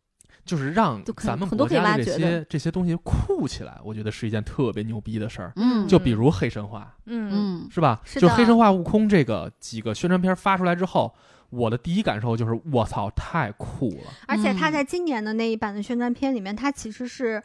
B: 就是让
C: 就可以
B: 咱们
C: 很多
B: 国
C: 可以
B: 家
C: 挖
B: 的这
C: 掘
B: 些这些东西酷起来，我觉得是一件特别牛逼的事儿。
A: 嗯
B: 就比如黑神话，
A: 嗯
C: 嗯
B: 是吧？
A: 是的
B: 就黑神话悟空这个几个宣传片发出来之后，我的第一感受就是，我操，太酷了！
A: 而且他
C: 嗯
A: 在今年的那一版的宣传片里面，他其实是。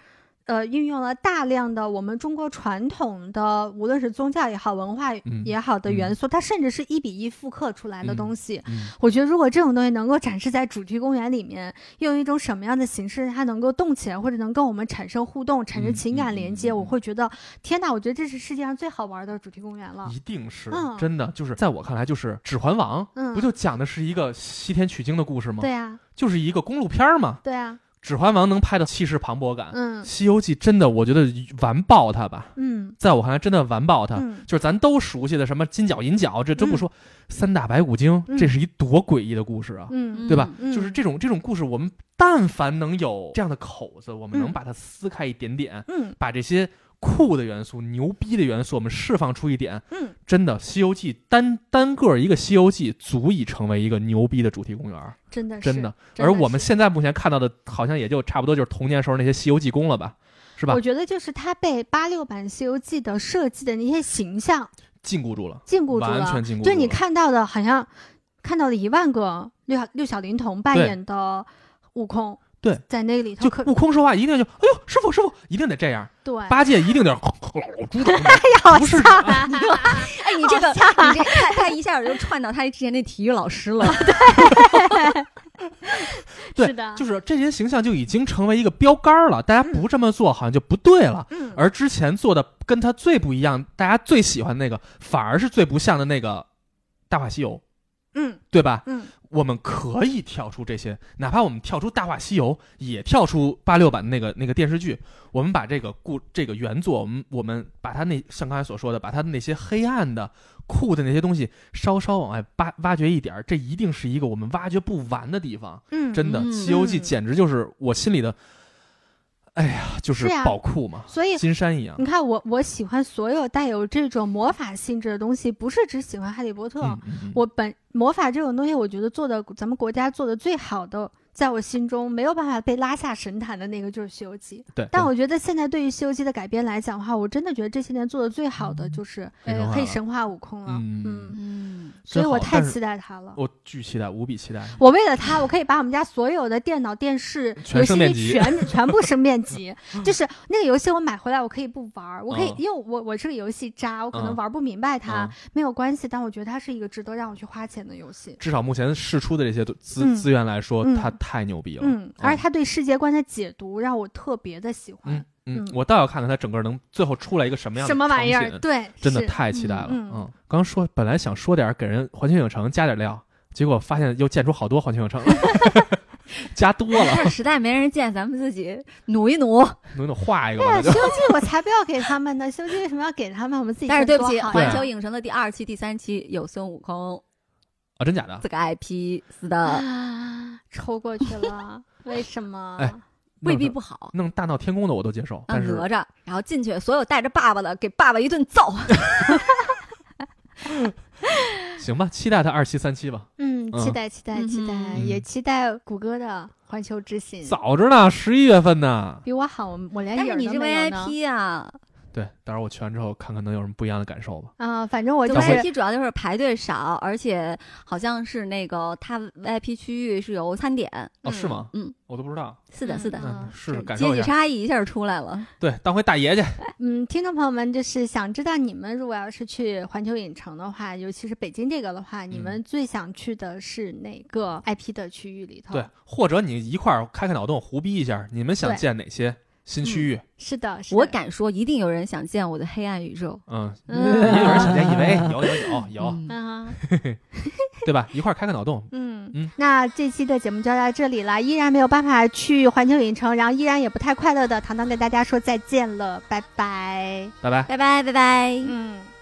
A: 呃，运用了大量的我们中国传统的，无论是宗教也好、文化
B: 嗯
A: 也好的
B: 嗯
A: 元素，它甚至是一比一复刻出来的
B: 嗯
A: 东西。
B: 嗯，
A: 我觉得如果这种东西能够展示在主题公园里面，用一种什么样的形式它能够动起来，或者能跟我们产生互动、产生
B: 嗯
A: 情
B: 嗯
A: 感
B: 嗯
A: 连接，
B: 嗯
A: 我会觉得天哪！我觉得这是世界上最好玩的主题公园了。
B: 一定是、
A: 嗯
B: 真的，就是在我看来，就是《指环王》
A: 嗯
B: 不就讲的是一个西天取经的故事吗？
A: 对，啊，
B: 就是一个公路片儿嘛。
A: 对啊，
B: 《指环王》能拍的气势磅礴感，
A: 嗯
B: 西游记》真的我觉得完爆它吧，
A: 嗯
B: 在我看来真的完爆它。
A: 嗯，
B: 就是咱都熟悉的什么金角银角，这都不
A: 嗯
B: 说，三打白骨精，
A: 嗯
B: 这是一多诡异的故事啊！
A: 嗯
B: 对吧
A: 嗯，
B: 就是这种这种故事，我们但凡能有这样的口子，我们能
A: 嗯
B: 把它撕开一点点，
A: 嗯
B: 把这些酷的元素、牛逼的元素，我们释放出一点，
A: 嗯，
B: 真的，《西游记》单单个一个《西游记》足以成为一个牛逼的主题公园，
A: 真的是
B: 真的。
A: 真
B: 而
A: 的
B: 我们
A: 是
B: 现在目前看到的，好像也就差不多就是童年时候那些《西游记》宫了吧，是吧
A: 我？觉得就是它被八六版《西游记》的设计的那些形象
B: 禁锢住了，
A: 禁锢住
B: 完
A: 了
B: 全，禁锢住了。
A: 对你看到的好像看到了一万个六小六小龄童扮
B: 对
A: 演的悟空，
B: 对，
A: 在那个里头
B: 就
A: 可
B: 悟空说话一定就，哎呦，师傅师傅，一定得这样。
A: 对，
B: 八戒一定得哦老猪长腿
A: 呀
B: 不是
A: 哎吓人
C: 哎，你这个，你这他他一下就串到他之前那体育老师了。
B: 对
A: 是的，
B: 就是这些形象就已经成为一个标杆儿了，大家不这么做好像就不对了。
A: 嗯，
B: 而之前做的跟他最不一样，大家最喜欢那个，反而是最不像的那个《大话西游》，
A: 嗯
B: 对吧？
A: 嗯，
B: 我们可以跳出这些，哪怕我们跳出《大话西游》，也跳出八六版那个那个电视剧，我们把这个故这个原作，我们我们把它那像刚才所说的，把它那些黑暗的、酷的那些东西稍稍往外挖挖掘一点儿，这一定是一个我们挖掘不完的地方。
A: 嗯，
B: 真的，《
C: 嗯
B: 西游记》
A: 嗯
B: 简直就是我心里的，哎呀，就是
A: 是呀
B: 宝库嘛，
A: 所以。
B: 金山一样
A: 你。看我，我喜欢所有带有这种魔法性质的东西，不是只喜欢哈利波特。
B: 嗯嗯嗯
A: 我本魔法这种东西，我觉得做的咱们国家做的最好的，在我心中没有办法被拉下神坛的那个就是《西游记》。
B: 对，
A: 但
B: 对
A: 我觉得现在对于《西游记》的改编来讲的话，我真的觉得这些年做的最好的就是
B: 黑嗯神
A: 呃
B: 话
A: 黑
B: 了
A: 神话悟空了。
B: 嗯
A: 嗯，
C: 嗯，
A: 所以
B: 真
A: 我
B: 好
A: 太
B: 但是
A: 期待它了。
B: 我巨期待，无比期待。
A: 我为了它，我可以把我们家所有的电脑、电视、
B: 全
A: 游戏
B: 升
A: 机
B: 遍级
A: 全全部升遍 级。就是那个游戏我买回来，我可以不玩儿，我可以
B: 嗯，
A: 因为我我是个游戏渣，我可能
B: 嗯
A: 玩不明白它
B: 嗯，
A: 没有关系。但我觉得它是一个值得让我去花钱的游戏。
B: 至少目前试出的这些都资
A: 嗯
B: 资源来说
A: 嗯，
B: 它太牛逼了。
A: 嗯，而且他对世界观的解读让我特别的喜欢
B: 哦嗯。嗯
A: 嗯，
B: 我倒要看看它整个能最后出来一个什么样的
A: 什么玩意
B: 场
A: 儿？
B: 景
A: 对，
B: 真的
A: 是
B: 太期待了。
A: 嗯嗯
B: 嗯，刚说本来想说点儿给人环球影城加点料，结果发现又建出好多环球影城了， 加多了，
C: 要是实在没人见，咱们自己努一努。
B: 能能画一个
A: 对
B: 吧？
A: 呀，
B: 那就
A: 修记我才不要给他们呢！修记为什么要给他们？我们自己
C: 但是
A: 觉得
C: 对不
A: 多
C: 起，
A: 好
B: 对
C: 环
A: 呀
B: 啊
C: 球影城的第二期、第三期有孙悟空
B: 啊，真假的？
C: 这个 IP，是的，
A: 啊， 抽过去了，为什么？
B: 哎
C: 未必
B: 弄成
C: 不好。
B: 弄大闹天宫的我都接受，
C: 啊，
B: 但是
C: 哪吒，然后进去，所有带着爸爸的，给爸爸一顿揍。
B: 行吧，期待他二期、三期吧。
A: 嗯，期待期待期待，
C: 嗯
A: 也
B: 嗯
A: 期待谷歌的环球之行。
B: 早着呢，十一月份呢。
A: 比我好，我我连
C: 但
A: 影
C: 是
A: 儿
C: 你
A: 都
C: 是
A: 没有呢
C: VIP 啊，
B: 对，到时候我去完之后看看能有什么不一样的感受吧。
A: 啊，反正我
C: 就
A: 就
B: 但是
A: 是
C: VIP 主要就是排队少，而且好像是那个它 VIP 区域是有餐点。
B: 哦，是吗？
C: 嗯，
B: 我都不知道。
C: 是的，是的，
A: 嗯
B: 嗯，试试
A: 嗯
B: 感
C: 阶
B: 受
C: 级
B: 一下。
C: 差异一下出来了。
B: 对，当回大爷去。
A: 嗯，听众朋友们，就是想知道你们如果要是去环球影城的话，尤其是北京这个的话，
B: 嗯
A: 你们最想去的是哪个 IP 的区域里头？
B: 对，，或者你一块儿开开脑洞，胡逼一下，你们想
A: 对
B: 见哪些新区域？
A: 是的，是的
C: 我敢说，一定有人想见我的黑暗宇宙。
B: 嗯，
A: 嗯
B: 也有人想见 EVA，有有有有。
C: 嗯
A: 啊，
C: 啊，
B: 对吧？一块儿开个脑洞，
A: 嗯
B: 嗯
A: 那这期的节目就到这里了，依然没有办法去环球影城，然后依然也不太快乐的糖糖跟大家说再见了，拜拜。
B: 拜拜。
C: 拜拜拜拜，
A: 嗯。嗯